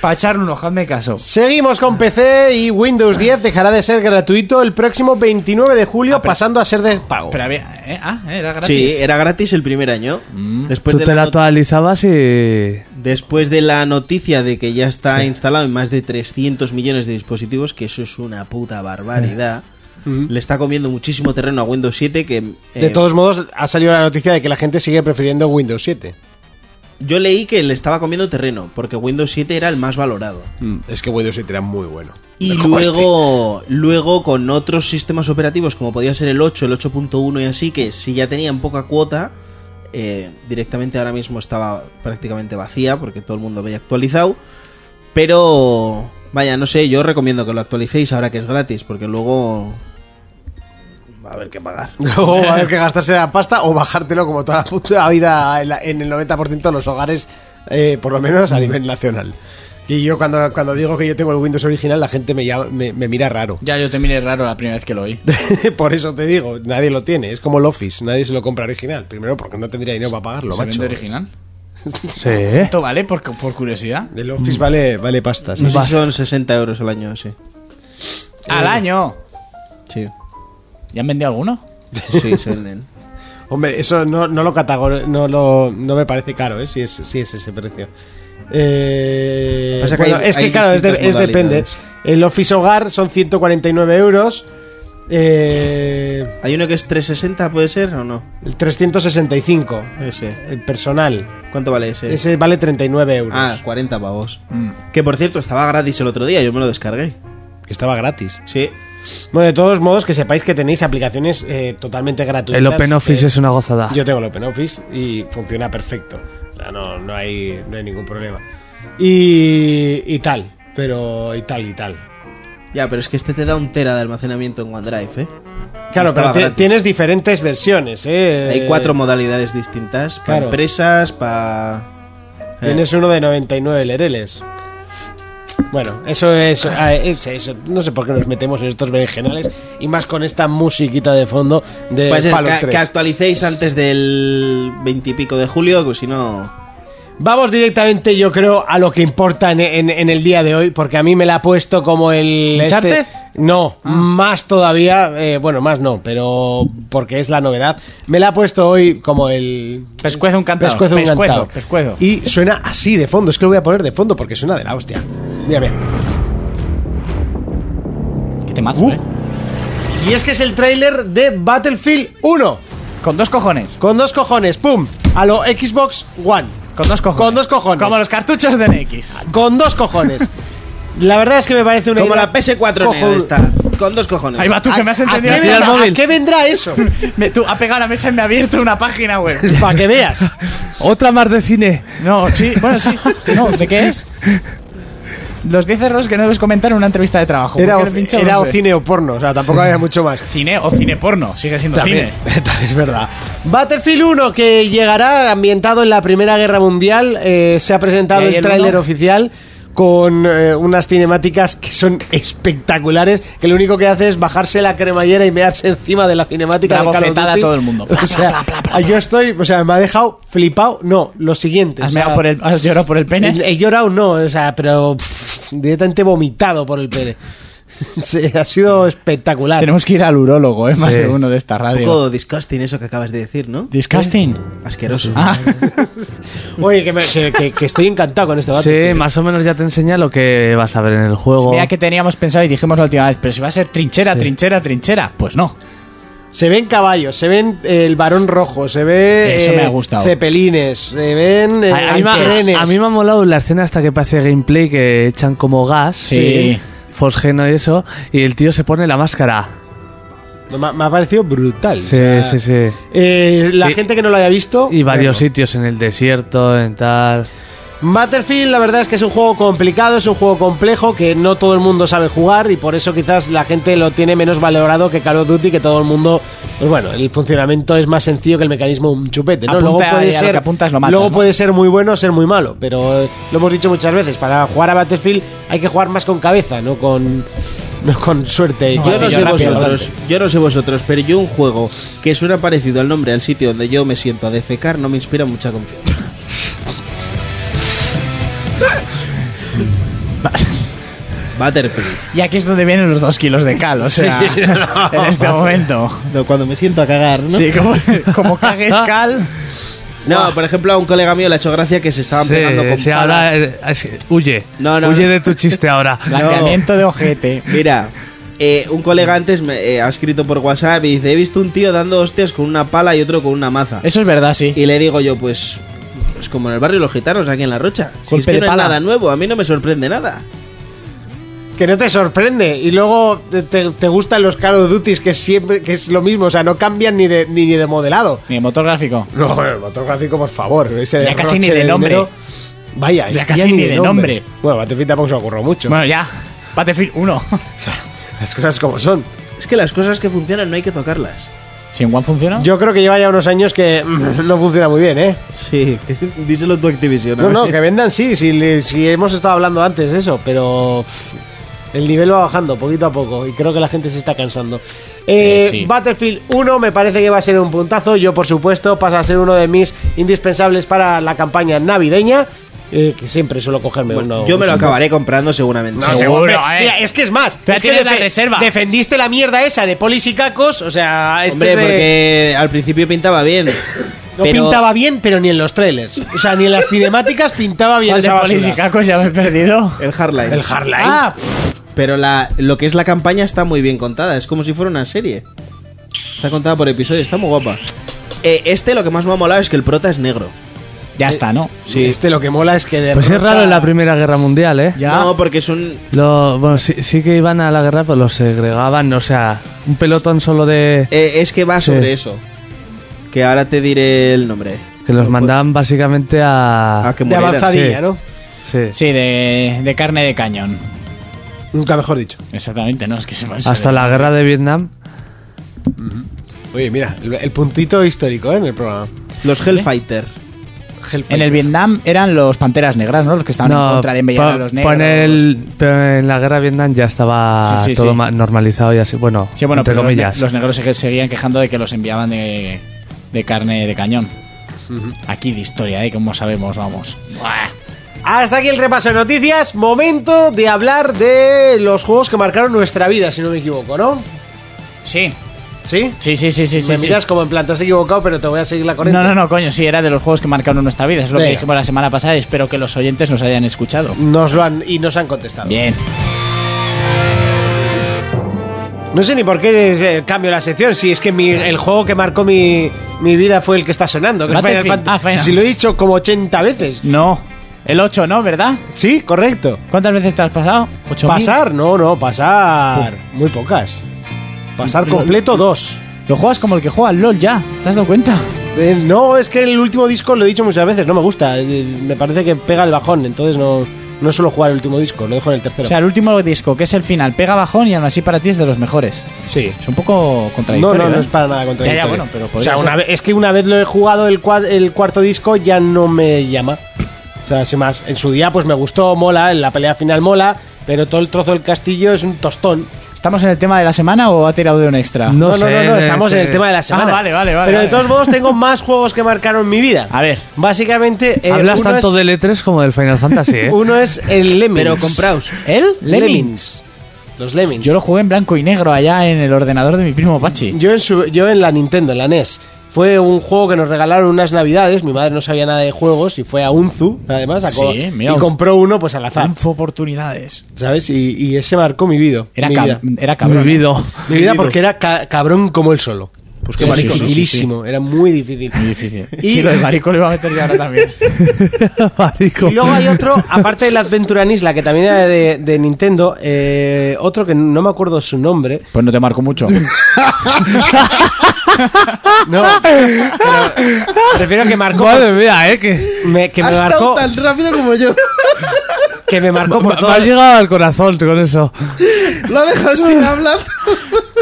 Speaker 4: Para echar un ojo, hazme caso.
Speaker 2: Seguimos con PC y Windows 10 dejará de ser gratuito el próximo 29 de julio, pasando a ser de pago.
Speaker 4: Ah, Pero había. eh, ah, era gratis. Mm.
Speaker 5: Sí, era gratis el primer año. Después
Speaker 6: Tú
Speaker 5: de
Speaker 6: te la
Speaker 5: la
Speaker 6: actualizabas y.
Speaker 5: Después de la noticia de que ya está instalado en más de 300 millones de dispositivos, que eso es una puta barbaridad, le está comiendo muchísimo terreno a Windows 7 que... eh,
Speaker 2: De todos modos, ha salido la noticia de que la gente sigue prefiriendo Windows 7.
Speaker 5: Yo leí que le estaba comiendo terreno, porque Windows 7 era el más valorado.
Speaker 13: Es que Windows 7 era muy bueno.
Speaker 5: Y
Speaker 13: El juego
Speaker 5: luego, luego con otros sistemas operativos, como podía ser el 8, el 8.1 y así, que si ya tenían poca cuota, eh, directamente ahora mismo estaba prácticamente vacía, porque todo el mundo había actualizado. Pero, vaya, no sé, yo recomiendo que lo actualicéis ahora que es gratis, porque luego... Va a haber que pagar.
Speaker 2: (laughs) O va a haber que gastarse la pasta o bajártelo como toda la puta vida en, la- en el 90% de los hogares, eh, por lo menos a nivel nacional. Y yo cuando, cuando digo que yo tengo el Windows original, la gente me, llama- me, me mira raro.
Speaker 4: Ya yo te miré raro la primera vez que lo oí.
Speaker 2: (laughs) por eso te digo, nadie lo tiene. Es como el Office, nadie se lo compra original. Primero porque no tendría dinero para pagarlo,
Speaker 4: ¿Se
Speaker 2: macho.
Speaker 4: vende original?
Speaker 6: Sí.
Speaker 4: ¿Esto vale por, por curiosidad?
Speaker 2: El Office vale, vale pasta. sí.
Speaker 5: No sé si son 60 euros al año, sí.
Speaker 4: ¡Al año!
Speaker 5: Sí,
Speaker 4: ¿Ya han vendido alguno?
Speaker 5: sí, se venden.
Speaker 2: Hombre, eso no, no lo categor- no, lo- no me parece caro, ¿eh? Si es, si es ese precio. Eh,
Speaker 5: Pasa que
Speaker 2: bueno,
Speaker 5: hay-
Speaker 2: es que
Speaker 5: hay
Speaker 2: claro, es, de-
Speaker 5: distintas
Speaker 2: es depende.
Speaker 5: modalidades.
Speaker 2: El Office Hogar son 149 euros. eh,
Speaker 5: ¿Hay uno que es 360, puede ser, o no?
Speaker 2: el 365,
Speaker 5: Ese.
Speaker 2: el personal.
Speaker 5: ¿Cuánto vale ese?
Speaker 2: Ese vale 39 euros.
Speaker 5: Ah, 40 pavos. Que por cierto, estaba gratis el otro día, yo me lo descargué.
Speaker 2: Que estaba gratis.
Speaker 5: Sí.
Speaker 2: Bueno, de todos modos, que sepáis que tenéis aplicaciones eh, totalmente gratuitas.
Speaker 6: El Open Office
Speaker 2: eh,
Speaker 6: es una gozada.
Speaker 2: Yo tengo el Open Office y funciona perfecto. O sea, no, no, hay, no hay ningún problema. Y, y tal, pero y tal y tal.
Speaker 5: Ya, pero es que este te da un tera de almacenamiento en OneDrive, ¿eh?
Speaker 2: Claro,
Speaker 5: Estaba
Speaker 2: pero ti-
Speaker 5: gratis.
Speaker 2: tienes diferentes versiones, ¿eh?
Speaker 5: Hay cuatro modalidades distintas. Para
Speaker 2: claro.
Speaker 5: empresas, para... eh.
Speaker 2: Tienes uno de 99 lereles. Bueno, eso es, ah, es- eso. No sé por qué nos metemos en estos berenjenales y más con esta musiquita de fondo de
Speaker 5: Puede ser
Speaker 2: Eh, Fallout
Speaker 5: que,
Speaker 2: 3.
Speaker 5: que actualicéis antes del 20 y pico de julio, que si no...
Speaker 2: Vamos directamente, yo creo, a lo que importa en, en- en el día de hoy, porque a mí me la ha puesto como el... este-
Speaker 4: ¿Uncharted?
Speaker 2: no, más todavía, eh, bueno, más no, pero porque es la novedad. Me la ha puesto hoy como el...
Speaker 4: Pescuezo un cantado.
Speaker 2: Pescuezo un cantado.
Speaker 4: pescuezo.
Speaker 2: Y suena así de fondo, es que lo voy a poner de fondo porque suena de la hostia. Mírame.
Speaker 4: Qué temazo, ¿eh?
Speaker 2: Y es que es el tráiler de Battlefield 1.
Speaker 4: Con dos cojones.
Speaker 2: Con dos cojones, ¡pum! A lo Xbox One.
Speaker 4: Con dos cojones.
Speaker 2: Con dos cojones.
Speaker 4: Como los cartuchos de NX.
Speaker 2: Con dos cojones. La verdad es que me parece una
Speaker 5: Como
Speaker 2: idea
Speaker 5: la PS4
Speaker 2: cojonuda.
Speaker 5: Neo está. Con dos cojones.
Speaker 4: Ahí va tú, que Ah, me has
Speaker 2: ¿A
Speaker 4: entendido.
Speaker 2: qué,
Speaker 4: Tira el
Speaker 2: vendrá,
Speaker 4: móvil.
Speaker 2: a qué vendrá eso?
Speaker 4: Me- tú, ha pegado a la mesa y me ha abierto una página web.
Speaker 2: (laughs) Para que veas.
Speaker 6: Otra más de cine.
Speaker 4: No, sí, bueno, sí. No, ¿de qué es? Los 10 errores que no debes comentar en una entrevista de trabajo.
Speaker 2: Era,
Speaker 4: ¿Por
Speaker 2: o,
Speaker 4: qué le he pinchado?
Speaker 2: era
Speaker 4: No
Speaker 2: o
Speaker 4: sé.
Speaker 2: cine o porno, o sea, tampoco había mucho más.
Speaker 4: Cine o cine porno, sigue siendo
Speaker 2: También, (laughs)
Speaker 4: cine.
Speaker 2: también es verdad. Battlefield 1, que llegará ambientado en la Primera Guerra Mundial, eh, se ha presentado
Speaker 4: ¿Y ahí
Speaker 2: el
Speaker 4: el
Speaker 2: tráiler
Speaker 4: uno?
Speaker 2: oficial con eh, unas cinemáticas que son espectaculares, que lo único que hace es bajarse la cremallera y mearse encima de la cinemática.
Speaker 4: La
Speaker 2: de Call of
Speaker 4: bofetada a
Speaker 2: Duty.
Speaker 4: todo el mundo. Pla,
Speaker 2: (laughs) O sea,
Speaker 4: pla, pla, pla, pla,
Speaker 2: yo estoy, o sea, me ha dejado flipado. No, lo siguiente. o
Speaker 4: ¿Has,
Speaker 2: sea,
Speaker 4: meado por el- has llorado por el pene?
Speaker 2: He llorado, no, o sea, pero pff, directamente vomitado por el pene. (laughs) Sí, ha sido espectacular.
Speaker 4: Tenemos que ir al urólogo, ¿eh? más
Speaker 6: Sí.
Speaker 4: de uno de esta
Speaker 5: Un
Speaker 4: radio.
Speaker 5: poco disgusting eso que acabas de decir, ¿no?
Speaker 4: Disgusting.
Speaker 5: Asqueroso.
Speaker 4: Ah,
Speaker 2: Oye, que, me- que- que- que estoy encantado con este Battlefield.
Speaker 6: Sí, más o menos ya te enseña lo que vas a ver en el juego.
Speaker 4: mira que teníamos pensado y dijimos la última vez, pero si va a ser trinchera, trinchera, trinchera, pues no.
Speaker 2: Se ven caballos, se ven eh, el varón rojo, se ve
Speaker 4: Eso me
Speaker 2: eh,
Speaker 4: ha gustado.
Speaker 2: cepelines, se ven eh,
Speaker 6: A, a mí me ha-
Speaker 2: trenes.
Speaker 6: a mí me ha molado la escena hasta que parece gameplay que echan como gas.
Speaker 4: Sí.
Speaker 6: Fosgeno y eso. Y el tío se pone la máscara.
Speaker 2: No, me, ha- me ha parecido brutal.
Speaker 6: Sí,
Speaker 2: o sea,
Speaker 6: sí, sí.
Speaker 2: eh, la
Speaker 6: Y-
Speaker 2: gente que no lo haya visto.
Speaker 6: Y varios
Speaker 2: verlo.
Speaker 6: sitios en el desierto, en tal.
Speaker 2: Battlefield, la verdad es que es un juego complicado, es un juego complejo que no todo el mundo sabe jugar y por eso quizás la gente lo tiene menos valorado que Call of Duty, que todo el mundo. Pues bueno, el funcionamiento es más sencillo que el mecanismo de un chupete, ¿no?
Speaker 4: Apunta
Speaker 2: luego
Speaker 4: y
Speaker 2: puede
Speaker 4: a lo
Speaker 2: ser.
Speaker 4: que apuntas lo matas,
Speaker 2: luego
Speaker 4: ¿no?
Speaker 2: puede ser muy bueno o ser muy malo, pero eh, lo hemos dicho muchas veces, para jugar a Battlefield hay que jugar más con cabeza, no con. No con suerte.
Speaker 5: Yo no
Speaker 2: Rápido,
Speaker 5: sé
Speaker 2: rápido,
Speaker 5: vosotros, yo no sé vosotros, pero yo un juego que suena parecido al nombre al sitio donde yo me siento a defecar no me inspira mucha (laughs) confianza. Butterfield.
Speaker 4: Y aquí es donde vienen los dos kilos de cal, o sea, en este momento.
Speaker 5: No, cuando me siento a cagar, ¿no?
Speaker 4: Sí, como, (laughs) como cagues cal.
Speaker 5: No, por ejemplo, a un colega mío le ha hecho gracia que se estaban
Speaker 6: Sí,
Speaker 5: pegando con
Speaker 6: sí,
Speaker 5: palas.
Speaker 6: ahora eh, es- huye.
Speaker 5: No, no,
Speaker 6: huye
Speaker 5: no.
Speaker 6: de tu
Speaker 5: (laughs)
Speaker 6: chiste ahora.
Speaker 4: Blanqueamiento de ojete.
Speaker 5: Mira, eh, un colega antes me eh, ha escrito por WhatsApp y dice, he visto un tío dando hostias con una pala y otro con una maza.
Speaker 4: Eso es verdad, sí.
Speaker 5: Y le digo yo, pues, Pues como en el barrio de los gitanos, aquí en La Rocha. Si
Speaker 2: Golpe
Speaker 5: es que
Speaker 2: de
Speaker 5: no es
Speaker 2: pala.
Speaker 5: nada nuevo, a mí no me sorprende nada.
Speaker 2: Que no te sorprende. Y luego te, te- te gustan los Call of Duty, que siempre que es lo mismo. O sea, no cambian ni de, ni, ni de modelado.
Speaker 4: Ni de motor gráfico.
Speaker 2: No, el motor gráfico, por favor. Ese
Speaker 4: Ya casi ni
Speaker 2: derroche
Speaker 4: de nombre.
Speaker 2: dinero. vaya, es
Speaker 4: Ya
Speaker 2: que
Speaker 4: casi ni de nombre.
Speaker 2: Bueno, Battlefield tampoco se ocurrió mucho.
Speaker 4: Bueno, ya. Battlefield 1.
Speaker 2: Las cosas como son.
Speaker 5: Es que las cosas que funcionan no hay que tocarlas.
Speaker 4: (laughs) Si en One funciona.
Speaker 2: Yo creo que lleva ya unos años que mm, no funciona muy bien, ¿eh?
Speaker 5: Sí, (laughs) díselo tu Activision. a
Speaker 2: No,
Speaker 5: (laughs)
Speaker 2: no,
Speaker 5: ver.
Speaker 2: que vendan sí, si, le- si hemos estado hablando antes de eso, pero pff, el nivel va bajando poquito a poco y creo que la gente se está cansando. Eh,
Speaker 4: Eh, sí.
Speaker 2: Battlefield 1 me parece que va a ser un puntazo, yo por supuesto pasa a ser uno de mis indispensables para la campaña navideña, eh, que siempre suelo cogerme uno.
Speaker 5: Yo me lo
Speaker 2: un-
Speaker 5: acabaré comprando seguramente.
Speaker 2: No, seguro, eh. Mira, es que es más,
Speaker 4: ya
Speaker 2: es que
Speaker 4: tienes la reserva.
Speaker 2: defendiste la mierda esa de polis y cacos, o sea, este
Speaker 5: Hombre,
Speaker 2: de-
Speaker 5: porque al principio pintaba bien.
Speaker 2: no
Speaker 5: pero-
Speaker 2: pintaba bien, pero ni en los trailers, o sea, ni en las cinemáticas pintaba bien
Speaker 4: ¿Cuál de
Speaker 2: esa
Speaker 4: polis y
Speaker 2: basura.
Speaker 4: cacos ya me he perdido?
Speaker 5: El Hardline.
Speaker 2: El Hardline.
Speaker 4: Ah,
Speaker 5: Pero la, lo que es la campaña está muy bien contada. Es como si fuera una serie. Está contada por episodios. Está muy guapa. Eh, este lo que más me ha molado es que el prota es negro.
Speaker 4: ya está, ¿no?
Speaker 5: Sí.
Speaker 2: Este lo que mola es que de
Speaker 6: Pues es raro en la Primera Guerra Mundial, ¿eh?
Speaker 4: Ya.
Speaker 5: No, porque es un...
Speaker 6: Lo- bueno, sí, sí que iban a la guerra, pero los segregaban, o sea, un pelotón solo de...
Speaker 5: eh, es que va
Speaker 6: Sí.
Speaker 5: sobre eso. Que ahora te diré el nombre.
Speaker 6: Que los mandaban básicamente
Speaker 4: Ah.
Speaker 6: a...
Speaker 5: pues A que
Speaker 2: de
Speaker 5: murieran.
Speaker 2: avanzadilla,
Speaker 6: sí.
Speaker 2: ¿no?
Speaker 6: Sí.
Speaker 4: Sí, de, de carne de cañón.
Speaker 2: Nunca mejor dicho.
Speaker 4: Exactamente, no, es que se parece.
Speaker 6: Hasta la guerra de Vietnam.
Speaker 2: Oye, mira, el, el puntito histórico ¿eh? en el programa.
Speaker 4: ¿Eh?
Speaker 5: Los Hellfighter.
Speaker 4: En el Vietnam eran los panteras negras, ¿no? Los que estaban en contra de envenenar
Speaker 6: pon-
Speaker 4: a los negros.
Speaker 6: pon el- pero en la guerra de Vietnam ya estaba
Speaker 4: Sí, sí,
Speaker 6: todo
Speaker 4: sí.
Speaker 6: ma- normalizado y así, bueno,
Speaker 4: Sí, bueno,
Speaker 6: entre
Speaker 4: pero los,
Speaker 6: comillas.
Speaker 4: ne- los negros se que- seguían quejando de que los enviaban de, de carne de cañón. Aquí de historia, ¿eh? Como sabemos, vamos. Buah.
Speaker 2: Hasta aquí el repaso de noticias. Momento de hablar de los juegos que marcaron nuestra vida, si no me equivoco, ¿no?
Speaker 4: Sí,
Speaker 2: ¿Sí?
Speaker 4: sí, sí, sí, sí. sí,
Speaker 2: me
Speaker 4: sí.
Speaker 2: miras como en plan, te has equivocado, pero te voy a seguir la corriente.
Speaker 4: No, no, no, coño, sí, era de los juegos que marcaron nuestra vida. Es lo que
Speaker 2: Venga.
Speaker 4: dijimos la semana pasada. y Espero que los oyentes nos hayan escuchado.
Speaker 2: Nos lo han y nos han contestado.
Speaker 4: Bien.
Speaker 2: No sé ni por qué eh, cambio la sección. Si es que mi- el juego que marcó mi, mi vida fue el que está sonando. Que es Final
Speaker 4: Battlefield.
Speaker 2: Fantasy.
Speaker 4: Ah, Final.
Speaker 2: Si lo he dicho como 80 veces.
Speaker 4: No. El 8, ¿no? ¿Verdad?
Speaker 2: Sí, correcto.
Speaker 4: ¿Cuántas veces te has pasado? ¿Ocho mil?
Speaker 2: Pasar, no, no, pasar. Muy pocas. Pasar completo dos.
Speaker 4: Lo juegas como el que juega al LOL ya. ¿Te has dado cuenta?
Speaker 2: Eh, no, es que el último disco lo he dicho muchas veces, no me gusta. Eh, Me parece que pega el bajón, entonces no, no suelo jugar el último disco, lo dejo en el tercero.
Speaker 4: O sea, el último disco, que es el final, pega bajón y aún así para ti es de los mejores.
Speaker 2: sí.
Speaker 4: Es un poco
Speaker 2: No,
Speaker 4: contradictorio.
Speaker 2: no, no
Speaker 4: ¿eh?
Speaker 2: es para nada contradictorio.
Speaker 4: Ya, ya, bueno, pero
Speaker 2: o sea,
Speaker 4: podría
Speaker 2: una
Speaker 4: ser.
Speaker 2: vez- es que una vez lo he jugado el, cua- el cuarto disco ya no me llama. O sea, sin más, en su día pues me gustó, mola, en la pelea final mola, pero todo el trozo del castillo es un tostón.
Speaker 4: ¿Estamos en el tema de la semana o ha tirado de un extra?
Speaker 6: No.
Speaker 2: No, no,
Speaker 6: sé,
Speaker 2: no, no, estamos
Speaker 6: sé.
Speaker 2: en el tema de la semana.
Speaker 4: Ah, vale, vale, vale,
Speaker 2: Pero de
Speaker 4: vale.
Speaker 2: todos modos tengo más juegos que marcaron mi vida.
Speaker 4: A ver.
Speaker 2: Básicamente, eh,
Speaker 6: Hablas
Speaker 2: uno
Speaker 6: tanto
Speaker 2: es-
Speaker 6: del E3 como del Final Fantasy,
Speaker 4: E,
Speaker 6: (laughs) ¿eh?
Speaker 2: Uno es el Lemmings.
Speaker 5: Pero compraos.
Speaker 4: ¿El?
Speaker 2: Lemmings. Los Lemmings.
Speaker 4: Yo lo jugué en blanco y negro allá en el ordenador de mi primo Pachi.
Speaker 2: Yo en, su- yo en la Nintendo, en la NES. Fue un juego que nos regalaron unas navidades. Mi madre no sabía nada de juegos y fue a Unzu, además. a co-
Speaker 4: Sí, mira,
Speaker 2: y
Speaker 4: Unzu.
Speaker 2: compró uno, pues al azar.
Speaker 4: Lanzo oportunidades.
Speaker 2: ¿Sabes? Y, y ese marcó mi vida.
Speaker 4: Era,
Speaker 2: mi
Speaker 4: cab-
Speaker 2: vida.
Speaker 4: era cabrón. ¿eh?
Speaker 6: Vivido.
Speaker 2: Mi vida porque era ca- cabrón como él solo.
Speaker 5: Pues qué
Speaker 2: Era
Speaker 5: maricón, ¿no?
Speaker 2: dificilísimo, era muy difícil.
Speaker 4: Muy difícil.
Speaker 2: Y-
Speaker 4: Y lo del marico lo iba a meter yo ahora también.
Speaker 6: Marico.
Speaker 2: Y luego hay otro, aparte del Adventure and Isla, que también era de, de Nintendo, eh, otro que no me acuerdo su nombre.
Speaker 4: Pues no te marco (laughs) mucho.
Speaker 2: No, pero prefiero que marcó,
Speaker 6: Madre mía, ¿eh? Que...
Speaker 2: (laughs) me, que me
Speaker 5: Has
Speaker 2: marcó,
Speaker 5: estado tan rápido
Speaker 4: (laughs)
Speaker 5: como yo.
Speaker 2: que me marcó
Speaker 6: Me
Speaker 2: por todo.
Speaker 6: ha llegado al corazón con eso.
Speaker 5: lo ha dejado sin hablar.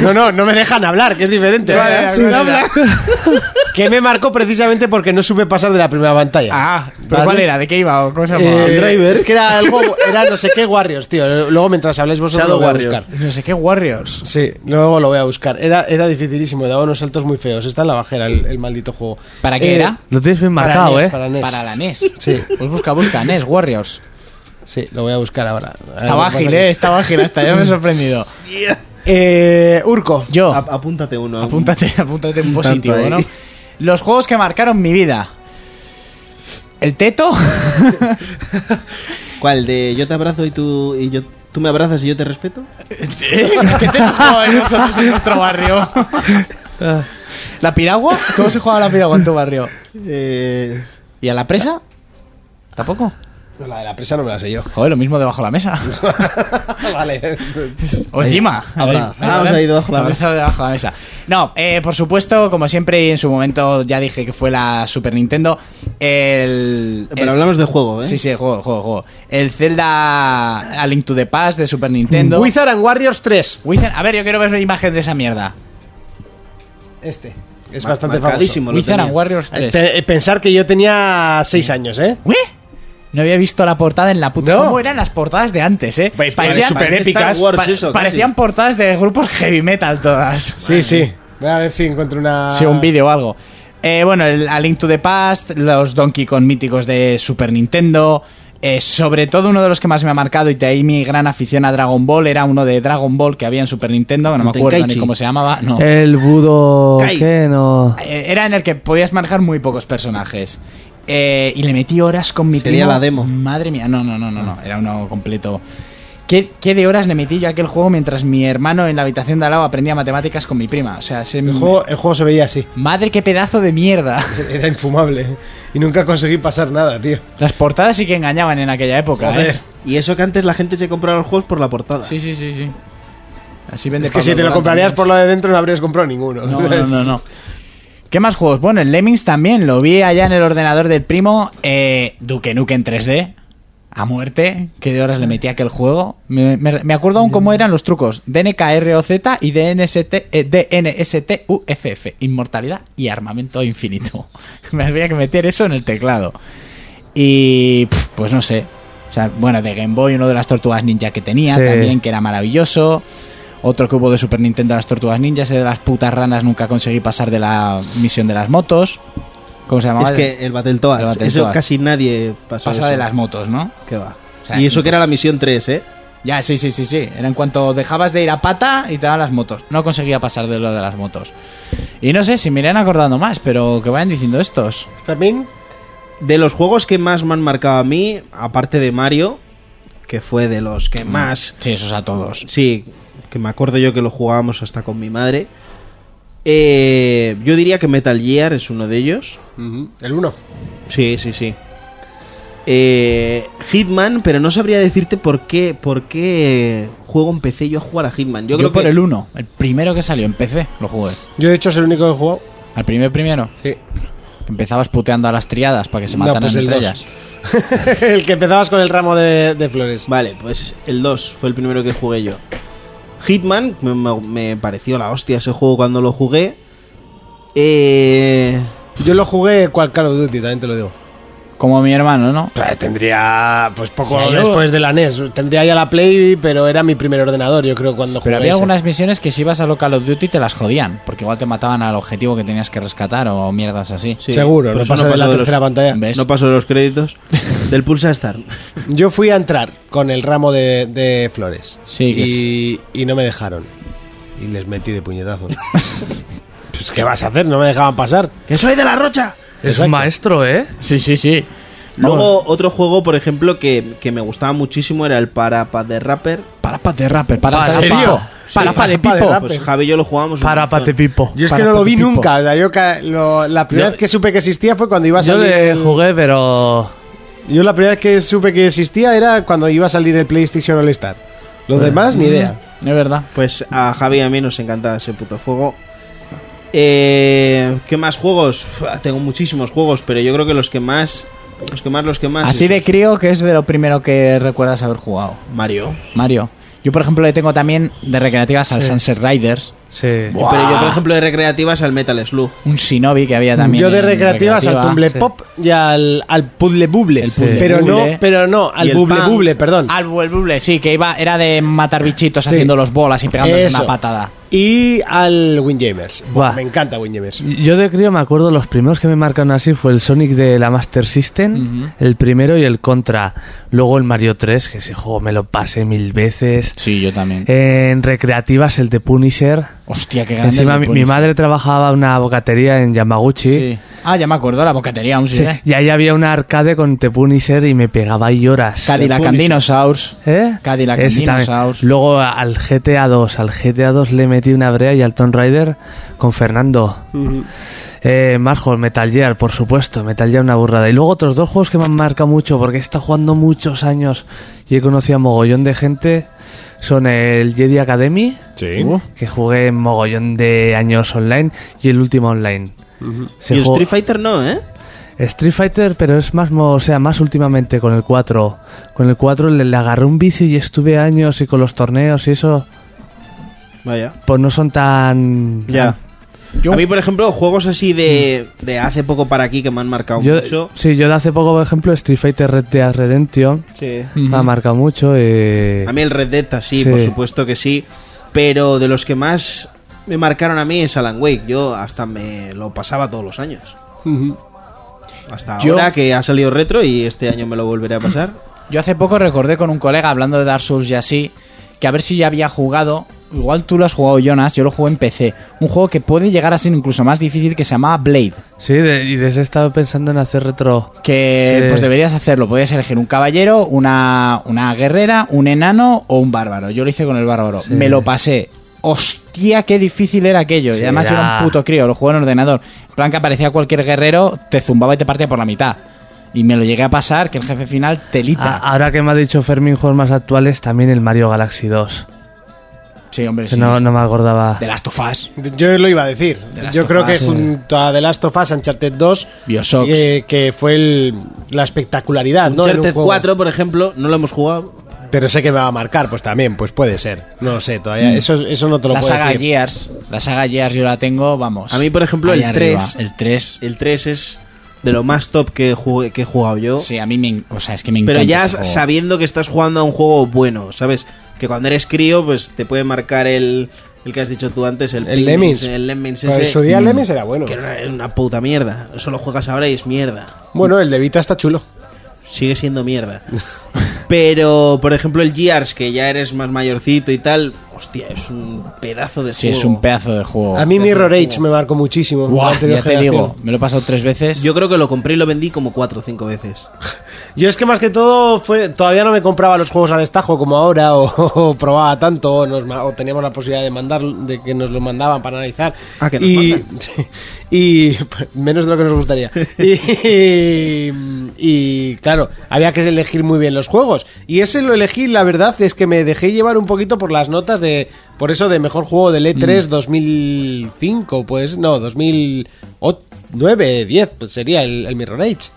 Speaker 2: No, no, no me dejan hablar, que es diferente.
Speaker 5: Vale,
Speaker 2: Eh, no,
Speaker 5: sin
Speaker 2: no, no.
Speaker 5: hablar.
Speaker 2: (laughs) Que me marcó precisamente porque no supe pasar de la primera pantalla.
Speaker 4: ah, ¿pero
Speaker 2: ¿Vale?
Speaker 4: cuál era? ¿De qué iba? ¿O ¿Cómo se llamaba?
Speaker 2: Eh,
Speaker 5: El driver.
Speaker 2: Es que era algo, era no sé qué Warriors, tío. Luego mientras habléis vosotros
Speaker 5: Shadow
Speaker 2: lo voy a
Speaker 5: Warrior.
Speaker 2: buscar.
Speaker 4: No sé qué Warriors.
Speaker 2: Sí, luego lo voy a buscar. Era, era dificilísimo, daba unos saltos muy feos. Está en la bajera el, el maldito juego.
Speaker 4: ¿Para qué
Speaker 2: Eh,
Speaker 4: era?
Speaker 6: Lo tienes bien
Speaker 2: para
Speaker 6: marcado,
Speaker 2: NES,
Speaker 6: ¿eh?
Speaker 2: Para NES.
Speaker 4: Para la NES.
Speaker 2: Sí.
Speaker 4: Pues busca, busca, NES, Warriors.
Speaker 2: Sí, lo voy a buscar ahora.
Speaker 4: Estaba ágil, eh, estaba ágil hasta, ya me he sorprendido.
Speaker 2: Eh, Urco.
Speaker 4: Yo,
Speaker 5: A- apúntate uno.
Speaker 4: apúntate, apúntate un positivo,
Speaker 5: ahí.
Speaker 4: ¿no? Los juegos que marcaron mi vida. El teto,
Speaker 5: ¿Cuál? ¿De yo te abrazo y tú, y yo, tú me abrazas y yo te respeto?
Speaker 4: ¿Qué te jugabais vosotros en vuestro (laughs) barrio?
Speaker 2: ¿eh?
Speaker 4: (laughs) ¿La piragua? ¿Cómo se jugaba la piragua en tu barrio?
Speaker 5: Eh,
Speaker 4: ¿Y a la presa? ¿Tampoco?
Speaker 13: No, la de la presa no me la sé yo.
Speaker 4: Joder, lo mismo debajo de la mesa. (laughs)
Speaker 13: vale.
Speaker 4: O encima.
Speaker 5: Habla.
Speaker 4: Ahí, ahí,
Speaker 5: Habla
Speaker 4: ¿verdad?
Speaker 5: ahí debajo de la
Speaker 4: Habla debajo de la mesa. No, eh, por supuesto, como siempre, y en su momento ya dije que fue la Super Nintendo. El.
Speaker 5: Pero
Speaker 4: el-
Speaker 5: hablamos de juego, ¿eh?
Speaker 4: Sí, sí, juego, juego, juego. El Zelda A Link to the Past de Super Nintendo.
Speaker 2: Wizard and Warriors 3.
Speaker 4: Wizard- a ver, yo quiero ver la imagen de esa mierda.
Speaker 2: Este. Es
Speaker 5: Ma-
Speaker 2: bastante
Speaker 5: marcadísimo
Speaker 2: famoso.
Speaker 5: lo
Speaker 4: Wizard
Speaker 5: tenía.
Speaker 4: and Warriors 3.
Speaker 2: Pe- eh, Pensar que yo tenía 6 años, ¿eh?
Speaker 4: ¿Ué? No había visto la portada en la puta.
Speaker 2: No.
Speaker 4: ¿Cómo eran las portadas de antes, eh?
Speaker 2: parecía super épicas.
Speaker 5: Star Wars
Speaker 4: pa-
Speaker 5: eso, casi.
Speaker 4: parecían portadas de grupos heavy metal todas.
Speaker 2: Sí, sí. Voy a ver si encuentro una.
Speaker 4: Sí, un vídeo o algo. Eh, bueno, el A Link to the Past, los Donkey Kong míticos de Super Nintendo. eh, sobre todo uno de los que más me ha marcado y de ahí mi gran afición a Dragon Ball era uno de Dragon Ball que había en Super Nintendo, que no me acuerdo ni
Speaker 5: Tenkaichi.
Speaker 4: cómo se llamaba. No.
Speaker 2: Eh.
Speaker 6: El budo...
Speaker 5: Kai.
Speaker 6: ¿Qué? No...
Speaker 4: Eh, Era en el que podías manejar muy pocos personajes. Eh, y le metí horas con mi
Speaker 5: Sería
Speaker 4: primo.
Speaker 5: la demo.
Speaker 4: Madre mía, no, no, no, no, no. Era uno completo. ¿Qué, qué de horas le metí yo a aquel juego mientras mi hermano en la habitación de al lado aprendía matemáticas con mi prima? O sea, se
Speaker 2: El juego, el juego se veía así.
Speaker 4: Madre, qué pedazo
Speaker 2: (laughs)
Speaker 4: de mierda.
Speaker 2: Era infumable. Y nunca conseguí pasar nada, tío.
Speaker 4: Las portadas sí que engañaban en aquella época,
Speaker 2: Joder.
Speaker 4: ¿eh?
Speaker 5: Y eso que antes la gente se compraba los juegos por la portada.
Speaker 4: Sí, sí, sí, sí. Así vende
Speaker 2: Es que
Speaker 4: Pablo
Speaker 2: si te lo
Speaker 4: Duran
Speaker 2: comprarías por
Speaker 4: también.
Speaker 2: lo de dentro no habrías comprado ninguno.
Speaker 4: No, no, no, no. ¿Qué más juegos? Bueno, el Lemmings también, lo vi allá en el ordenador del primo. Eh, Duke Nuke en 3D, a muerte. ¿Qué de horas le metí a aquel juego? Me, me- me acuerdo aún cómo eran los trucos. DNKROZ y DNST, eh, DNSTUFF, Inmortalidad y Armamento Infinito. (laughs) me había que meter eso en el teclado. Y pf, pues no sé. O sea, bueno, de Game Boy, uno de las tortugas ninja que tenía
Speaker 6: Sí.
Speaker 4: también, que era maravilloso. Otro que hubo de Super Nintendo, las tortugas ninjas, de las putas ranas, nunca conseguí pasar de la misión de las motos. ¿Cómo se llamaba?
Speaker 5: Es que el
Speaker 4: El
Speaker 5: Battletoads,
Speaker 4: Battletoads.
Speaker 5: eso casi nadie pasó.
Speaker 4: pasa
Speaker 5: eso.
Speaker 4: de las motos, ¿no?
Speaker 5: Que va.
Speaker 4: O sea, pues-
Speaker 5: y eso que era la misión 3, ¿eh?
Speaker 4: Ya, sí, sí, sí, sí. Era en cuanto dejabas de ir a pata y te daban las motos. No conseguía pasar de lo de las motos. Y no sé si me irán acordando más, pero que vayan diciendo estos.
Speaker 2: (laughs) Fermín,
Speaker 5: De los juegos que más me han marcado a mí, aparte de Mario, que fue de los que
Speaker 4: Mm.
Speaker 5: más.
Speaker 4: Sí, esos a todos.
Speaker 5: Sí, que me acuerdo yo que lo jugábamos hasta con mi madre. Eh, yo diría que Metal Gear es uno de ellos.
Speaker 2: el 1.
Speaker 5: Sí, sí, sí. Eh, Hitman, pero no sabría decirte por qué, por qué juego empecé yo a jugar a Hitman. Yo,
Speaker 4: Yo,
Speaker 5: creo
Speaker 4: por
Speaker 5: que
Speaker 4: el 1, el primero que salió, empecé, lo jugué.
Speaker 2: Yo, de hecho, es el único que he jugado.
Speaker 4: Al primer primero,
Speaker 2: Sí.
Speaker 4: que empezabas puteando a las triadas para que se
Speaker 2: No,
Speaker 4: mataran
Speaker 2: pues el
Speaker 4: entre
Speaker 2: dos. (laughs)
Speaker 4: ellas.
Speaker 2: el que empezabas con el ramo de, de flores.
Speaker 5: Vale, pues el 2 fue el primero que jugué yo. Hitman, me, me- me pareció la hostia ese juego cuando lo jugué. Eh,
Speaker 2: Yo lo jugué cual Call of Duty, también te lo digo.
Speaker 4: Como mi hermano, ¿no?
Speaker 2: tendría, pues poco
Speaker 4: Ya, yo-
Speaker 2: después de la NES. Tendría ya la Play, pero era mi primer ordenador, yo creo, cuando jugué.
Speaker 4: Pero había
Speaker 2: ese.
Speaker 4: algunas misiones que si ibas a lo Call of Duty te las jodían, porque igual te mataban al objetivo que tenías que rescatar o mierdas así.
Speaker 5: sí,
Speaker 2: Seguro,
Speaker 5: pero
Speaker 2: no
Speaker 5: eso
Speaker 2: pasa de la
Speaker 5: de los-
Speaker 2: tercera pantalla.
Speaker 4: ¿Ves?
Speaker 5: No paso de
Speaker 2: (laughs)
Speaker 5: los créditos del Pulsa Star.
Speaker 2: Yo fui a entrar con el ramo de, de flores.
Speaker 4: Sí, que
Speaker 2: y, y no me dejaron. Y les metí de puñetazos. (laughs) pues, ¿qué vas a hacer? No me dejaban pasar.
Speaker 5: ¡Que soy de la Rocha!
Speaker 6: Es un maestro, ¿eh?
Speaker 4: Sí, sí, sí.
Speaker 5: Luego, otro juego, por ejemplo, que, que me gustaba muchísimo era el Parapa de Rapper.
Speaker 4: Para pa de rapper, para
Speaker 6: ¿En
Speaker 4: pa de
Speaker 6: serio?
Speaker 4: papo, para pa de
Speaker 2: Para (laughs) pa de
Speaker 4: pipo.
Speaker 2: Oh, rapper.
Speaker 5: Pues Javi y yo lo jugábamos. un
Speaker 6: Para
Speaker 5: montón.
Speaker 6: patepipo.
Speaker 2: Yo es que
Speaker 4: Para
Speaker 2: no lo vi
Speaker 4: Pepipo.
Speaker 2: nunca. o sea, yo ca- lo- la primera
Speaker 6: Yo-
Speaker 2: vez que supe que existía fue cuando iba a
Speaker 6: Yo
Speaker 2: salir.
Speaker 6: le
Speaker 2: el-
Speaker 6: jugué, pero...
Speaker 2: Yo la primera vez que supe que existía era cuando iba a salir el PlayStation All Star. Los demás, ni idea.
Speaker 4: Es verdad.
Speaker 5: Pues a Javi y a mí nos encantaba ese puto juego. Eh, ¿Qué más juegos? Fua, Tengo muchísimos juegos, pero yo creo que los que más. Los que más, los que más.
Speaker 4: Así de
Speaker 5: esos.
Speaker 4: crío que es de lo primero que recuerdas haber jugado.
Speaker 5: Mario.
Speaker 4: Mario. Yo, por ejemplo, le tengo también de recreativas al Sunset Riders,
Speaker 6: Sí.
Speaker 5: Pero yo, por ejemplo, de recreativas al Metal Slug.
Speaker 4: un Shinobi que había también.
Speaker 2: yo de
Speaker 4: en
Speaker 2: recreativas al
Speaker 4: recreativa.
Speaker 2: Tumble Pop y al, al Puzzle Bubble.
Speaker 4: El Puzzle
Speaker 2: pero
Speaker 4: Bubble.
Speaker 2: no, pero no, al
Speaker 5: Y el
Speaker 2: Bubble
Speaker 5: Pan.
Speaker 2: Bubble, perdón.
Speaker 4: Al Buble, sí, que iba, era de matar bichitos
Speaker 2: Sí.
Speaker 4: haciendo los bolas y pegándoles
Speaker 2: Eso.
Speaker 4: una patada.
Speaker 2: Y al Windjamers.
Speaker 6: Buah.
Speaker 2: Me encanta Windjamers.
Speaker 6: Yo de crío me acuerdo, los primeros que me marcaron así fue el Sonic de la Master System,
Speaker 4: Ujú.
Speaker 6: el primero y el Contra. Luego el Mario 3, que ese juego me lo pasé mil veces.
Speaker 4: Sí, yo también.
Speaker 6: En recreativas el de Punisher.
Speaker 4: Hostia, qué grande.
Speaker 6: Encima
Speaker 4: el
Speaker 6: mi, mi
Speaker 4: Punisher.
Speaker 6: madre trabajaba en una bocatería en Yamaguchi.
Speaker 4: Sí. Ah, ya me acuerdo, la bocatería aún
Speaker 6: Sí,
Speaker 4: sigue. Sí.
Speaker 6: Y ahí había una arcade con The Punisher y me pegaba ahí horas.
Speaker 4: Cadillac and Dinosaurs.
Speaker 6: ¿Eh?
Speaker 4: Cadillac and
Speaker 6: Ese también.
Speaker 4: Dinosaurs.
Speaker 6: Luego a- al GTA 2, al GTA 2 le metí una brea y al Tomb Raider con Fernando. Eh, Marvel, Metal Gear, por supuesto, Metal Gear una burrada. Y luego otros dos juegos que me han marcado mucho porque he estado jugando muchos años y he conocido a mogollón de gente son el Jedi Academy, que jugué mogollón de años online, y el último online. Se
Speaker 5: y el
Speaker 6: jugó-
Speaker 5: Street Fighter no, ¿eh?
Speaker 6: Street Fighter, pero es más, mo- o sea, más últimamente con el 4. Con el 4 le, le agarré un vicio y estuve años y con los torneos y eso,
Speaker 5: Vaya.
Speaker 6: pues no son tan...
Speaker 5: Ya. A mí, por ejemplo, juegos así de, de hace poco para aquí que me han marcado
Speaker 6: Yo,
Speaker 5: mucho.
Speaker 6: sí, yo de hace poco, por ejemplo, Street Fighter Red Dead Redemption
Speaker 5: Sí.
Speaker 6: me ha marcado mucho. eh,
Speaker 5: A mí el Red Dead, sí,
Speaker 6: Sí.
Speaker 5: por supuesto que sí. Pero de los que más me marcaron a mí es Alan Wake. Yo hasta me lo pasaba todos los años. Hasta
Speaker 4: Yo-
Speaker 5: ahora que ha salido retro y este año me lo volveré a pasar.
Speaker 4: Yo hace poco recordé con un colega hablando de Dark Souls y así, que a ver si ya había jugado, igual tú lo has jugado Jonas, yo lo jugué en PC, un juego que puede llegar a ser incluso más difícil que se llamaba Blade,
Speaker 6: Sí, de- y desde he estado pensando en hacer retro.
Speaker 4: que
Speaker 6: Sí.
Speaker 4: pues deberías hacerlo, podías elegir un caballero, una, una guerrera, un enano o un bárbaro, yo lo hice con el bárbaro,
Speaker 6: Sí.
Speaker 4: me lo pasé. Hostia, qué difícil era aquello.
Speaker 6: Sí,
Speaker 4: y además yo era
Speaker 6: era-
Speaker 4: un puto crío, lo jugué en ordenador. En plan que aparecía cualquier guerrero, te zumbaba y te partía por la mitad. Y me lo llegué a pasar, que el jefe final telita.
Speaker 6: A- ahora que me ha dicho Fermín juegos más actuales, también el Mario Galaxy 2.
Speaker 4: sí, hombre,
Speaker 6: que
Speaker 4: sí.
Speaker 6: No, no me acordaba.
Speaker 4: De las tofás.
Speaker 2: Yo lo iba a decir.
Speaker 4: The Last
Speaker 2: Yo
Speaker 4: of
Speaker 2: creo que
Speaker 4: Us.
Speaker 2: junto a The Last of Us, Uncharted 2,
Speaker 4: Bioshock.
Speaker 2: eh, que fue el- la espectacularidad, ¿no? en un
Speaker 5: Uncharted
Speaker 2: juego.
Speaker 5: 4, por ejemplo, no lo hemos jugado.
Speaker 2: Pero sé que me va a marcar, pues también, pues puede ser. No lo sé, todavía. Eso, eso no te lo
Speaker 4: Mm. la
Speaker 2: puedo
Speaker 4: saga
Speaker 2: decir.
Speaker 4: Gears, la saga Gears yo la tengo, vamos.
Speaker 5: A mí, por ejemplo,
Speaker 4: ahí
Speaker 5: el
Speaker 4: arriba,
Speaker 5: 3.
Speaker 4: El 3.
Speaker 5: El 3 es de lo más top que, jugué- que he jugado yo.
Speaker 4: Sí, a mí me, en- o sea, es que me
Speaker 5: Pero
Speaker 4: encanta
Speaker 5: ya
Speaker 4: ese juego.
Speaker 5: sabiendo que estás jugando a un juego bueno, ¿sabes? Que cuando eres crío, pues te puede marcar el, el que has dicho tú antes, el,
Speaker 2: El
Speaker 5: Pingdings,
Speaker 2: Lemmings. Pues
Speaker 5: El Lemmings
Speaker 2: Pero
Speaker 5: ese.
Speaker 2: en su día el
Speaker 5: Mm.
Speaker 2: Lemmings era bueno.
Speaker 5: Que era una, era una puta mierda. Eso lo juegas ahora y es mierda.
Speaker 2: Bueno, el de Vita está chulo.
Speaker 5: Sigue siendo mierda. Pero, por ejemplo, el Gears, que ya eres más mayorcito y tal, hostia, es un pedazo de
Speaker 4: Sí,
Speaker 5: juego.
Speaker 4: es un pedazo de juego.
Speaker 2: A mí Mirror Age me marcó muchísimo.
Speaker 4: Oh, Buah,
Speaker 2: la anterior
Speaker 4: ya te
Speaker 2: generación.
Speaker 4: digo, me lo he pasado tres veces.
Speaker 5: Yo creo que lo compré y lo vendí como cuatro o cinco veces.
Speaker 2: Yo es que más que todo fue todavía no me compraba los juegos a destajo como ahora (laughs) o, o probaba tanto o, nos ma- o teníamos la posibilidad de mandar de que nos lo mandaban para analizar
Speaker 5: Ah, que nos
Speaker 2: (laughs) y, y pues, menos de lo que nos
Speaker 5: (laughs)
Speaker 2: gustaría y, y, claro había que elegir muy bien los juegos y ese lo elegí la verdad es que me dejé llevar un poquito por las notas de por eso de E mejor juego del E3
Speaker 5: Mm.
Speaker 2: 2005 pues no 2009 10 pues sería el, el Mirror Age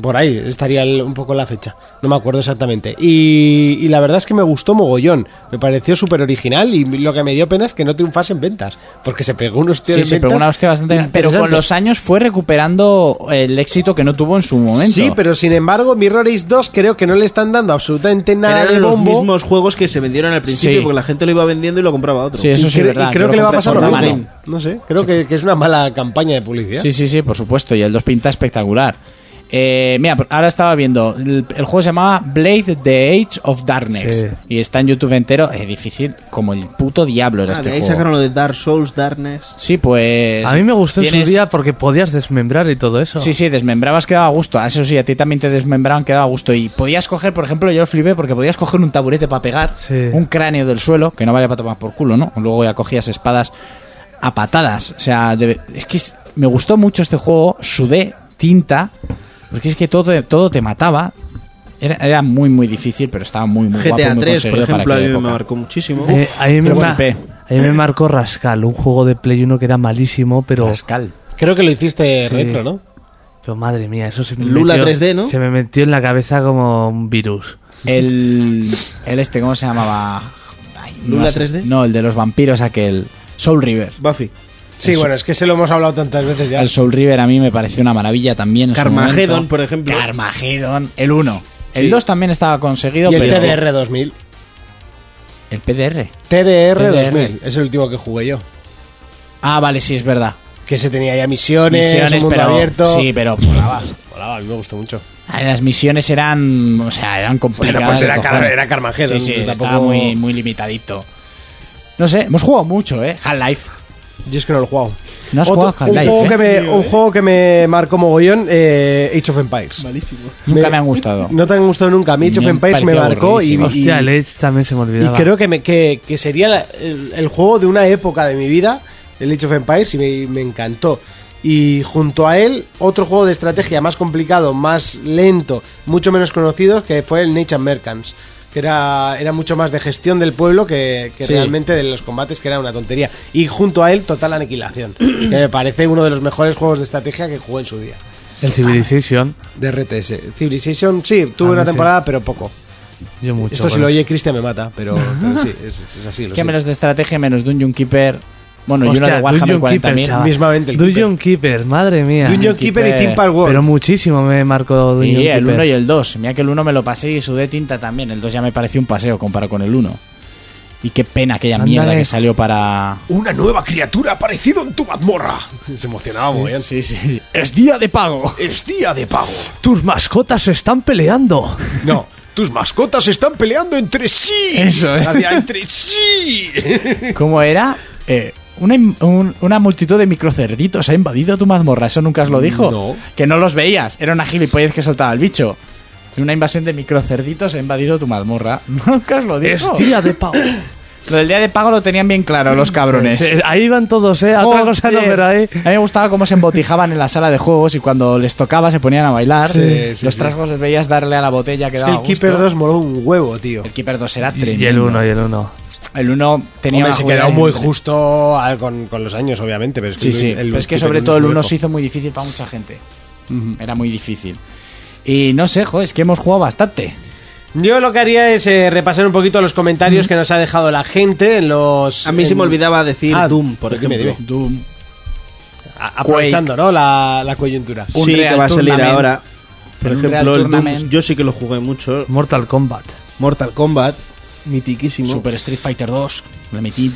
Speaker 2: por ahí estaría el- un poco la fecha. No me acuerdo exactamente. Y, y la verdad es que me gustó mogollón. Me pareció súper original y lo que me dio pena es que no triunfase en ventas. Porque se pegó unos tíos
Speaker 4: Sí, se pegó una hostia bastante. Pero con los años fue recuperando el éxito que no tuvo en su momento.
Speaker 2: Sí, pero sin embargo, Mirror Age 2 creo que no le están dando absolutamente
Speaker 5: Pero
Speaker 2: nada de
Speaker 5: eran los
Speaker 2: bombo.
Speaker 5: mismos juegos que se vendieron al principio
Speaker 4: Sí.
Speaker 5: porque la gente lo iba vendiendo y lo compraba otro.
Speaker 4: Sí, eso
Speaker 2: y
Speaker 4: sí,
Speaker 2: cre-
Speaker 4: es verdad.
Speaker 2: y creo que le va a pasar lo
Speaker 4: la
Speaker 2: mismo.
Speaker 4: mano.
Speaker 2: No sé, creo que, que es una mala campaña de publicidad.
Speaker 4: Sí, sí, sí, por supuesto. Y el 2 pinta espectacular. Eh, mira, ahora estaba viendo. El, el juego se llamaba Blade the Age of Darkness.
Speaker 5: Sí.
Speaker 4: Y está en YouTube entero. Es difícil como el puto diablo era
Speaker 5: Ah,
Speaker 4: este
Speaker 5: de ahí
Speaker 4: juego.
Speaker 5: sacaron lo de Dark Souls, Darkness.
Speaker 4: Sí, pues.
Speaker 6: A mí me gustó en
Speaker 4: tienes-
Speaker 6: su día porque podías desmembrar y todo eso.
Speaker 4: Sí, sí, desmembrabas quedaba a gusto. Ah, Eso sí, a ti también te desmembraban quedaba a gusto. Y podías coger, por ejemplo, yo lo flipé porque podías coger un taburete para pegar,
Speaker 6: Sí.
Speaker 4: un cráneo del suelo, que no valía para tomar por culo, ¿no? Luego ya cogías espadas a patadas. O sea, de- es que es- me gustó mucho este juego, sudé tinta, porque es que todo, te- todo te mataba. Era, era muy, muy difícil, pero estaba muy, muy guapo. y
Speaker 5: GTA
Speaker 4: muy
Speaker 5: 3,
Speaker 4: conseguido
Speaker 5: por
Speaker 4: para
Speaker 5: ejemplo, a mí
Speaker 4: aquella
Speaker 5: me
Speaker 4: época.
Speaker 5: marcó muchísimo.
Speaker 6: Eh, a, mí me
Speaker 4: pero
Speaker 6: ma-
Speaker 4: flipé.
Speaker 6: a mí me marcó Rascal, un juego de Play 1 que era malísimo, pero.
Speaker 4: Rascal.
Speaker 2: Creo que lo hiciste
Speaker 6: Sí.
Speaker 2: retro, ¿no?
Speaker 6: Pero madre mía, eso se me
Speaker 5: Lula
Speaker 6: metió-
Speaker 5: 3D, ¿no?
Speaker 6: Se me metió en la cabeza como un virus.
Speaker 4: El, el este, ¿cómo se llamaba? Ay, no
Speaker 5: ¿Lula
Speaker 4: sé.
Speaker 5: 3D?
Speaker 4: No, el de los vampiros, aquel. Soul River.
Speaker 5: Buffy.
Speaker 2: Sí,
Speaker 4: Eso.
Speaker 2: bueno, es que se lo hemos hablado tantas veces ya.
Speaker 4: El Soul River a mí me pareció una maravilla también. En su
Speaker 5: Carmageddon,
Speaker 4: momento.
Speaker 5: por ejemplo.
Speaker 4: Carmageddon, el 1.
Speaker 5: Sí.
Speaker 4: El 2 también estaba conseguido,
Speaker 2: Y el
Speaker 4: pero.
Speaker 2: TDR 2000.
Speaker 4: El PDR.
Speaker 2: TDR 2000
Speaker 4: TDR.
Speaker 2: es el último que jugué yo.
Speaker 4: Ah, vale, sí, es verdad.
Speaker 2: Que se tenía ya misiones, un
Speaker 4: Misiones,
Speaker 2: mundo
Speaker 4: pero.
Speaker 2: abierto. Ah,
Speaker 4: Sí, pero.
Speaker 2: Molaba, molaba, a mí me gustó mucho.
Speaker 4: ah, Las misiones eran. O sea, eran complicadas.
Speaker 2: Bueno, pues era
Speaker 4: de
Speaker 2: car-
Speaker 4: cojones.
Speaker 2: era Carmageddon,
Speaker 4: Sí, sí,
Speaker 2: tampoco-
Speaker 4: estaba muy, muy limitadito. No sé, hemos jugado mucho, ¿eh? Half-Life.
Speaker 2: Yo es que no lo he jugado.
Speaker 4: No has
Speaker 2: Otro-
Speaker 4: jugado a Half-Life.
Speaker 2: un, juego
Speaker 4: ¿eh?
Speaker 2: que me, un juego que me marcó mogollón, eh, Age of Empires.
Speaker 4: Nunca me han gustado.
Speaker 2: No te han gustado nunca. A mí Age of
Speaker 4: Me han
Speaker 2: Empires me
Speaker 4: parecido
Speaker 2: marcó y,
Speaker 4: aburridísimo.
Speaker 2: y-
Speaker 6: Hostia, el Edge también se me
Speaker 2: y
Speaker 6: olvidaba.
Speaker 2: creo que, me, que, que sería la- el, el juego de una época de mi vida, el Age of Empires, y me, me encantó. y junto a él otro juego de estrategia más complicado, más lento, mucho menos conocido, que fue el Nature Mercants. Que era, era mucho más de gestión del pueblo que, que
Speaker 4: Sí.
Speaker 2: realmente de los combates, que era una tontería. Y junto a él, Total Aniquilación, (clears throat) que me parece uno de los mejores juegos de estrategia que jugué en su día.
Speaker 6: El Civilization.
Speaker 2: De RTS. Civilization, sí,
Speaker 6: A
Speaker 2: tuve
Speaker 6: mí
Speaker 2: una
Speaker 6: sí.
Speaker 2: temporada, pero poco.
Speaker 6: Yo mucho.
Speaker 2: Esto si
Speaker 6: con
Speaker 2: lo
Speaker 6: eso.
Speaker 2: oye Cristian me mata, (laughs) pero, pero sí, es, es así. Lo
Speaker 4: ¿Qué
Speaker 2: siento.
Speaker 4: menos de estrategia, menos Dungeon Keeper? Bueno, y uno
Speaker 6: Hostia,
Speaker 4: de Warhammer
Speaker 6: Dungeon Keeper,
Speaker 4: 40.000.
Speaker 6: chaval.
Speaker 2: Mismamente el
Speaker 6: Dungeon Keeper. madre mía.
Speaker 4: Dungeon Keeper y Team Park World.
Speaker 6: Pero muchísimo me marcó Dungeon
Speaker 4: Y el
Speaker 6: Keeper.
Speaker 4: 1 y el 2. Mira que el 1 me lo pasé y sudé tinta también. El 2 ya me pareció un paseo comparado con el 1. Y qué pena aquella
Speaker 6: Ándale.
Speaker 4: mierda que salió para...
Speaker 12: Una nueva criatura ha aparecido en tu mazmorra.
Speaker 2: Se emocionaba muy bien.
Speaker 4: Sí, sí. Es día de pago.
Speaker 12: Es día de pago.
Speaker 6: Tus mascotas se están peleando.
Speaker 12: No, tus mascotas están peleando entre sí.
Speaker 4: (laughs) Eso, eh.
Speaker 12: Hacia entre sí.
Speaker 4: ¿Cómo era? Eh, una, im- un- una multitud de microcerditos ha invadido tu mazmorra. Eso nunca os lo dijo.
Speaker 12: No.
Speaker 4: Que no los veías. Era una gilipollez que soltaba el bicho. Una invasión de microcerditos ha invadido tu mazmorra. (laughs) Nunca os lo
Speaker 6: Es
Speaker 4: dijo.
Speaker 6: día de pago.
Speaker 4: Lo del día de pago lo tenían bien claro los cabrones.
Speaker 6: Sí, (laughs) Ahí van todos, ¿eh? A Otra cosa no,
Speaker 4: Joder.
Speaker 6: pero
Speaker 2: ¿eh?
Speaker 6: ahí.
Speaker 4: A mí me gustaba cómo se embotijaban en la sala de juegos y cuando les tocaba se ponían a bailar. Eh,
Speaker 2: Sí, sí,
Speaker 4: los
Speaker 2: sí.
Speaker 4: trasgos les veías darle a la botella que
Speaker 2: Es que
Speaker 4: daba
Speaker 2: el
Speaker 4: gusto.
Speaker 2: Keeper 2 moló un huevo, tío.
Speaker 4: El Keeper 2 era
Speaker 6: Y
Speaker 4: tremendo.
Speaker 6: el 1 y el 1.
Speaker 4: El 1 tenía
Speaker 2: Hombre,
Speaker 4: una
Speaker 2: se
Speaker 4: jugada
Speaker 2: quedó muy
Speaker 4: increíble.
Speaker 2: justo al- ah, con, con los años, obviamente. Pero es que
Speaker 4: Sí,
Speaker 2: el-
Speaker 4: sí.
Speaker 2: el-
Speaker 4: Pero es que
Speaker 2: Keeper
Speaker 4: sobre
Speaker 2: no
Speaker 4: todo el
Speaker 2: muy
Speaker 4: 1
Speaker 2: viejo.
Speaker 4: se hizo muy difícil para mucha gente. Era muy difícil. Y no sé, joder, es que hemos jugado bastante.
Speaker 2: Yo lo que haría es eh, repasar un poquito los comentarios que nos ha dejado la gente en los.
Speaker 5: A mí se
Speaker 2: en-
Speaker 5: me olvidaba decir
Speaker 2: Ah,
Speaker 5: Doom, por
Speaker 2: dime,
Speaker 5: ejemplo.
Speaker 2: dime.
Speaker 4: Doom.
Speaker 2: A- Aprovechando, ¿no? La, la coyuntura.
Speaker 5: Sí, que
Speaker 4: Unreal
Speaker 5: va a salir
Speaker 4: Tournament.
Speaker 5: ahora. Por
Speaker 4: El
Speaker 5: ejemplo,
Speaker 4: Unreal
Speaker 5: el Doom,
Speaker 4: Tournament.
Speaker 5: yo sí que lo jugué mucho.
Speaker 6: Mortal Kombat.
Speaker 5: Mortal Kombat, mitiquísimo.
Speaker 4: Super Street Fighter 2. Le metí.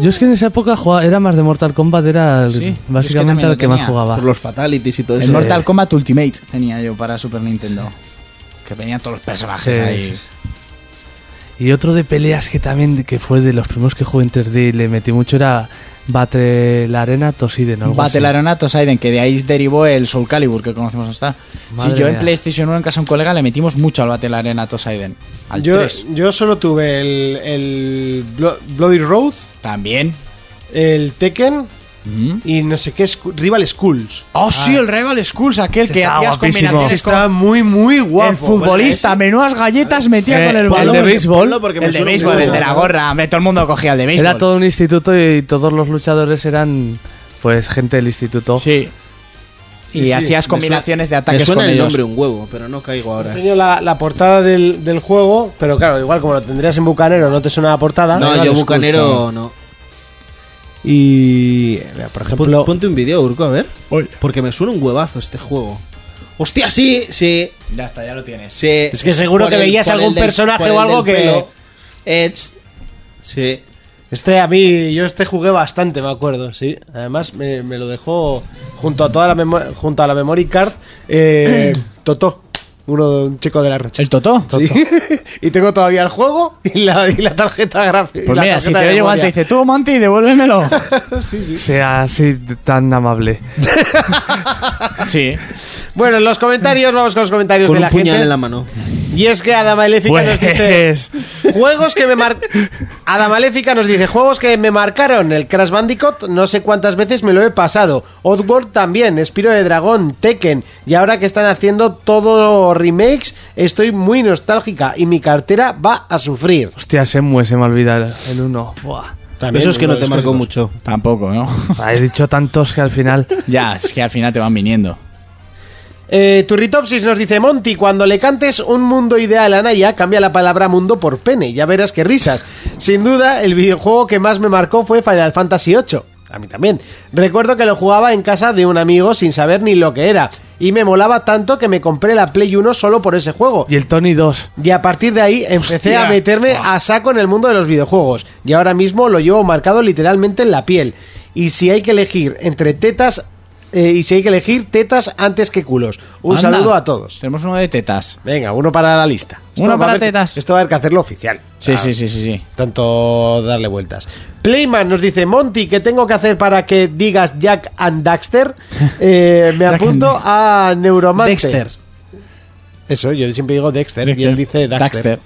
Speaker 6: Yo es que en esa época jugaba- era más de Mortal Kombat, era el-
Speaker 4: Sí, yo es que
Speaker 6: básicamente
Speaker 4: también lo
Speaker 6: el que más
Speaker 4: tenía.
Speaker 6: jugaba.
Speaker 5: Por los fatalities y todo
Speaker 4: El
Speaker 5: eso.
Speaker 4: Mortal Kombat Ultimate tenía yo para Super Nintendo. Que venían todos los personajes
Speaker 6: Sí,
Speaker 4: ahí.
Speaker 6: sí. Y otro de peleas que también que fue de los primeros que jugué en 3D y le metí mucho era Battle Arena Tosiden. algo
Speaker 4: Battle
Speaker 6: así.
Speaker 4: Arena Tosaiden, que de ahí derivó el Soul Calibur que conocemos hasta.
Speaker 6: Madre
Speaker 4: sí, yo en
Speaker 6: mía.
Speaker 4: PlayStation 1 en casa de un colega le metimos mucho al Battle Arena Tosaiden. Al
Speaker 2: Yo,
Speaker 4: 3.
Speaker 2: yo solo tuve el, el Blo- Bloody Road,
Speaker 4: También.
Speaker 2: el Tekken y no sé qué, Scu- Rival Schools.
Speaker 4: Oh, sí, el Rival Schools, aquel que
Speaker 6: Ah. estaba
Speaker 4: hacías
Speaker 6: guapísimo.
Speaker 4: combinaciones
Speaker 2: Ese
Speaker 6: es
Speaker 2: está
Speaker 4: con
Speaker 2: muy, muy guapo.
Speaker 4: el futbolista, menuas galletas metía
Speaker 6: Eh,
Speaker 4: con el
Speaker 6: el
Speaker 4: balón.
Speaker 6: de béisbol.
Speaker 5: Porque me
Speaker 4: el de
Speaker 5: suena
Speaker 4: béisbol,
Speaker 5: mucho.
Speaker 4: el de la gorra. Hombre, todo el mundo cogía el de béisbol.
Speaker 6: Era todo un instituto y todos los luchadores eran pues gente del instituto.
Speaker 4: Sí. Y
Speaker 2: Sí, sí,
Speaker 4: hacías
Speaker 2: me
Speaker 4: combinaciones de
Speaker 5: Me
Speaker 4: ataques
Speaker 5: suena
Speaker 4: con
Speaker 5: el
Speaker 4: ellos.
Speaker 5: nombre un huevo, pero no caigo
Speaker 2: Te
Speaker 5: ahora.
Speaker 2: enseño la, la portada del, del juego, pero claro, igual como lo tendrías en Bucanero, no te suena la portada.
Speaker 5: No,
Speaker 2: Rival
Speaker 5: yo
Speaker 2: Schools,
Speaker 5: bucanero
Speaker 2: chaval.
Speaker 5: no.
Speaker 2: Y. mira, por ejemplo.
Speaker 5: Pon- Ponte un vídeo, Urco, a ver. Porque me suena un huevazo este juego. Hostia, sí, sí,
Speaker 4: Ya está, ya lo tienes.
Speaker 5: sí.
Speaker 2: Es que seguro
Speaker 5: Por
Speaker 2: que veías
Speaker 5: por
Speaker 2: algún
Speaker 5: del-
Speaker 2: personaje
Speaker 5: por
Speaker 2: o
Speaker 5: el
Speaker 2: algo
Speaker 5: del
Speaker 2: que-
Speaker 5: pelo. Edge. Sí.
Speaker 2: Este a mí, yo este jugué bastante, me acuerdo, sí. Además me, me lo dejó junto a toda la memo- junto a la memory card
Speaker 4: (clears throat)
Speaker 2: eh, Totó, uno un chico de la Rocha.
Speaker 4: ¿El Totó?
Speaker 2: Sí. (laughs) y tengo todavía el juego y la, y la tarjeta gráfica.
Speaker 4: Pues
Speaker 2: la
Speaker 4: mira, si
Speaker 2: tarjeta
Speaker 4: te
Speaker 2: de
Speaker 4: oye igual te
Speaker 2: memoria.
Speaker 4: dice, tú, Monty, devuélvemelo.
Speaker 2: (laughs)
Speaker 6: Sea así t-
Speaker 4: (laughs)
Speaker 6: tan amable.
Speaker 4: sí.
Speaker 2: Bueno, en los
Speaker 4: (laughs)
Speaker 2: comentarios, vamos con los comentarios
Speaker 5: Con
Speaker 2: de
Speaker 5: un
Speaker 2: la
Speaker 5: puñal
Speaker 2: gente.
Speaker 5: en la mano.
Speaker 2: Y es que Adamaléfica nos
Speaker 4: (laughs)
Speaker 2: dice (laughs)
Speaker 6: Pues
Speaker 2: Juegos que me mar... Adamaléfica nos dice Juegos que me marcaron El Crash Bandicoot No sé cuántas veces me lo he pasado Oddworld también Spiro de Dragón Tekken Y ahora que están haciendo todo remakes Estoy muy nostálgica Y mi cartera va a sufrir
Speaker 6: (laughs) Hostia, Semue se me olvida el- el 1. Buah.
Speaker 2: También,
Speaker 5: Eso es que
Speaker 2: uno
Speaker 5: no
Speaker 2: de
Speaker 5: te
Speaker 2: los
Speaker 5: marcó
Speaker 2: clásicos.
Speaker 5: mucho.
Speaker 4: Tampoco, ¿no? (laughs)
Speaker 6: He dicho tantos que al final.
Speaker 4: ya, es que al final te van viniendo.
Speaker 2: eh, Turritopsis nos dice Monty, cuando le cantes un mundo ideal a Naya Cambia la palabra mundo por pene Ya verás qué risas Sin duda, el videojuego que más me marcó fue Final Fantasy VIII a mí también. Recuerdo que lo jugaba en casa de un amigo sin saber ni lo que era. Y me molaba tanto que me compré la Play 1 solo por ese juego.
Speaker 6: Y el Tony 2.
Speaker 2: Y a partir de ahí empecé
Speaker 6: Hostia.
Speaker 2: a meterme a saco en el mundo de los videojuegos. Y ahora mismo lo llevo marcado literalmente en la piel. Y si hay que elegir entre tetas... eh, y si hay que elegir tetas antes que culos. Un
Speaker 4: Anda,
Speaker 2: saludo a todos.
Speaker 4: Tenemos uno de tetas.
Speaker 2: Venga, uno para la lista.
Speaker 4: Uno
Speaker 2: va a
Speaker 4: para
Speaker 2: haber-
Speaker 4: tetas.
Speaker 2: Esto va a haber que hacerlo oficial.
Speaker 4: Sí,
Speaker 2: Ah,
Speaker 4: sí, sí, sí, sí.
Speaker 2: Tanto darle vueltas. Playman nos dice, Monty, ¿qué tengo que hacer para que digas Jack and
Speaker 4: (laughs)
Speaker 2: Daxter? Eh, me
Speaker 4: Jack
Speaker 2: apunto
Speaker 4: and
Speaker 2: a Neuromante.
Speaker 5: Dexter.
Speaker 2: Eso, yo siempre digo Dexter, y él dice Daxter.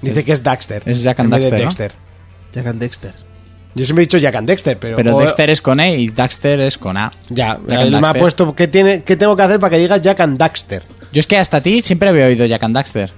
Speaker 2: Dice que es Daxter.
Speaker 4: Es Jack and
Speaker 2: en vez de
Speaker 4: Daxter, ¿no?
Speaker 2: Dexter.
Speaker 5: Jack and Dexter.
Speaker 2: Yo siempre he dicho Jack and Dexter, pero.
Speaker 4: Pero
Speaker 2: o-
Speaker 4: Dexter es con E y Daxter es con A.
Speaker 2: Ya,
Speaker 4: Jack and
Speaker 2: él me ha
Speaker 4: Daxter.
Speaker 2: puesto. ¿qué, tiene, ¿Qué tengo que hacer para que digas Jack and Daxter?
Speaker 4: Yo es que hasta ti siempre había oído Jack and Daxter.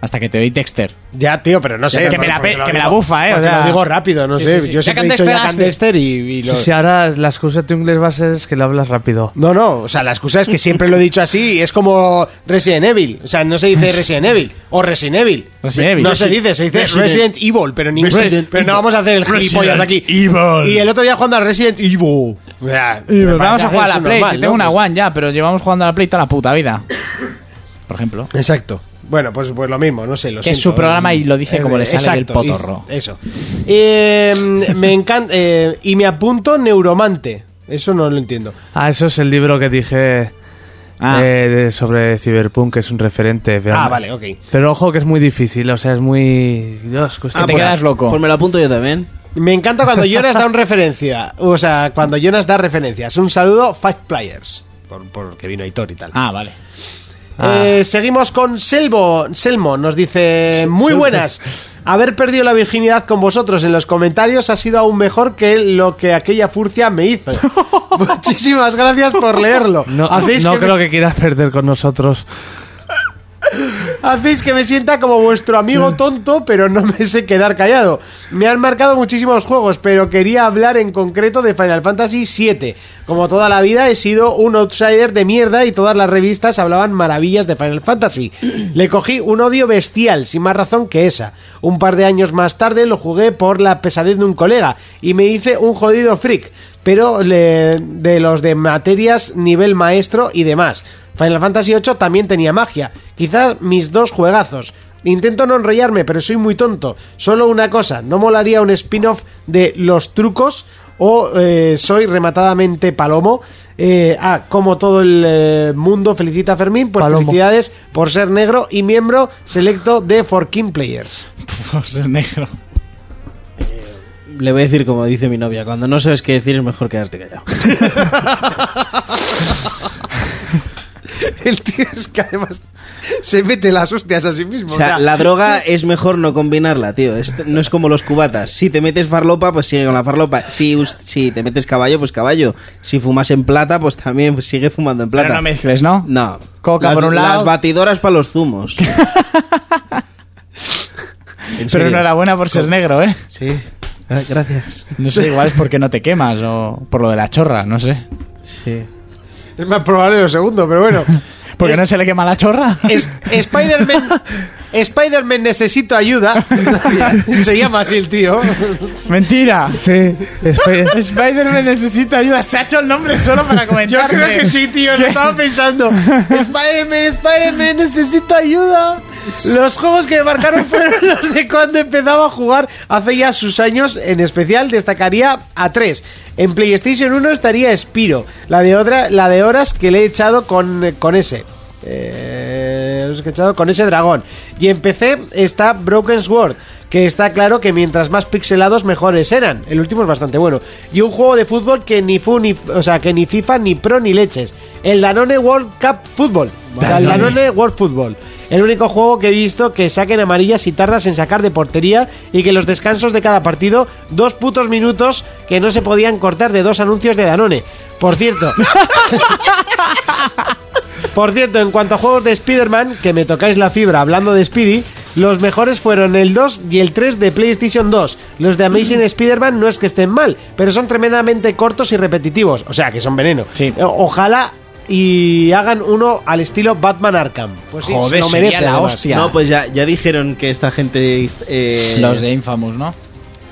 Speaker 4: Hasta que te oí Dexter.
Speaker 2: Ya, tío, pero no sé.
Speaker 4: Que me la,
Speaker 2: porque
Speaker 4: pe-
Speaker 2: lo
Speaker 4: que me la
Speaker 2: digo-
Speaker 4: bufa, eh. O
Speaker 2: porque
Speaker 4: sea,
Speaker 2: lo digo rápido, no
Speaker 4: Sí,
Speaker 2: sé.
Speaker 4: sí, sí.
Speaker 2: Yo
Speaker 4: Jack
Speaker 2: siempre
Speaker 4: and
Speaker 2: he dicho
Speaker 4: Dexter,
Speaker 2: Jack and
Speaker 4: Dexter.
Speaker 2: Dexter y, y lo-
Speaker 6: Si ahora la excusa de tu inglés va a ser es que lo hablas rápido.
Speaker 2: No, no, o sea, la excusa es que siempre lo he dicho así, y es como Resident Evil. O sea, no se
Speaker 4: (laughs)
Speaker 2: dice Resident Evil o Resident Evil.
Speaker 4: Resident Evil.
Speaker 2: No se dice, se dice
Speaker 4: Resident-
Speaker 2: Resident, Evil, pero ningún.
Speaker 4: Resident
Speaker 2: pero no
Speaker 4: Evil.
Speaker 2: vamos a hacer el
Speaker 4: Resident
Speaker 2: gilipollas de aquí.
Speaker 4: Evil.
Speaker 2: Y el otro día jugando a Resident Evil. O sea, me
Speaker 4: vamos
Speaker 2: parece
Speaker 4: a jugar a la
Speaker 2: eso
Speaker 4: Play.
Speaker 2: normal,
Speaker 4: si tengo
Speaker 2: ¿no? Pues
Speaker 4: una One ya, pero llevamos jugando a la Play toda la puta vida. Por ejemplo.
Speaker 2: Exacto. Bueno, pues, pues lo mismo, no sé. Lo
Speaker 4: Que es
Speaker 2: siento.
Speaker 4: su programa y lo dice como le sale del
Speaker 2: exacto, y-
Speaker 4: potorro.
Speaker 2: Eso. Eh, me encanta. eh, y me apunto Neuromante. Eso no lo entiendo.
Speaker 6: Ah, eso es el libro que dije
Speaker 2: Ah.
Speaker 6: eh, de- sobre Cyberpunk, que es un referente. pero-
Speaker 2: Ah, vale, ok.
Speaker 6: Pero ojo que es muy difícil, o sea, es muy... Dios,
Speaker 2: ah,
Speaker 6: cuesta-
Speaker 5: Pues me lo apunto yo también.
Speaker 2: Me encanta cuando Jonas da un referencia. O sea, cuando Jonas da referencias. Un saludo, Five Players. Por, porque vino Aitor y tal.
Speaker 4: Ah,
Speaker 2: (laughs)
Speaker 4: vale.
Speaker 2: Eh, seguimos con Selvo. Selmo nos dice: Muy
Speaker 4: Selvo.
Speaker 2: buenas. Haber perdido la virginidad con vosotros en los comentarios ha sido aún mejor que lo que aquella furcia me hizo. Muchísimas gracias por leerlo.
Speaker 6: No,
Speaker 2: Hacéis
Speaker 6: no
Speaker 2: que me-
Speaker 6: creo que quieras perder con nosotros.
Speaker 2: Hacéis que me sienta como vuestro amigo tonto, pero no me sé quedar callado. Me han marcado muchísimos juegos, pero quería hablar en concreto de Final Fantasy VII. Como toda la vida he sido un outsider de mierda y todas las revistas hablaban maravillas de Final Fantasy. Le cogí un odio bestial, sin más razón que esa. Un par de años más tarde lo jugué por la pesadez de un colega y me hice un jodido freak, pero le- de los de materias nivel maestro y demás. Final Fantasy VIII también tenía magia. Quizás mis dos juegazos. Intento no enrollarme, pero soy muy tonto. Solo una cosa, ¿no molaría un spin-off de los trucos? O eh, soy rematadamente palomo. Eh, ah, como todo el eh, mundo felicita a Fermín, pues
Speaker 6: Palomo.
Speaker 2: felicidades por ser negro y miembro selecto de Forkin Players.
Speaker 4: Por ser negro.
Speaker 5: Le voy a decir como dice mi novia, cuando no sabes qué decir es mejor quedarte callado.
Speaker 2: (laughs) El tío es que además se mete las hostias a sí mismo.
Speaker 5: O sea, la droga es mejor no combinarla, tío. Es- no es como los cubatas. Si te metes farlopa, pues sigue con la farlopa. Si, us- si te metes caballo, pues caballo. Si fumas en plata, pues también pues sigue fumando en plata.
Speaker 4: Pero no mezcles, ¿no?
Speaker 5: No.
Speaker 4: Coca
Speaker 5: Las-
Speaker 4: por un lado.
Speaker 5: Las batidoras para los zumos.
Speaker 4: (laughs) Pero enhorabuena por ser negro, ¿eh?
Speaker 5: Sí. Ah, Gracias.
Speaker 2: (laughs)
Speaker 4: No sé, igual es porque no te quemas o por lo de la chorra, no sé.
Speaker 5: Sí.
Speaker 2: Es más probable lo segundo, pero bueno.
Speaker 4: ¿Porque no se le quema la chorra?
Speaker 2: Es- Spider-Man Spider-Man necesito (laughs) ayuda. Se llama así el tío.
Speaker 4: (laughs) Mentira.
Speaker 6: Sí, Sp-
Speaker 4: Spider-Man necesita ayuda. Se ha hecho el nombre solo para
Speaker 2: (laughs) Yo
Speaker 4: comentar.
Speaker 2: creo que sí, tío, lo estaba pensando. Spider-Man, Spider-Man necesito ayuda. Los juegos que me marcaron fueron los de cuando empezaba a jugar hace ya sus años. En especial destacaría a tres. En PlayStation 1 estaría Spiro, la de otra, la de horas que le he echado con, con ese. Eh, los que he echado con ese dragón. Y en PC está Broken Sword. Que está claro que mientras más pixelados mejores eran. El último es bastante bueno. Y un juego de fútbol que ni fu ni, o sea, que ni FIFA ni pro ni leches. El Danone World Cup Fútbol. O sea, el Danone World Fútbol. El único juego que he visto que saquen amarillas y tardas en sacar de portería y que los descansos de cada partido, dos putos minutos que no se podían cortar de dos anuncios de Danone. Por cierto, por cierto, en cuanto a juegos de Spider-Man, que me tocáis la fibra hablando de Speedy, los mejores fueron el 2 y el 3 de PlayStation 2. Los de
Speaker 5: (laughs)
Speaker 2: Amazing Spider-Man no es que estén mal, pero son tremendamente cortos y repetitivos, o sea que son veneno. O- Ojalá y hagan uno al estilo Batman Arkham. Pues sí, se lo merece. además.
Speaker 5: No, pues ya, ya dijeron que esta gente. eh,
Speaker 4: Los de Infamous, ¿no?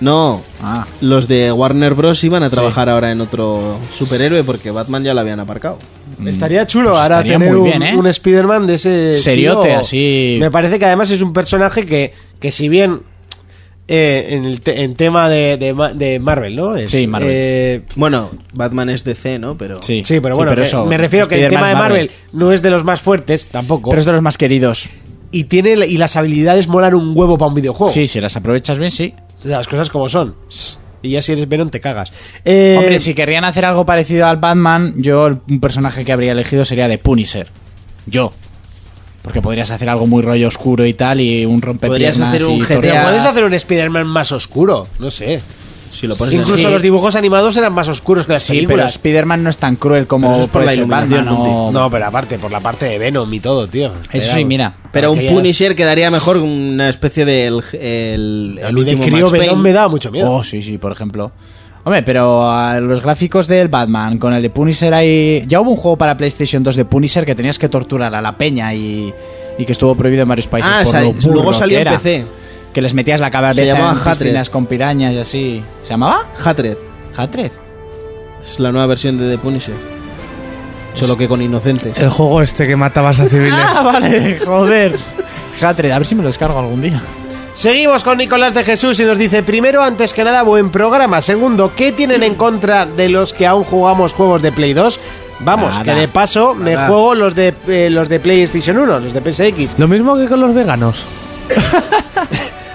Speaker 5: No.
Speaker 4: Ah.
Speaker 5: Los de Warner Bros. iban a trabajar ahora en otro superhéroe porque Batman ya lo habían aparcado.
Speaker 2: Estaría chulo
Speaker 5: Pues
Speaker 2: ahora
Speaker 5: estaría
Speaker 2: tener
Speaker 5: muy
Speaker 2: un,
Speaker 5: bien, ¿eh?
Speaker 2: un Spider-Man de ese
Speaker 4: Seriote,
Speaker 2: estilo.
Speaker 4: así.
Speaker 2: Me parece que además es un personaje que, que si bien eh, en, el te- en tema de, de Ma- de Marvel, ¿no? Es,
Speaker 5: Sí, Marvel.
Speaker 2: eh,
Speaker 5: Bueno, Batman es DC, ¿no? Pero
Speaker 4: Sí,
Speaker 2: sí, pero bueno, me- me refiero que el tema de Marvel no es de los más fuertes tampoco.
Speaker 4: Pero es de los más queridos.
Speaker 2: Y, tiene, y las habilidades molan un huevo para un videojuego.
Speaker 4: Sí, si las aprovechas bien, sí.
Speaker 2: Las cosas como son. Y ya si eres Venom te cagas. Eh,
Speaker 4: Hombre, si querrían hacer algo parecido al Batman, yo el- un personaje que habría elegido sería de Punisher. Yo. Porque podrías hacer algo muy rollo oscuro y tal, y un rompepiernas
Speaker 2: Podrías hacer un
Speaker 4: y
Speaker 2: GTA.
Speaker 4: torreolas.
Speaker 2: Puedes hacer un Spider-Man más oscuro, no sé.
Speaker 5: Si lo pones en-
Speaker 2: Incluso
Speaker 5: Sí.
Speaker 2: los dibujos animados eran más oscuros que las
Speaker 4: Pues Sí, pero
Speaker 2: películas.
Speaker 4: Spider-Man no es tan cruel como
Speaker 2: Pero eso es por
Speaker 4: puede
Speaker 2: la
Speaker 4: ser
Speaker 2: iluminación,
Speaker 4: Batman o-
Speaker 2: No, pero aparte, por la parte de Venom y todo, tío.
Speaker 4: Eso sí, mira.
Speaker 5: Pero un
Speaker 2: Aquella-
Speaker 5: Punisher quedaría mejor una especie del el, el
Speaker 2: A mí de
Speaker 5: último
Speaker 2: crío
Speaker 5: Max
Speaker 2: Venom
Speaker 5: Payne.
Speaker 2: me daba mucho miedo.
Speaker 4: Oh, sí, sí, por ejemplo. Hombre, pero ah, los gráficos del Batman con el de Punisher hay... Ya hubo un juego para PlayStation 2 de Punisher que tenías que torturar a la peña y, y que estuvo prohibido en varios países.
Speaker 5: Ah,
Speaker 4: por
Speaker 5: sal-
Speaker 4: lo burro
Speaker 5: luego salió
Speaker 4: que
Speaker 5: en
Speaker 4: era.
Speaker 5: PC.
Speaker 4: Que les metías la cabeza
Speaker 5: Se llamaba
Speaker 4: en
Speaker 5: Hatred.
Speaker 4: piscinas con pirañas y así. ¿Se llamaba?
Speaker 5: Hatred.
Speaker 4: Hatred.
Speaker 5: Es la nueva versión de The Punisher. Solo que con inocentes.
Speaker 6: El juego este que matabas a civiles.
Speaker 4: Ah, vale, (laughs) joder. Hatred, a ver si me lo descargo algún día.
Speaker 2: Seguimos con Nicolás de Jesús y nos dice, primero, antes que nada, buen programa. Segundo, ¿qué tienen en contra de los que aún jugamos juegos de Play 2? Vamos,
Speaker 6: Nada.
Speaker 2: que de paso me
Speaker 6: Nada.
Speaker 2: juego los de, eh, los de PlayStation 1, los de PSX.
Speaker 6: Lo mismo que con los veganos.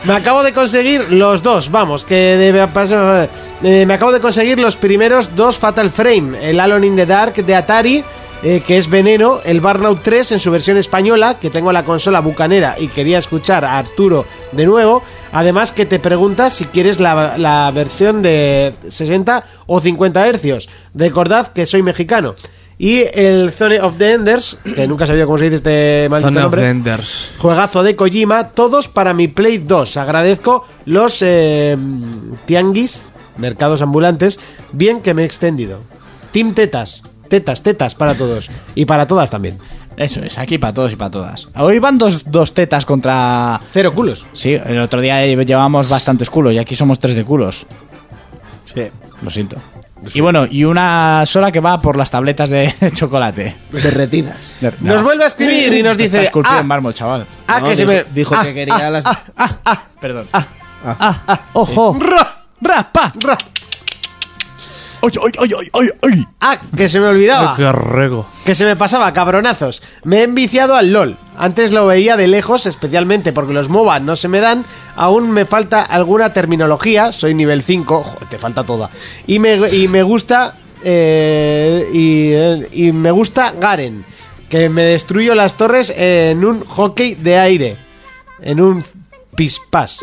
Speaker 2: Me acabo de conseguir los dos, vamos, que de paso... eh, me acabo de conseguir los primeros dos Fatal Frame, el Alone in the Dark de Atari, eh, que es Veneno, el Burnout 3 en su versión española, que tengo la consola bucanera y quería escuchar a Arturo de nuevo, además que te preguntas si quieres la, la versión de 60 o 50 hercios. Recordad que soy mexicano. Y el Zone of the Enders, que nunca sabía cómo se dice este maldito
Speaker 6: Zone of
Speaker 2: nombre.
Speaker 6: the Enders.
Speaker 2: Juegazo de Kojima, todos para mi Play 2. Agradezco los eh, tianguis, mercados ambulantes, bien que me he extendido. Team Tetas, tetas, tetas para todos. Y para todas también.
Speaker 4: Eso es, aquí para todos y para todas. Hoy van dos, dos tetas contra...
Speaker 2: Cero culos.
Speaker 4: Sí, el otro día lle- llevábamos bastantes culos y aquí somos tres de culos.
Speaker 5: Sí.
Speaker 4: Lo siento. Y bueno, y una sola que va por las tabletas de (laughs) chocolate.
Speaker 5: De retinas.
Speaker 4: De-
Speaker 2: Nos vuelve a escribir y nos
Speaker 4: Te
Speaker 2: dice,
Speaker 4: Está esculpido
Speaker 2: ah,
Speaker 4: en mármol, chaval.
Speaker 2: (laughs) ah,
Speaker 4: No,
Speaker 2: que se
Speaker 4: dijo-
Speaker 2: me-
Speaker 4: Dijo
Speaker 2: ah,
Speaker 4: que quería
Speaker 2: ah,
Speaker 4: las.
Speaker 2: ah, ah, ah.
Speaker 4: Perdón. ¡Ojo!
Speaker 2: Ra,
Speaker 4: ra, pa,
Speaker 2: ra.
Speaker 4: ¡Oy, oy, oy, oy, oy, oy!
Speaker 2: Ah, que se me olvidaba.
Speaker 6: Qué rego.
Speaker 2: Que se me pasaba, cabronazos. Me he enviciado al LOL. Antes lo veía de lejos, especialmente porque los MOBA no se me dan. Aún me falta alguna terminología. Soy nivel 5. jo, te falta toda. Y me, y me gusta... eh, y, eh, y me gusta Garen. Que me destruyo las torres en un hockey de aire. En un pispás.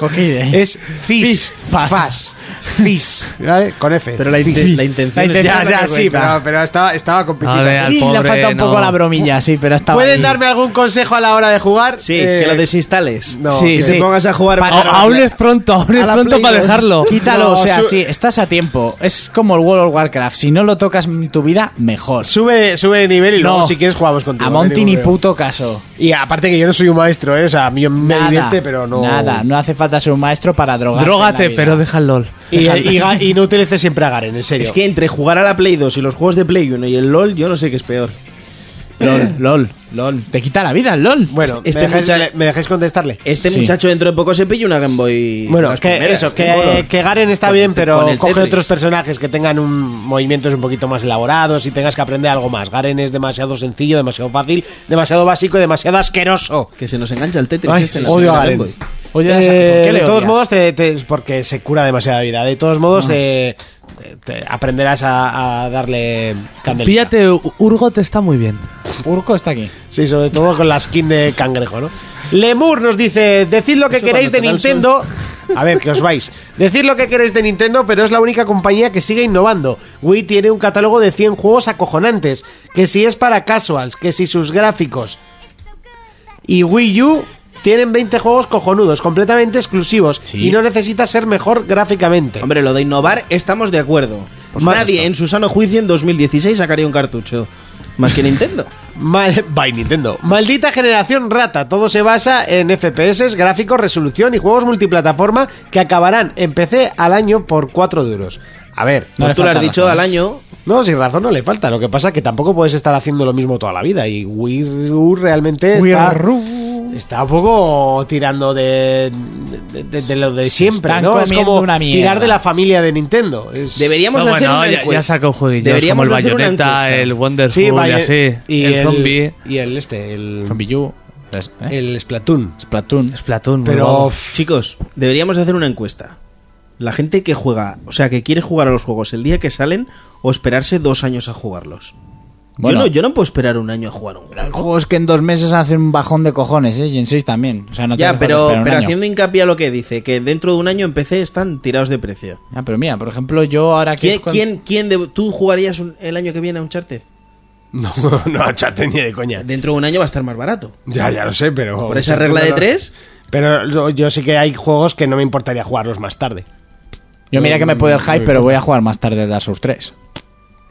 Speaker 4: Hockey de...
Speaker 2: Es fis. Fis. Fis. ¿vale? Con F.
Speaker 5: Pero la inten-
Speaker 2: Fis.
Speaker 5: la intención
Speaker 2: La
Speaker 5: es-
Speaker 2: ya,
Speaker 5: es la
Speaker 2: ya,
Speaker 5: que
Speaker 2: sí,
Speaker 5: cuenta.
Speaker 2: pero, pero estaba, estaba complicado.
Speaker 6: Ole, al
Speaker 2: Sí,
Speaker 4: Le
Speaker 6: pobre,
Speaker 4: falta un poco
Speaker 6: no.
Speaker 4: la bromilla, sí, pero estaba
Speaker 2: ¿Pueden
Speaker 4: ahí.
Speaker 2: darme algún consejo a la hora de jugar?
Speaker 5: Sí,
Speaker 2: Eh,
Speaker 5: que lo desinstales.
Speaker 2: no,
Speaker 5: que
Speaker 4: Sí, sí.
Speaker 5: te pongas a jugar.
Speaker 4: Pa-
Speaker 5: para-
Speaker 4: aún
Speaker 6: es pronto, aún es
Speaker 5: a la
Speaker 6: pronto
Speaker 5: Play
Speaker 6: para
Speaker 5: 2.
Speaker 6: dejarlo.
Speaker 4: Quítalo,
Speaker 2: No,
Speaker 4: o sea,
Speaker 2: su-
Speaker 4: sí, estás a tiempo. Es como el World of Warcraft. Si no lo tocas en tu vida, mejor.
Speaker 2: Sube, sube de nivel y
Speaker 4: No.
Speaker 2: luego si quieres jugamos contigo.
Speaker 4: A
Speaker 2: no
Speaker 4: Monty
Speaker 2: hay
Speaker 4: ni
Speaker 2: ningún problema.
Speaker 4: puto caso.
Speaker 2: Y aparte que yo no soy un maestro, ¿eh? O sea, a mí me
Speaker 4: nada,
Speaker 2: divierte, pero no...
Speaker 4: Nada, no hace falta ser un maestro para drogar.
Speaker 6: Drógate, pero deja el LOL.
Speaker 2: Y, eh, y ga- y no utilices siempre a Garen, en serio.
Speaker 5: Es que entre jugar a la Play 2 y los juegos de Play 1 y el LOL, yo no sé qué es peor.
Speaker 4: LOL, LOL, LOL. Te quita la vida el LOL.
Speaker 2: Bueno,
Speaker 5: este
Speaker 2: ¿me, dejáis,
Speaker 5: mucha-
Speaker 2: me dejáis contestarle?
Speaker 5: Este
Speaker 4: Sí.
Speaker 5: muchacho dentro de poco se pilla una Game Boy.
Speaker 2: Bueno,
Speaker 5: las
Speaker 2: que
Speaker 5: primeras,
Speaker 2: eso,
Speaker 5: qué
Speaker 2: que,
Speaker 5: mono.
Speaker 2: que Garen está
Speaker 5: Con-
Speaker 2: bien, pero
Speaker 5: con el
Speaker 2: coge
Speaker 5: Tetris.
Speaker 2: otros personajes que tengan un movimientos un poquito más elaborados y tengas que aprender algo más. Garen es demasiado sencillo, demasiado fácil, demasiado básico y demasiado asqueroso.
Speaker 5: Que se nos engancha el Tetris.
Speaker 2: Ay,
Speaker 5: este,
Speaker 2: sí,
Speaker 5: la-
Speaker 2: odio
Speaker 5: la
Speaker 2: a
Speaker 5: Game
Speaker 2: Garen.
Speaker 5: Boy.
Speaker 4: Oye,
Speaker 2: Eh,
Speaker 4: ¿por qué le
Speaker 2: de todos
Speaker 4: odias?
Speaker 2: modos, te- te- porque se cura demasiada vida. De todos modos, eh, te- te aprenderás a, a darle candelita.
Speaker 6: Píllate, U- Urgot está muy bien.
Speaker 4: Urco está aquí.
Speaker 2: Sí, sobre todo con la skin de cangrejo, ¿no? Lemur nos dice, decid lo que
Speaker 5: Eso
Speaker 2: queréis de
Speaker 5: cuando te da el
Speaker 2: Nintendo. A ver, que os vais. Decid lo que queréis de Nintendo, pero es la única compañía que sigue innovando. Wii tiene un catálogo de 100 juegos acojonantes, que si es para casuals, que si sus gráficos y Wii U tienen 20 juegos cojonudos, completamente exclusivos,
Speaker 4: Sí.
Speaker 2: y no necesita ser mejor gráficamente.
Speaker 5: Hombre, lo de innovar estamos de acuerdo.
Speaker 2: Pues
Speaker 5: Nadie en su sano juicio en 2016 sacaría un cartucho. Más que Nintendo.
Speaker 2: Mal- (laughs) By Nintendo. Maldita generación rata. Todo se basa en FPS, gráficos, resolución y juegos multiplataforma que acabarán en PC al año por 4 duros. A ver,
Speaker 4: No le
Speaker 5: Tú lo
Speaker 4: falta
Speaker 5: has dicho
Speaker 4: razón.
Speaker 5: al año.
Speaker 2: no, sin razón no le falta. Lo que pasa es que tampoco puedes estar haciendo lo mismo toda la vida. Y Wii U realmente
Speaker 4: Wii
Speaker 2: está,
Speaker 4: U.
Speaker 2: está un poco tirando de, de, de- de lo de siempre.
Speaker 4: están
Speaker 2: ¿no? Es
Speaker 4: comiendo
Speaker 2: como
Speaker 4: una mierda.
Speaker 2: tirar de la familia de Nintendo. Es-
Speaker 5: Deberíamos
Speaker 6: No,
Speaker 5: hacer
Speaker 6: bueno,
Speaker 5: una
Speaker 6: ya,
Speaker 5: encuesta.
Speaker 6: ya saca un jueguillo como
Speaker 5: Deberíamos
Speaker 6: el
Speaker 5: hacer una
Speaker 6: Bayonetta,
Speaker 5: encuesta.
Speaker 6: el Wonderful
Speaker 2: Sí,
Speaker 6: y
Speaker 2: vaya-
Speaker 6: así.
Speaker 2: y
Speaker 6: el, Zombie.
Speaker 2: Y el este, el,
Speaker 4: Zombie U. ¿eh?
Speaker 2: el Splatoon.
Speaker 4: Splatoon.
Speaker 6: Splatoon. muy
Speaker 2: Pero
Speaker 6: guapo.
Speaker 2: f-
Speaker 5: Chicos, deberíamos hacer una encuesta. La gente que juega, o sea, que quiere jugar a los juegos el día que salen o esperarse dos años a jugarlos.
Speaker 4: Bueno.
Speaker 5: Yo, no, yo no puedo esperar un año a jugar un juego.
Speaker 4: Hay juegos que en dos meses hacen un bajón de cojones, ¿eh? Y en seis también. O sea, no te
Speaker 5: ya,
Speaker 4: hace falta
Speaker 5: pero,
Speaker 4: esperar un
Speaker 5: pero
Speaker 4: año.
Speaker 5: haciendo hincapié a lo que dice, que dentro de un año en PC están tirados de precio.
Speaker 4: Ah, pero mira, por ejemplo, yo ahora que
Speaker 5: ¿Quién,
Speaker 4: es cuando-
Speaker 5: quién, quién de- ¿Tú jugarías un- el año que viene a un charter?
Speaker 13: No,
Speaker 2: (laughs)
Speaker 13: no, chate ni de coña.
Speaker 5: Dentro de un año va a estar más barato.
Speaker 13: Ya, ya lo sé, pero.
Speaker 5: ¿Por esa regla de
Speaker 13: No, no.
Speaker 5: tres?
Speaker 13: Pero yo, yo sé que hay juegos que no me importaría jugarlos más tarde.
Speaker 4: Yo mira que me puede el
Speaker 13: Mm,
Speaker 4: hype, pero voy a jugar más tarde Dark Souls 3.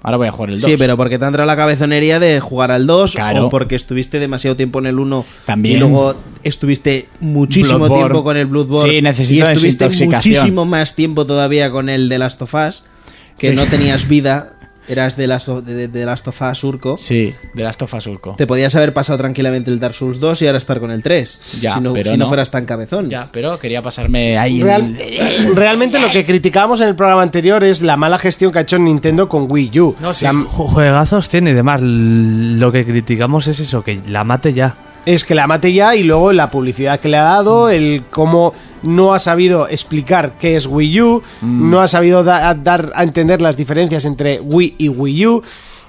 Speaker 4: Ahora voy a jugar el 2.
Speaker 5: Sí, pero porque te ha entrado la cabezonería de jugar al 2
Speaker 4: Claro.
Speaker 5: o porque estuviste demasiado tiempo en el 1
Speaker 4: También.
Speaker 5: y luego estuviste muchísimo
Speaker 4: Bloodborne.
Speaker 5: tiempo con el Bloodborne
Speaker 4: Sí, necesito
Speaker 5: y estuviste
Speaker 4: desintoxicación.
Speaker 5: muchísimo más tiempo todavía con el de Last of Us que
Speaker 4: Sí.
Speaker 5: no tenías vida,
Speaker 4: (laughs)
Speaker 5: eras de Last of, de, de Last of Us surco.
Speaker 4: Sí, de Last of Us Urco.
Speaker 5: Te podías haber pasado tranquilamente el Dark Souls 2 y ahora estar con el 3
Speaker 4: Ya,
Speaker 5: si, no,
Speaker 4: pero
Speaker 5: si no
Speaker 4: no.
Speaker 5: fueras tan cabezón.
Speaker 4: Ya, pero quería pasarme ahí. el-
Speaker 2: (laughs) Real- realmente lo que criticábamos en el programa anterior es la mala gestión que ha hecho Nintendo con Wii U.
Speaker 6: sí,
Speaker 2: La-
Speaker 6: ju- juegazos tiene y demás. L- Lo que criticamos es eso, que la mate ya. (clears throat)
Speaker 2: es que la mate ya y luego la publicidad que le ha dado, el cómo no ha sabido explicar qué es Wii U, no ha sabido da- a- dar a entender las diferencias entre Wii y Wii U,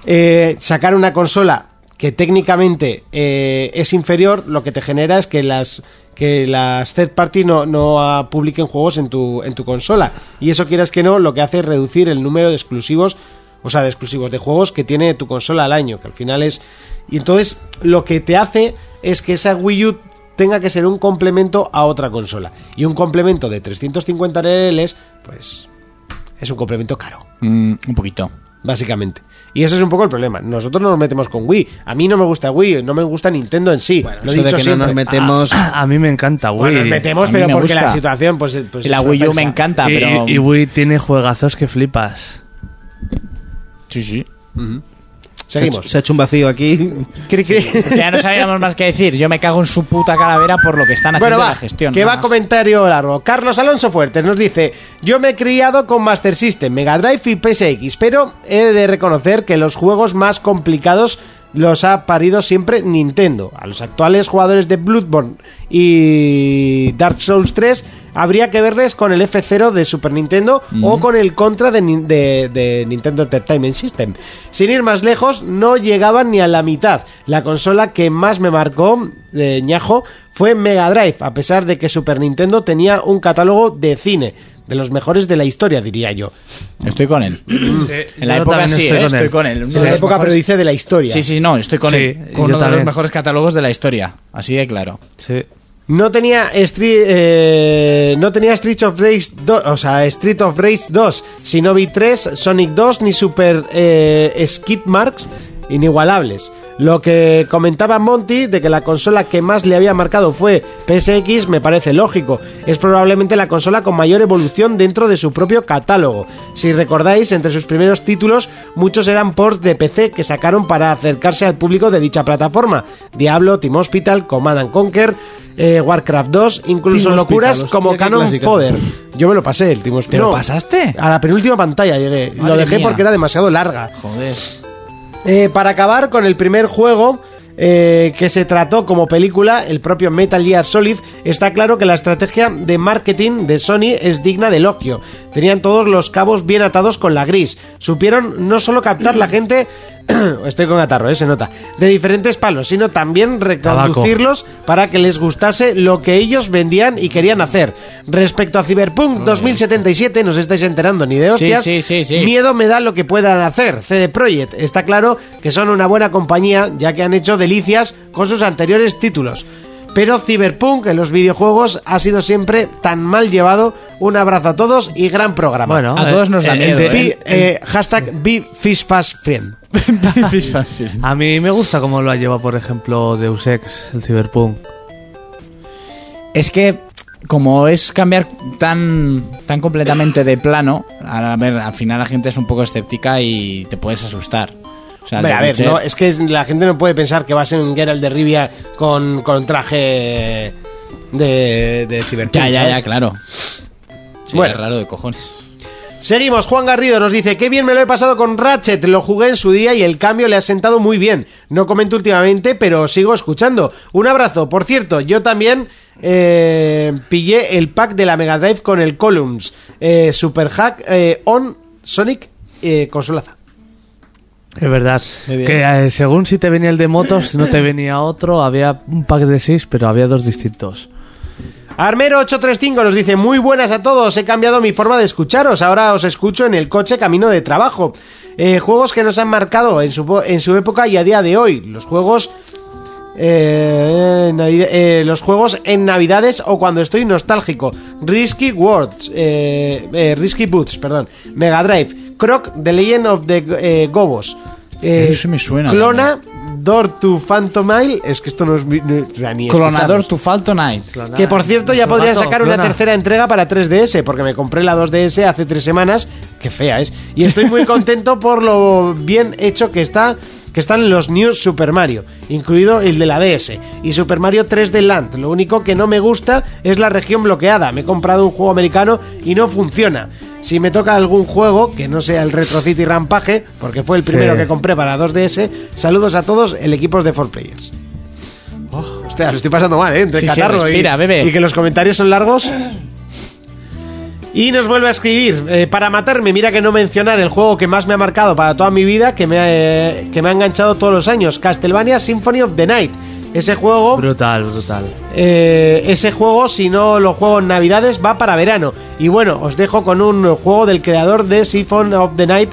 Speaker 2: eh, sacar una consola que técnicamente eh, es inferior, lo que te genera es que las que las third party no, no ah, publiquen juegos en tu, en tu consola. Y eso quieras que no, lo que hace es reducir el número de exclusivos o sea, de exclusivos de juegos que tiene tu consola al año, que al final es... Y entonces lo que te hace es que esa Wii U tenga que ser un complemento a otra consola. Y un complemento de 350 LLs, pues es un complemento caro,
Speaker 4: Mm, un poquito.
Speaker 2: básicamente. Y ese es un poco el problema. Nosotros no nos metemos con Wii. A mí no me gusta Wii, no me gusta Nintendo en sí. lo he
Speaker 5: eso de
Speaker 2: dicho
Speaker 5: que no
Speaker 2: siempre. Ah,
Speaker 5: nos metemos...
Speaker 6: A, a mí me encanta, Wii.
Speaker 2: Bueno, nos metemos,
Speaker 4: a mí
Speaker 2: pero
Speaker 4: me
Speaker 2: porque la
Speaker 4: gusta.
Speaker 2: situación, pues... pues
Speaker 4: Y la
Speaker 2: es
Speaker 4: Wii U
Speaker 2: adversa.
Speaker 4: me encanta,
Speaker 6: Y-
Speaker 4: pero.
Speaker 6: y, y Wii tiene juegazos que flipas.
Speaker 4: Sí, sí.
Speaker 2: Seguimos.
Speaker 5: Se ha hecho un vacío aquí.
Speaker 2: Cri, cri.
Speaker 4: Ya no sabíamos más que decir. Yo me cago en su puta calavera por lo que están haciendo
Speaker 2: Bueno, va,
Speaker 4: la gestión.
Speaker 2: que
Speaker 4: nada
Speaker 2: va
Speaker 4: más.
Speaker 2: comentario largo. Carlos Alonso Fuertes nos dice, yo me he criado con Master System, Mega Drive y PSX, pero he de reconocer que los juegos más complicados los ha parido siempre Nintendo. A los actuales jugadores de Bloodborne y Dark Souls 3 habría que verles con el F0 de Super Nintendo o con el Contra de, Nin- de- de Nintendo Entertainment System. Sin ir más lejos, no llegaban ni a la mitad. La consola que más me marcó de ñajo fue Mega Drive, a pesar de que Super Nintendo tenía un catálogo de cine, de los mejores de la historia, diría yo.
Speaker 4: Estoy con él. en la
Speaker 6: yo
Speaker 4: época
Speaker 6: también
Speaker 4: sí, ¿eh?
Speaker 6: estoy con
Speaker 4: estoy
Speaker 6: él.
Speaker 4: con él. Uno
Speaker 2: En
Speaker 4: de
Speaker 2: la
Speaker 4: los
Speaker 2: época, pero
Speaker 4: mejores-
Speaker 2: dice de la historia.
Speaker 4: Sí, sí, no, estoy con
Speaker 6: Sí,
Speaker 4: él.
Speaker 6: yo
Speaker 4: Con uno de los
Speaker 6: también.
Speaker 4: mejores catálogos de la historia. Así de claro.
Speaker 6: Sí.
Speaker 2: No tenía Street, eh, no tenía Street of Rage 2, o sea, Street of Rage 2, Shinobi 3, Sonic 2 ni Super eh, Skid Marks inigualables. Lo que comentaba Monty de que la consola que más le había marcado fue PSX me parece lógico. Es probablemente la consola con mayor evolución dentro de su propio catálogo. Si recordáis, entre sus primeros títulos muchos eran ports de PC que sacaron para acercarse al público de dicha plataforma. Diablo, Team Hospital, Command and Conquer, eh, Warcraft 2, incluso
Speaker 5: Team
Speaker 2: locuras
Speaker 5: Hospital, hostia,
Speaker 2: como
Speaker 5: qué
Speaker 2: Cannon
Speaker 5: clásica.
Speaker 2: Fodder. Yo me lo pasé el Team Hospital.
Speaker 4: ¿Te lo
Speaker 2: No,
Speaker 4: pasaste?
Speaker 6: Ah.
Speaker 2: A la penúltima pantalla llegué. lo
Speaker 4: Madre
Speaker 2: dejé
Speaker 4: mía.
Speaker 2: porque era demasiado larga.
Speaker 4: Joder.
Speaker 2: Eh, para acabar con el primer juego eh, que se trató como película, el propio Metal Gear Solid, está claro que la estrategia de marketing de Sony es digna de elogio. Tenían todos los cabos bien atados con la gris. Supieron no solo captar la gente, (clears throat) estoy con catarro, eh, se nota, de diferentes palos, sino también
Speaker 6: Tabaco.
Speaker 2: reconducirlo hacerlos para que les gustase lo que ellos vendían y querían hacer. Respecto a Cyberpunk 2077, no os estáis enterando ni de hostias.
Speaker 4: sí, sí, sí.
Speaker 2: Miedo me da lo que puedan hacer. CD Projekt está claro que son una buena compañía, ya que han hecho delicias con sus anteriores títulos. Pero Cyberpunk en los videojuegos ha sido siempre tan mal llevado. Un abrazo a todos y gran programa.
Speaker 6: Bueno,
Speaker 4: A
Speaker 6: eh,
Speaker 4: todos nos da
Speaker 6: el
Speaker 4: miedo,
Speaker 6: de-
Speaker 2: Be- eh, hashtag be fish fast friend.
Speaker 6: A mí me gusta cómo lo ha llevado, por ejemplo, Deus Ex, el Cyberpunk.
Speaker 4: Es que como es cambiar tan, tan completamente de plano, a ver, al final la gente es un poco escéptica y te puedes asustar. O sea, el
Speaker 2: Hombre,
Speaker 4: de
Speaker 2: a ver,
Speaker 4: Witcher-
Speaker 2: no, es que es- la gente no puede pensar que va a ser un Geralt de Rivia con, con traje de, de Cyberpunk,
Speaker 4: Ya, ya,
Speaker 2: ¿sabes?
Speaker 4: ya, claro. Sí,
Speaker 2: Bueno.
Speaker 4: es raro de cojones.
Speaker 2: Seguimos, Juan Garrido nos dice, qué bien me lo he pasado con Ratchet, lo jugué en su día y el cambio le ha sentado muy bien. No comento últimamente, pero sigo escuchando. Un abrazo, por cierto, yo también eh, pillé el pack de la Mega Drive con el Columns, eh, Super Hack eh, on Sonic eh, Consolaza.
Speaker 6: Es verdad. Que eh, según si te venía el de motos, si no te venía otro, había un pack de seis, pero había dos distintos.
Speaker 2: Armero835 nos dice, muy buenas a todos, he cambiado mi forma de escucharos, ahora os escucho en el coche camino de trabajo. Eh, juegos que nos han marcado en su, po- en su época y a día de hoy, los juegos... eh, Navi- eh, los juegos en navidades o cuando estoy nostálgico Risky Words eh, eh, Risky Boots, perdón Mega Drive, Croc, The Legend of the eh, Gobos eh,
Speaker 4: Eso sí me suena,
Speaker 2: Clona, Door to Phantomile es que esto no es... mi- no- o sea, ni escucharlo.
Speaker 4: Clonador to Falto Night.
Speaker 2: Que por cierto ya podría sacar una tercera entrega para 3DS, porque me compré la 2DS hace tres semanas, que fea es, y estoy muy contento por lo bien hecho que está que están los New Super Mario, incluido el de la DS, y Super Mario 3D Land. Lo único que no me gusta es la región bloqueada. Me he comprado un juego americano y no funciona. Si me toca algún juego, que no sea el Retro City Rampage, porque fue el primero
Speaker 6: Sí.
Speaker 2: que compré para 2DS, saludos a todos, el equipo es de 4Players. Hostia, lo estoy pasando mal, ¿eh? Entre
Speaker 14: Sí, sí,
Speaker 2: catarro y-
Speaker 14: respira, bebe.
Speaker 2: y que los comentarios son largos. Y nos vuelve a escribir, eh, para matarme, mira que no mencionar el juego que más me ha marcado para toda mi vida, que me, ha, eh, que me ha enganchado todos los años, Castlevania Symphony of the Night. Ese juego,
Speaker 6: Brutal, brutal.
Speaker 2: eh, ese juego, si no lo juego en Navidades, va para verano. Y bueno, os dejo con un juego del creador de Symphony of the Night,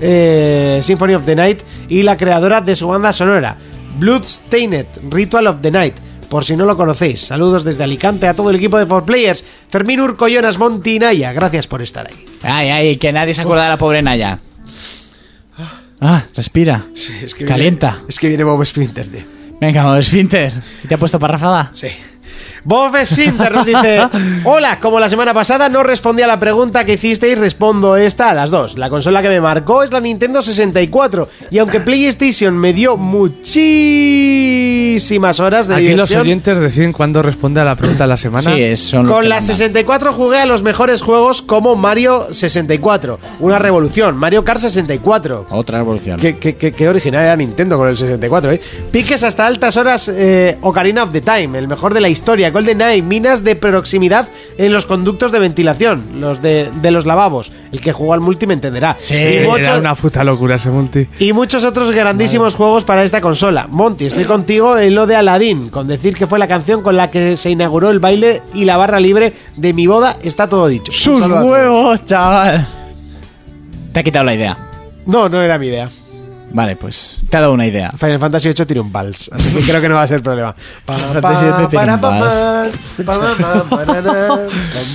Speaker 2: eh, Symphony of the Night y la creadora de su banda sonora, Bloodstained Ritual of the Night. Por si no lo conocéis, saludos desde Alicante a todo el equipo de 4Players, Fermín Urcoyonas Montinaya, gracias por estar ahí.
Speaker 4: Ay, ay, que nadie se acuerda de la pobre Naya. Ah, respira.
Speaker 2: es que
Speaker 4: Calienta.
Speaker 2: viene- es que viene Bob Splinter, tío.
Speaker 4: Venga, vamos, Finter. ¿Te ha puesto parrafada?
Speaker 2: Sí. Bob Sinter nos dice:
Speaker 6: (laughs)
Speaker 2: Hola, como la semana pasada no respondí a la pregunta que hicisteis, respondo esta a las dos. La consola que me marcó es la Nintendo 64. Y aunque PlayStation me dio muchísimas horas de
Speaker 6: Aquí los
Speaker 2: diversión,
Speaker 6: oyentes deciden cuándo responde a la pregunta de la semana.
Speaker 4: Sí, es- son
Speaker 2: Con la 64 jugué a los mejores juegos como Mario 64, una revolución, Mario Kart 64.
Speaker 4: Otra revolución.
Speaker 2: Qué, qué- qué- qué original era Nintendo con el 64, ¿eh? Piques hasta altas horas eh, Ocarina of the Time, el mejor de la historia, GoldenEye, minas de proximidad en los conductos de ventilación, los de, de los lavabos. El que jugó al multi me entenderá. Y
Speaker 6: Eh, Era
Speaker 2: muchos-
Speaker 6: una puta locura ese multi.
Speaker 2: y muchos otros grandísimos juegos para esta consola. Monty, estoy contigo en lo de Aladdin, con decir que fue la canción con la que se inauguró el baile y la barra libre de mi boda, está todo dicho. Un
Speaker 4: ¡Sus
Speaker 2: saludo a todos.
Speaker 4: huevos, chaval! Te ha quitado la idea.
Speaker 2: No, no era mi idea.
Speaker 4: Vale, pues te ha dado una idea.
Speaker 2: Final Fantasy VIII tiene un vals, así que creo que no va a ser problema. Pa,
Speaker 4: (laughs)
Speaker 2: pa,
Speaker 4: Final Fantasy VIII tiene
Speaker 2: para,
Speaker 4: un
Speaker 2: pa,
Speaker 4: vals.
Speaker 2: pa, pa, pa, pa, na, na, pam,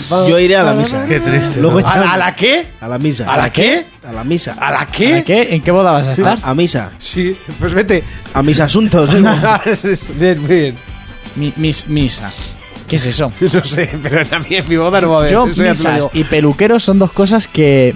Speaker 2: pam,
Speaker 5: Yo iré a la
Speaker 2: pa,
Speaker 5: misa.
Speaker 2: na,
Speaker 5: Qué triste.
Speaker 2: ¿A, a la qué?
Speaker 5: A la misa.
Speaker 2: ¿A la qué?
Speaker 5: A la misa.
Speaker 2: ¿A la qué?
Speaker 4: ¿Qué? ¿En qué boda vas a estar?
Speaker 5: A misa.
Speaker 2: Sí, pues vete.
Speaker 5: A mis
Speaker 2: (laughs)
Speaker 4: (laughs)
Speaker 5: asuntos. digo.
Speaker 2: bien, muy bien.
Speaker 4: Mi- mis, misa. ¿Qué es eso?
Speaker 2: No sé, pero en, la, mi- en mi boda no va a haber.
Speaker 4: Yo,
Speaker 2: Pues, eso ya te lo
Speaker 4: misas
Speaker 2: digo.
Speaker 4: y peluqueros son dos cosas que.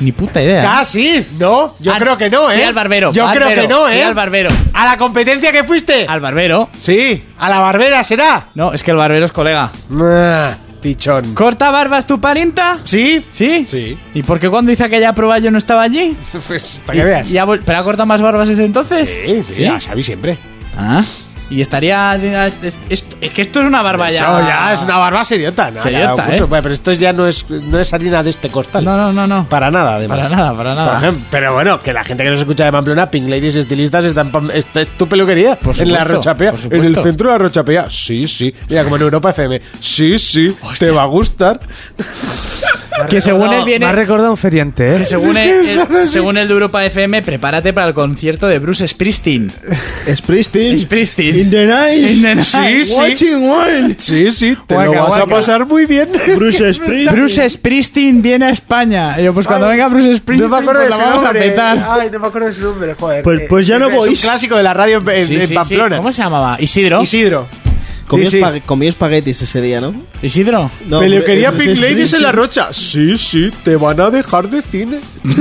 Speaker 4: Ni puta idea.
Speaker 2: Ah, sí, no, yo
Speaker 4: Ah,
Speaker 2: creo que no, ¿eh?
Speaker 4: Fui al barbero.
Speaker 2: Yo
Speaker 4: barbero,
Speaker 2: creo que no,
Speaker 4: fui
Speaker 2: ¿eh?
Speaker 4: al barbero.
Speaker 2: ¿A la competencia que fuiste?
Speaker 4: Al barbero.
Speaker 2: Sí, a la barbera será.
Speaker 4: No, es que el barbero es colega.
Speaker 2: Ah, pichón.
Speaker 4: ¿Corta barbas tu parienta?
Speaker 2: ¿Sí?
Speaker 4: ¿Sí?
Speaker 2: Sí.
Speaker 4: ¿Y por qué cuando hice aquella prueba yo no estaba allí?
Speaker 2: (laughs) Pues para que veas.
Speaker 4: ¿Y ha vol- ¿Pero ha cortado más barbas desde entonces?
Speaker 2: Sí, sí, a Xavi siempre.
Speaker 4: Ah. Y estaría. Es, es- es- es que esto es una barba ya.
Speaker 2: Eso ya es una barba seriota. ¿no?
Speaker 4: Seriota,
Speaker 2: Cada curso,
Speaker 4: ¿eh?
Speaker 2: bueno, Pero esto ya no es, no es harina de este costal.
Speaker 4: No, no, no, no.
Speaker 2: Para nada, además.
Speaker 4: Para nada, para nada.
Speaker 2: Por ejemplo, pero bueno, que la gente que nos escucha de Pamplona, Pink Ladies Estilistas, está en Pam- esta es tu peluquería.
Speaker 4: Por
Speaker 2: en la
Speaker 4: supuesto,
Speaker 2: Rochapea.
Speaker 4: por
Speaker 2: En
Speaker 4: supuesto.
Speaker 2: el centro de la Rochapea. Sí, sí. Mira, como en Europa FM. Sí, sí. Te va a gustar.
Speaker 4: que según él
Speaker 6: Me ha
Speaker 4: viene.
Speaker 6: recordado un feriante, ¿eh?
Speaker 4: que según, el, el- según el de Europa FM, prepárate para el concierto de
Speaker 2: (laughs)
Speaker 4: Bruce Springsteen.
Speaker 5: Springsteen.
Speaker 4: Springsteen.
Speaker 5: In the night.
Speaker 4: In the night.
Speaker 2: Sí, sí.
Speaker 5: Watching wine.
Speaker 2: Sí, sí. Te lo
Speaker 4: Guaca,
Speaker 2: vas a
Speaker 4: guaca.
Speaker 2: pasar muy bien.
Speaker 15: (laughs)
Speaker 5: Bruce Springsteen.
Speaker 4: Bruce Springsteen viene a España. Y yo, pues cuando venga Bruce Springsteen, pues la vamos a petar.
Speaker 2: Ay, no me acuerdo de su nombre, joder.
Speaker 5: Pues- pues ya no
Speaker 15: Eh,
Speaker 2: es, es
Speaker 5: vois.
Speaker 2: un clásico de la radio en, en-
Speaker 4: Sí,
Speaker 2: en
Speaker 4: sí, sí.
Speaker 2: Pamplona.
Speaker 4: ¿Cómo se llamaba? ¿Isidro?
Speaker 2: Isidro.
Speaker 5: Comí,
Speaker 2: Sí, sí.
Speaker 5: espag- comí espaguetis ese día, ¿no?
Speaker 4: ¿Isidro?
Speaker 5: No,
Speaker 2: Peluquería
Speaker 5: Bruce
Speaker 2: Pink Ladies en
Speaker 5: Springsteen.
Speaker 2: la Rocha. Sí, sí, te van a dejar de cine. (laughs)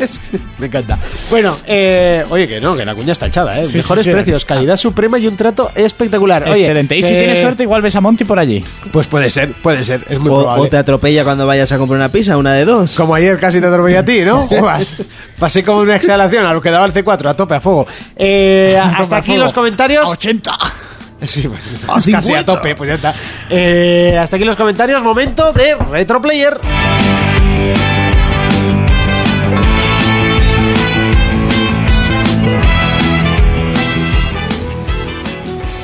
Speaker 2: Es que Me encanta. Bueno, eh, oye, que no, que la cuña está echada, ¿eh?
Speaker 4: Sí,
Speaker 2: Mejores
Speaker 4: sí, sí.
Speaker 2: precios, calidad suprema y un trato espectacular. Oye,
Speaker 4: Excelente. Y si
Speaker 2: eh,
Speaker 4: tienes suerte, igual ves a Monty por allí.
Speaker 2: Pues puede ser, puede ser. Es muy
Speaker 5: O,
Speaker 2: probable.
Speaker 5: o te atropella cuando vayas a comprar una pizza, una de dos.
Speaker 2: Como ayer casi te atropellé a ti,
Speaker 5: (laughs)
Speaker 2: ¿no? Juegas. Pasé como una exhalación a lo que daba el C4, a tope, a fuego.
Speaker 4: (laughs)
Speaker 2: Eh, hasta aquí los comentarios.
Speaker 4: 80.
Speaker 2: Sí, pues estamos (laughs) casi a tope, pues ya está. Eh, hasta aquí los comentarios, momento de Retro Player.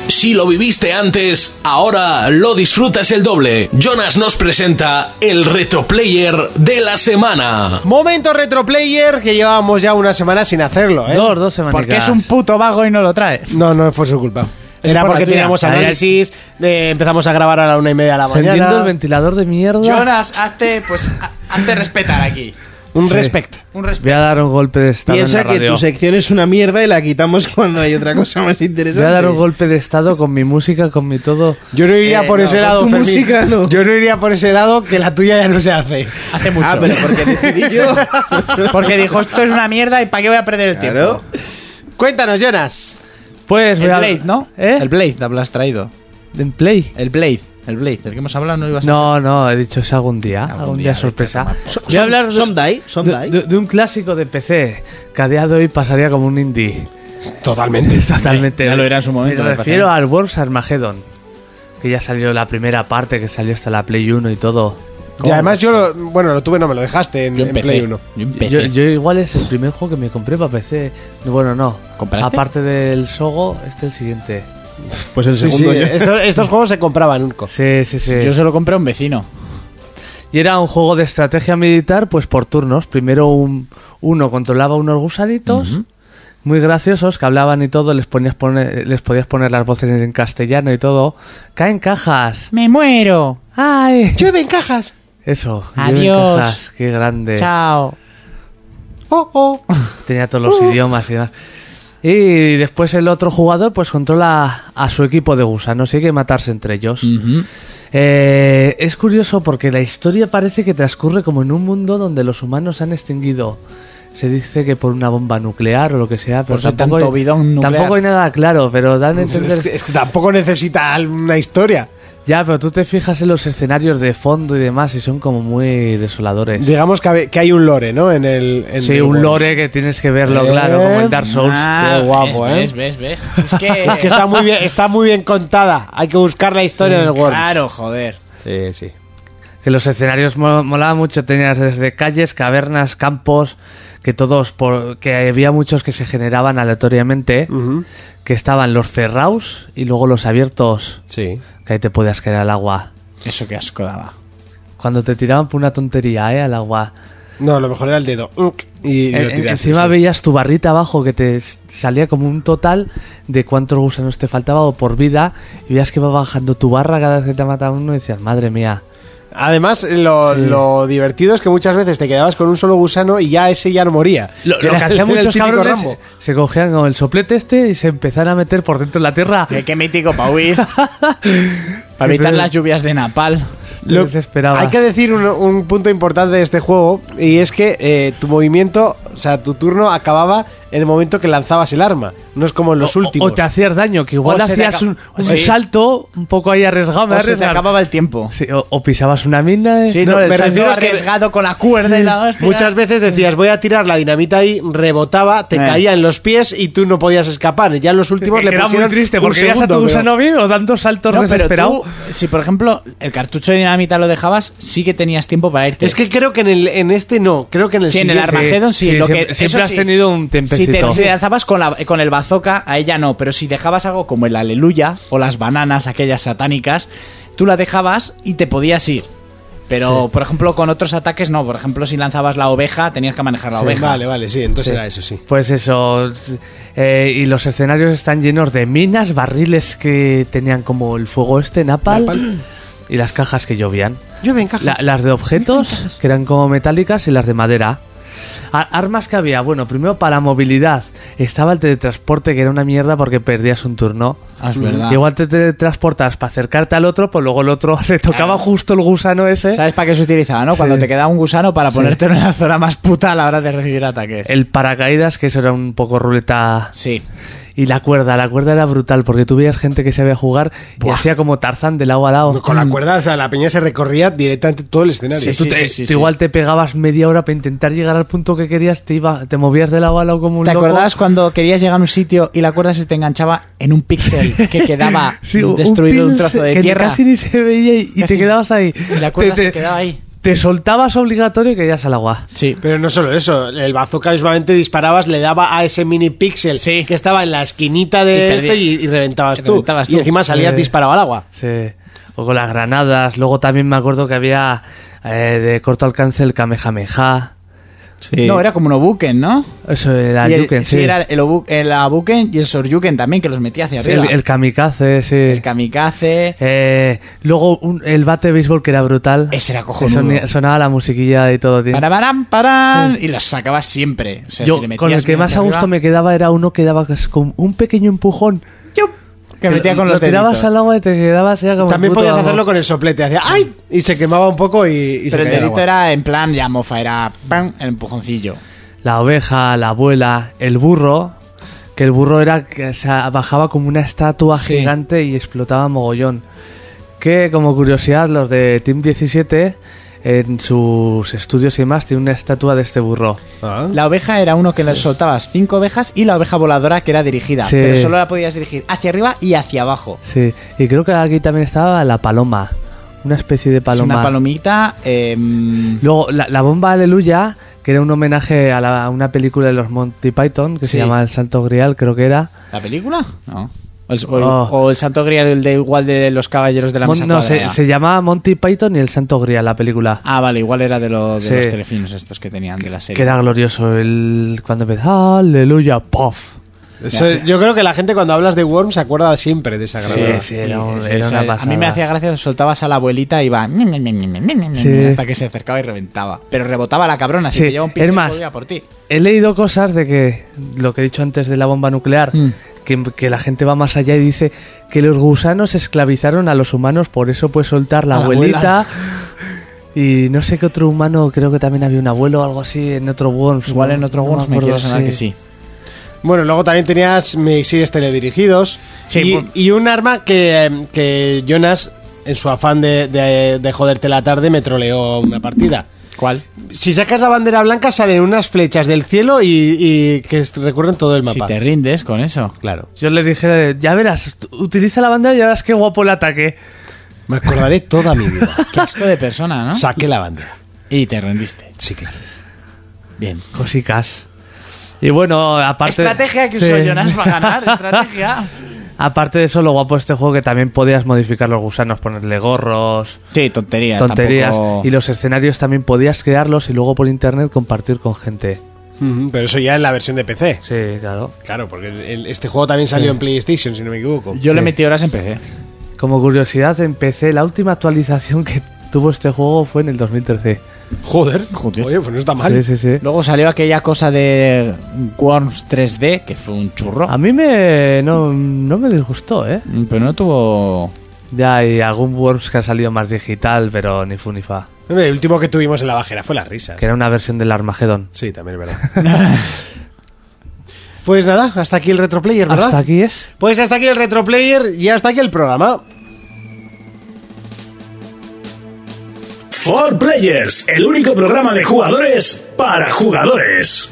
Speaker 15: Si lo viviste antes, ahora lo disfrutas el doble. Jonas nos presenta el retroplayer de la semana.
Speaker 2: Momento retroplayer que llevábamos ya una semana sin hacerlo, ¿eh?
Speaker 6: Dos, dos semanas.
Speaker 16: Porque es un puto vago y no lo trae.
Speaker 2: No, no fue su culpa.
Speaker 16: Es
Speaker 2: Era
Speaker 16: por la
Speaker 2: porque
Speaker 16: tuya.
Speaker 2: teníamos
Speaker 16: Ahí hay-
Speaker 2: análisis, eh, empezamos a grabar a la una y media de la
Speaker 6: Encendiendo el
Speaker 2: mañana.
Speaker 6: ventilador de mierda.
Speaker 16: Jonas, hazte, pues, ha- hazte respetar aquí.
Speaker 2: Un
Speaker 6: Sí.
Speaker 2: respect.
Speaker 16: Un respeto.
Speaker 6: Voy a dar un golpe de estado
Speaker 5: Piensa
Speaker 6: en la
Speaker 5: que
Speaker 6: radio.
Speaker 5: tu sección es una mierda y la quitamos cuando hay otra cosa más interesante.
Speaker 6: Voy a dar un golpe de estado con mi música, con mi todo.
Speaker 2: Yo no iría
Speaker 5: Eh,
Speaker 2: por
Speaker 5: no,
Speaker 2: ese
Speaker 5: con
Speaker 2: lado,
Speaker 5: tu
Speaker 2: Fermín.
Speaker 5: música no.
Speaker 2: Yo no iría por ese lado que la tuya ya no se hace.
Speaker 16: Hace mucho. (laughs)
Speaker 5: Ah, pero porque
Speaker 2: (laughs)
Speaker 5: decidí yo.
Speaker 16: Porque dijo, esto es una mierda y ¿para qué voy a perder el
Speaker 5: Claro.
Speaker 16: tiempo?
Speaker 2: Cuéntanos, Jonas.
Speaker 6: Pues
Speaker 4: El
Speaker 6: voy a-
Speaker 4: Blade, ¿no?
Speaker 6: ¿Eh?
Speaker 4: El Blade, te habrás traído.
Speaker 6: ¿En Play?
Speaker 4: El Blade, el Blade, del que hemos hablado no ibas a
Speaker 6: No, no, he dicho es algún día. Algún, día, sorpresa. Voy a hablar de,
Speaker 5: Someday, someday.
Speaker 6: de- de- de un clásico de PC que a día de hoy pasaría como un indie.
Speaker 2: Totalmente.
Speaker 6: (laughs) Totalmente.
Speaker 4: ya lo era en su momento,
Speaker 6: Me
Speaker 4: me
Speaker 6: refiero
Speaker 4: parece.
Speaker 6: al Wolves Armageddon. Que ya salió la primera parte, que salió hasta la Play 1 y todo.
Speaker 5: Oh,
Speaker 2: Y además yo lo, bueno, lo tuve, no me lo dejaste en,
Speaker 4: Yo
Speaker 2: en
Speaker 4: empecé.
Speaker 2: Play 1.
Speaker 4: Yo empecé.
Speaker 6: Yo, yo igual es el primer juego que me compré para PC. Bueno, no.
Speaker 4: ¿Compraste?
Speaker 6: Aparte del Sogo, este es el siguiente.
Speaker 5: Pues el
Speaker 2: Sí, sí,
Speaker 5: segundo yo.
Speaker 2: estos, estos juegos se
Speaker 5: (laughs)
Speaker 2: compraban.
Speaker 6: Sí, sí, sí.
Speaker 4: Yo se lo compré a un vecino.
Speaker 6: Y era un juego de estrategia militar, pues por turnos. Primero un, uno controlaba unos gusanitos muy graciosos que hablaban y todo. Les, ponías poner- les podías poner las voces en castellano y todo. Caen cajas.
Speaker 16: Me muero.
Speaker 6: ¡Ay!
Speaker 2: Llueve en cajas.
Speaker 6: Eso. llueven
Speaker 16: Adiós.
Speaker 6: cajas. Qué grande.
Speaker 16: Chao.
Speaker 2: Oh, oh.
Speaker 6: Tenía todos los idiomas y demás. Y después el otro jugador pues controla a su equipo de gusanos y hay que matarse entre ellos. Eh, es curioso porque la historia parece que transcurre como en un mundo donde los humanos se han extinguido. Se dice que por una bomba nuclear o lo que sea, pero
Speaker 4: Por su
Speaker 6: tampoco,
Speaker 4: tanto
Speaker 6: hay,
Speaker 4: bidón nuclear.
Speaker 6: tampoco hay nada claro, pero
Speaker 4: (laughs)
Speaker 6: dan a entender...
Speaker 2: Es que, es que tampoco necesita una historia.
Speaker 6: Ya, pero tú te fijas en los escenarios de fondo y demás y son como muy desoladores.
Speaker 2: Digamos que, habe- que hay un lore, ¿no? En el. en
Speaker 6: Sí,
Speaker 2: el
Speaker 6: un
Speaker 2: Worms.
Speaker 6: lore que tienes que verlo
Speaker 2: Eh,
Speaker 6: claro, como en Dark Souls.
Speaker 16: Ah,
Speaker 2: Qué guapo,
Speaker 4: ¿Ves,
Speaker 2: ¿eh?
Speaker 4: ves, ves? Es que...
Speaker 2: (laughs) Es que está muy bien, está muy bien contada. Hay que buscar la historia en el Worms.
Speaker 16: Claro, joder.
Speaker 2: Sí, sí.
Speaker 6: Que los escenarios mo- molaban mucho, tenías desde calles, cavernas, campos, que todos, por, que había muchos que se generaban aleatoriamente, que estaban los cerrados y luego los abiertos,
Speaker 2: Sí.
Speaker 6: que ahí te podías caer al agua.
Speaker 4: Eso que asco daba.
Speaker 6: Cuando te tiraban por una tontería, ¿eh? Al agua.
Speaker 2: No, lo mejor era el dedo. Unc, Y lo
Speaker 6: En- en-
Speaker 2: tiraste,
Speaker 6: Eh, encima
Speaker 2: sí.
Speaker 6: veías tu barrita abajo que te s- salía como un total de cuántos gusanos te faltaba o por vida, y veías que iba bajando tu barra cada vez que te mataban uno y decías, madre mía.
Speaker 2: Además, lo, lo divertido es que muchas veces te quedabas con un solo gusano y ya ese ya no moría.
Speaker 6: Lo, lo
Speaker 2: Era
Speaker 6: que hacían
Speaker 2: el- el
Speaker 6: muchos
Speaker 2: típico
Speaker 6: cabrones
Speaker 2: Rambo.
Speaker 6: se cogían con el soplete este y se empezaban a meter por dentro de la tierra.
Speaker 4: Qué, qué mítico para huir. (laughs) para evitar las lluvias de Napal.
Speaker 2: Lo-
Speaker 6: desesperaba.
Speaker 2: Hay que decir un, un punto importante de este juego y es que eh, tu movimiento, o sea, tu turno acababa en el momento que lanzabas el arma. No es como en los
Speaker 6: O-
Speaker 2: últimos.
Speaker 6: O te hacías daño, que igual
Speaker 4: O se te
Speaker 6: hacías
Speaker 4: aca-
Speaker 6: un, un
Speaker 4: Sí.
Speaker 6: salto un poco ahí arriesgado. me
Speaker 4: O
Speaker 6: voy a
Speaker 4: se te
Speaker 6: arriesgar.
Speaker 4: acababa el tiempo.
Speaker 6: Sí, o, o pisabas una mina. eh.
Speaker 4: Sí,
Speaker 2: No,
Speaker 4: no, el
Speaker 2: me
Speaker 4: salto
Speaker 2: refiero a que-
Speaker 4: arriesgado con la cuerda y la hostia.
Speaker 2: Muchas veces decías, voy a tirar la dinamita ahí, rebotaba, te
Speaker 4: Eh.
Speaker 2: caía en los pies y tú no podías escapar. Ya en los últimos
Speaker 6: Que
Speaker 2: le
Speaker 6: era muy
Speaker 2: pusieron
Speaker 6: triste
Speaker 2: un
Speaker 6: porque veías a
Speaker 2: segundo,
Speaker 6: tu
Speaker 2: pero-
Speaker 6: gusano vivo dando saltos
Speaker 4: No, pero
Speaker 6: desesperados.
Speaker 4: tú, si por ejemplo el cartucho de dinamita lo dejabas, sí que tenías tiempo para irte.
Speaker 2: Es que creo que en, el, en este no, creo que en el
Speaker 4: Sí, en el
Speaker 2: siguiente-
Speaker 4: Armageddon sí.
Speaker 6: Sí,
Speaker 4: lo que-
Speaker 6: siempre-
Speaker 4: eso
Speaker 6: siempre has
Speaker 4: sí.
Speaker 6: tenido un
Speaker 4: Si te
Speaker 6: tempecito.
Speaker 4: si lanzabas con, la- con el bazooka, a ella no, pero si dejabas algo como el aleluya o las bananas aquellas satánicas, tú la dejabas y te podías ir. Pero, por ejemplo, con otros ataques no. Por ejemplo, si lanzabas la oveja, tenías que manejar la
Speaker 6: Sí,
Speaker 4: oveja.
Speaker 2: Vale, vale, sí, entonces era eso, sí.
Speaker 6: Pues eso. eh, y los escenarios están llenos de minas, barriles que tenían como el fuego este, napal,
Speaker 2: Napalm.
Speaker 6: y las cajas que llovían.
Speaker 2: Yo me encajo.
Speaker 6: La- las de objetos, que eran como metálicas, y las de madera. A- armas que había, bueno, primero para movilidad estaba el teletransporte, que era una mierda porque perdías un turno.
Speaker 4: Ah, es verdad.
Speaker 6: Y Igual te teletransportas para acercarte al otro, pues luego el otro (laughs) le tocaba justo el gusano ese.
Speaker 4: ¿Sabes para qué se utilizaba, no? Cuando te quedaba un gusano para ponerte en una zona más puta a la hora de recibir ataques.
Speaker 6: El paracaídas, que eso era un poco ruleta.
Speaker 4: Sí.
Speaker 6: Y la cuerda, la cuerda era brutal porque tú veías gente que sabía jugar y hacía como Tarzán de lado a lado.
Speaker 2: Con la cuerda, o sea, la peña se recorría directamente todo el escenario.
Speaker 4: Mm. Sí,
Speaker 6: Tú
Speaker 4: sí,
Speaker 6: te-
Speaker 4: sí, sí,
Speaker 6: tú
Speaker 4: sí.
Speaker 6: igual te pegabas media hora para intentar llegar al punto que querías, te iba, te movías de lado a lado como un
Speaker 4: ¿Te
Speaker 6: loco.
Speaker 4: acordabas cuando querías llegar a un sitio y la cuerda se te enganchaba en un píxel que quedaba
Speaker 6: (laughs) Sí,
Speaker 4: destruido un,
Speaker 6: pin
Speaker 4: trozo de
Speaker 6: que
Speaker 4: tierra?
Speaker 6: Casi ni se veía y, y
Speaker 4: Casi-
Speaker 6: te quedabas ahí.
Speaker 4: y la cuerda
Speaker 6: Te-
Speaker 4: se
Speaker 6: te-
Speaker 4: quedaba ahí.
Speaker 6: te soltabas obligatorio y caías al agua.
Speaker 4: Sí.
Speaker 2: Pero no solo eso, el bazooka usualmente disparabas, le daba a ese mini pixel que estaba en la esquinita
Speaker 4: Y
Speaker 2: de
Speaker 4: perdí-
Speaker 2: este y, y reventabas,
Speaker 4: y
Speaker 2: tú.
Speaker 4: reventabas
Speaker 2: Y
Speaker 4: tú.
Speaker 2: encima salías
Speaker 6: Sí.
Speaker 2: disparado al agua.
Speaker 6: Sí. O con las granadas. Luego también me acuerdo que había eh, de corto alcance el Kamehameha.
Speaker 4: No, era como un Obuken, ¿no?
Speaker 6: Eso era
Speaker 4: Y
Speaker 6: Eh, el
Speaker 4: el-
Speaker 6: Yuken,
Speaker 4: sí,
Speaker 6: sí.
Speaker 4: era el, obu- el Abuken y el Soryuken también, que los metía hacia
Speaker 6: Sí,
Speaker 4: arriba.
Speaker 6: el, el Kamikaze, sí. El
Speaker 4: Kamikaze.
Speaker 6: Eh, luego un- el bate de béisbol que era brutal. Ese
Speaker 4: era cojonudo.
Speaker 6: sonaba la musiquilla y todo. tío.
Speaker 4: Parabarán, parán, y los sacabas siempre. O sea,
Speaker 6: Yo,
Speaker 4: si le metías
Speaker 6: con el que
Speaker 4: bien
Speaker 6: más a
Speaker 4: hacia
Speaker 6: gusto
Speaker 4: arriba,
Speaker 6: me quedaba era uno que daba con un pequeño empujón.
Speaker 4: que metía con
Speaker 6: lo
Speaker 4: los
Speaker 6: tirabas
Speaker 4: deditos.
Speaker 6: al agua y te quedabas ya como
Speaker 2: También
Speaker 6: puto
Speaker 2: podías
Speaker 6: amo.
Speaker 2: hacerlo con el soplete, hacía ¡ay! Y se quemaba un poco y, y se
Speaker 4: Pero el
Speaker 2: caía al
Speaker 4: dedito
Speaker 2: agua.
Speaker 4: era en plan ya mofa, era ¡pam! el empujoncillo.
Speaker 6: la oveja, la abuela, el burro, que el burro era que o sea, bajaba como una estatua
Speaker 4: Sí.
Speaker 6: gigante y explotaba mogollón. Que como curiosidad, los de Team 17 en sus estudios y más tienen una estatua de este burro.
Speaker 4: La oveja era uno que le soltabas cinco ovejas y la oveja voladora que era dirigida.
Speaker 6: Sí.
Speaker 4: Pero solo la podías dirigir hacia arriba y hacia abajo.
Speaker 6: Sí, y creo que aquí también estaba la paloma, una especie de
Speaker 4: Es
Speaker 6: paloma.
Speaker 4: una palomita. em,
Speaker 6: Luego, la, la bomba Aleluya, que era un homenaje a, la- a una película de los Monty Python, que
Speaker 4: Sí.
Speaker 6: se llama El Santo Grial, creo que era.
Speaker 4: ¿La película? No. O el, o el-
Speaker 6: Oh.
Speaker 4: o el santo grial el de igual de los caballeros de la
Speaker 6: Mon-
Speaker 4: mesa
Speaker 6: no, se,
Speaker 4: cuadrada.
Speaker 6: se llamaba Monty Python y El Santo Grial, la película.
Speaker 4: Ah, vale, igual era de, lo- de
Speaker 6: Sí.
Speaker 4: los telefilms estos que tenían de la serie.
Speaker 6: Que era glorioso el cuando empezaba Aleluya, puff.
Speaker 2: Eso- yo creo que la gente cuando hablas de Worm se acuerda siempre de esa grabadora.
Speaker 6: sí, era un-
Speaker 4: Sí,
Speaker 6: era
Speaker 4: o sea,
Speaker 6: una
Speaker 4: a mí me
Speaker 6: pasada.
Speaker 4: hacía gracia, soltabas a la abuelita y iba
Speaker 6: Sí.
Speaker 4: hasta que se acercaba y reventaba. Pero rebotaba la cabrona, así
Speaker 6: Sí,
Speaker 4: que lleva un
Speaker 6: es
Speaker 4: pixel y
Speaker 6: más, pues,
Speaker 4: volvía por ti.
Speaker 6: He leído cosas de que lo que he dicho antes de la bomba nuclear,
Speaker 4: Mm.
Speaker 6: que, que la gente va más allá y dice que los gusanos esclavizaron a los humanos, por eso puede soltar la
Speaker 4: A la
Speaker 6: abuelita. Y no sé qué otro humano, creo que también había un abuelo o algo así en otro Worms.
Speaker 4: Igual
Speaker 6: ¿no?
Speaker 4: en otro
Speaker 6: No
Speaker 4: Worms me
Speaker 6: acuerdo,
Speaker 4: quiere sonar que sí.
Speaker 2: Bueno, luego también tenías misiles teledirigidos y, y un arma que, em, que Jonas, en su afán de, de- de joderte la tarde, me troleó una partida.
Speaker 4: ¿Cuál?
Speaker 2: Si sacas la bandera blanca salen unas flechas del cielo y, y que es- recorren todo el mapa.
Speaker 4: Si te rindes con eso, claro.
Speaker 6: Yo le dije, ya verás, utiliza la bandera y ya verás qué guapo el ataque.
Speaker 2: Me acordaré toda mi vida.
Speaker 4: Qué asco de persona, ¿no?
Speaker 2: Saqué la bandera.
Speaker 4: Y te rendiste.
Speaker 2: Sí, claro.
Speaker 4: Bien.
Speaker 6: Cosicas. Y bueno, aparte...
Speaker 4: Estrategia que usó
Speaker 6: Sí.
Speaker 4: Jonas para ganar, estrategia.
Speaker 6: Aparte de eso, lo guapo de este juego que también podías modificar los gusanos, ponerle gorros,
Speaker 4: (laughs) Sí, tonterías.
Speaker 6: tonterías.
Speaker 4: tampoco-
Speaker 6: Y los escenarios también podías crearlos y luego por internet compartir con gente.
Speaker 2: Ujú, Pero eso ya en la versión de PC.
Speaker 6: Sí, claro.
Speaker 2: Claro, porque el- el- este juego también salió
Speaker 6: Sí.
Speaker 2: en PlayStation, si no me equivoco.
Speaker 4: Yo le
Speaker 6: Sí.
Speaker 4: metí horas en PC.
Speaker 6: Como curiosidad, empecé la última actualización que (laughs) tuvo este juego fue en el 2013.
Speaker 2: Joder, Oye, pues no está mal.
Speaker 6: Sí, sí, sí.
Speaker 4: Luego salió aquella cosa de Worms 3D, que fue un churro.
Speaker 6: A mí me no, no me disgustó, ¿eh?
Speaker 4: Pero no tuvo...
Speaker 6: Ya hay algún Worms que ha salido más digital, pero ni fu ni fa.
Speaker 2: Hombre, El último que tuvimos en la bajera fue las risas.
Speaker 6: Que era una versión del Armagedón.
Speaker 2: Sí, también es verdad. (laughs) pues nada, hasta aquí el retroplayer, ¿verdad?
Speaker 6: Hasta aquí es.
Speaker 2: Pues hasta aquí el retroplayer y hasta aquí el programa.
Speaker 1: For Players, el único programa de jugadores para jugadores.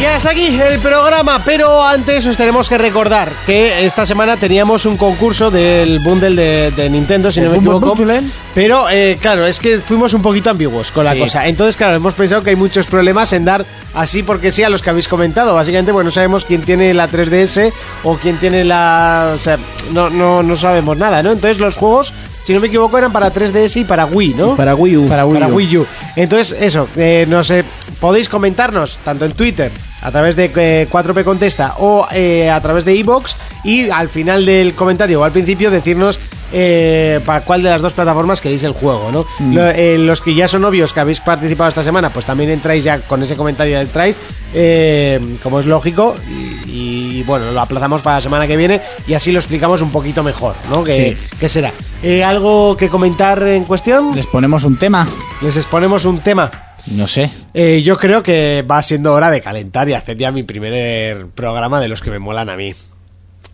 Speaker 2: Y hasta aquí el programa, pero antes os tenemos que recordar que esta semana teníamos un concurso del bundle de, de Nintendo, si
Speaker 4: ¿El
Speaker 2: no me
Speaker 4: Bumble
Speaker 2: equivoco.
Speaker 4: Bundle?
Speaker 2: Pero eh, claro, es que fuimos un poquito ambiguos con la
Speaker 4: Sí.
Speaker 2: cosa. Entonces, claro, hemos pensado que hay muchos problemas en dar así porque sí a los que habéis comentado. Básicamente, bueno, no sabemos quién tiene la 3DS o quién tiene la... O sea, no, no, no sabemos nada, ¿no? Entonces los juegos... Si no me equivoco, eran para 3DS y para Wii, ¿no?
Speaker 5: Para Wii U.
Speaker 2: Para Wii,
Speaker 5: Para Wii
Speaker 2: U. Entonces, eso, eh, no sé, podéis comentarnos tanto en Twitter, a través de eh, 4P Contesta o eh, a través de Evox y al final del comentario o al principio decirnos eh, para cuál de las dos plataformas queréis el juego, ¿no?
Speaker 4: Mm.
Speaker 2: Lo- eh, los que ya son obvios que habéis participado esta semana, pues también entráis ya con ese comentario, entráis, eh, como es lógico, y, y, bueno, lo aplazamos para la semana que viene y así lo explicamos un poquito mejor, ¿no? Que, ¿Qué será? Eh, ¿Algo que comentar en cuestión?
Speaker 4: Les ponemos un tema.
Speaker 2: Les exponemos un tema.
Speaker 4: No sé.
Speaker 2: Eh, yo creo que va siendo hora de calentar y hacer ya mi primer programa de los que me molan a mí.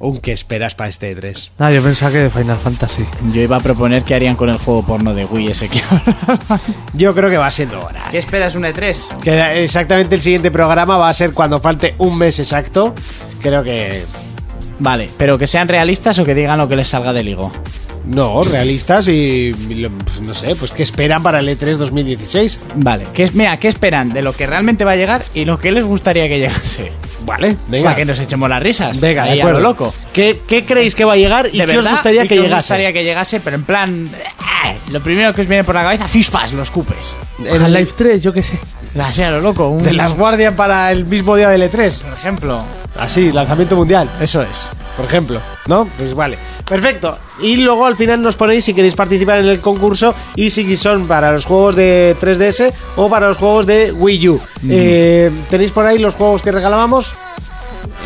Speaker 2: Un que esperas para este E3.
Speaker 6: Ah, yo pensaba que de Final Fantasy.
Speaker 4: Yo iba a proponer qué harían con el juego porno de Wii (laughs) ese que
Speaker 2: Yo creo que va siendo hora. eh.
Speaker 4: ¿Qué esperas, un E E3?
Speaker 2: Que exactamente el siguiente programa va a ser cuando falte un mes exacto. Creo que.
Speaker 4: Vale, pero que sean realistas o que digan lo que les salga del higo.
Speaker 2: No, realistas y lo- no sé, pues qué esperan para el E3 2016.
Speaker 4: Vale, ¿qué es, mira, ¿qué esperan? De lo que realmente va a llegar y lo que les gustaría que llegase.
Speaker 2: Vale, venga.
Speaker 4: Eh, Para que nos echemos las risas.
Speaker 2: Venga, de
Speaker 4: Ahí a
Speaker 2: acuerdo.
Speaker 4: lo loco.
Speaker 2: ¿Qué, qué creéis que va a llegar y
Speaker 4: De
Speaker 2: qué os
Speaker 4: verdad,
Speaker 2: gustaría
Speaker 4: y
Speaker 2: que
Speaker 4: qué os
Speaker 2: llegase?
Speaker 4: gustaría que llegase, pero en plan. ¡ah! Lo primero que os viene por la cabeza, fispas, los cupes.
Speaker 6: El Half-Life 3, yo qué sé.
Speaker 4: La sea lo loco. Un,
Speaker 2: De las guardias para el mismo día del E3.
Speaker 4: Por ejemplo.
Speaker 2: Así, lanzamiento mundial.
Speaker 4: Eso es.
Speaker 2: Por ejemplo, ¿no? Pues vale. Perfecto. Y luego al final nos ponéis si queréis participar en el concurso y si son para los juegos de 3DS o para los juegos de Wii U. Eh, ¿Tenéis por ahí los juegos que regalábamos?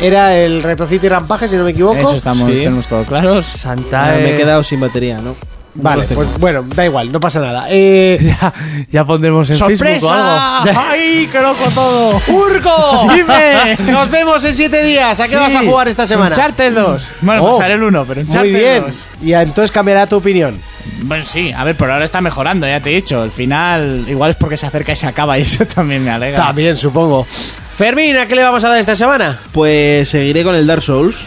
Speaker 2: Era el Retrocito y Rampaje, si no me equivoco.
Speaker 4: Eso estamos,
Speaker 5: Sí.
Speaker 4: tenemos todo claro.
Speaker 6: Santa.
Speaker 5: Ah, me
Speaker 4: eh,
Speaker 5: he quedado sin batería, ¿no?
Speaker 2: Vale,
Speaker 5: No los
Speaker 2: pues
Speaker 5: tengo.
Speaker 2: bueno, da igual, no pasa nada. Eh,
Speaker 4: (laughs)
Speaker 6: Ya, (laughs) ya pondremos en Facebook o algo.
Speaker 4: ¡Sorpresa! Ah, ¡Ay, qué loco todo!
Speaker 2: ¡Urco!
Speaker 4: (laughs) ¡Dime!
Speaker 2: ¡Oh! (laughs) Nos vemos en siete días. ¿A qué vas a jugar esta semana?
Speaker 4: Uncharted 2. Bueno,
Speaker 2: Oh,
Speaker 4: pasaré el 1, pero
Speaker 2: Muy
Speaker 4: Uncharted
Speaker 2: bien.
Speaker 4: 2.
Speaker 2: Y entonces cambiará tu opinión.
Speaker 4: Bueno, sí, a ver, por ahora está mejorando, ya te he dicho. El final, igual es porque se acerca y se acaba, y eso también me alegra.
Speaker 2: También, supongo. Fermín, ¿a qué le vamos a dar esta semana?
Speaker 5: Pues seguiré con el Dark Souls.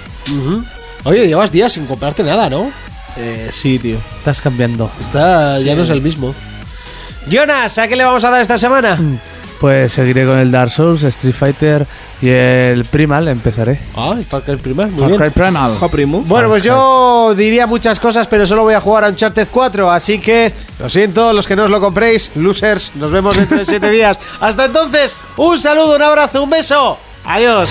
Speaker 2: Oye, llevas días sin comprarte nada, ¿no?
Speaker 5: Eh, sí, tío.
Speaker 6: Estás cambiando.
Speaker 2: Está, ya no es el mismo. Mm, Jonas, ¿a qué le vamos a dar esta semana?
Speaker 6: Pues seguiré con el Dark Souls, Street Fighter y el Primal empezaré.
Speaker 2: Ah, el Far Cry Primal, muy
Speaker 4: Far
Speaker 2: bien.
Speaker 4: Cry Primal.
Speaker 5: Ja, primo.
Speaker 2: Bueno, pues yo diría muchas cosas, pero solo voy a jugar a Uncharted 4, así que lo siento, los que no os lo compréis, losers, nos vemos dentro de 7 (laughs) días. Hasta entonces, un saludo, un abrazo, un beso. Adiós.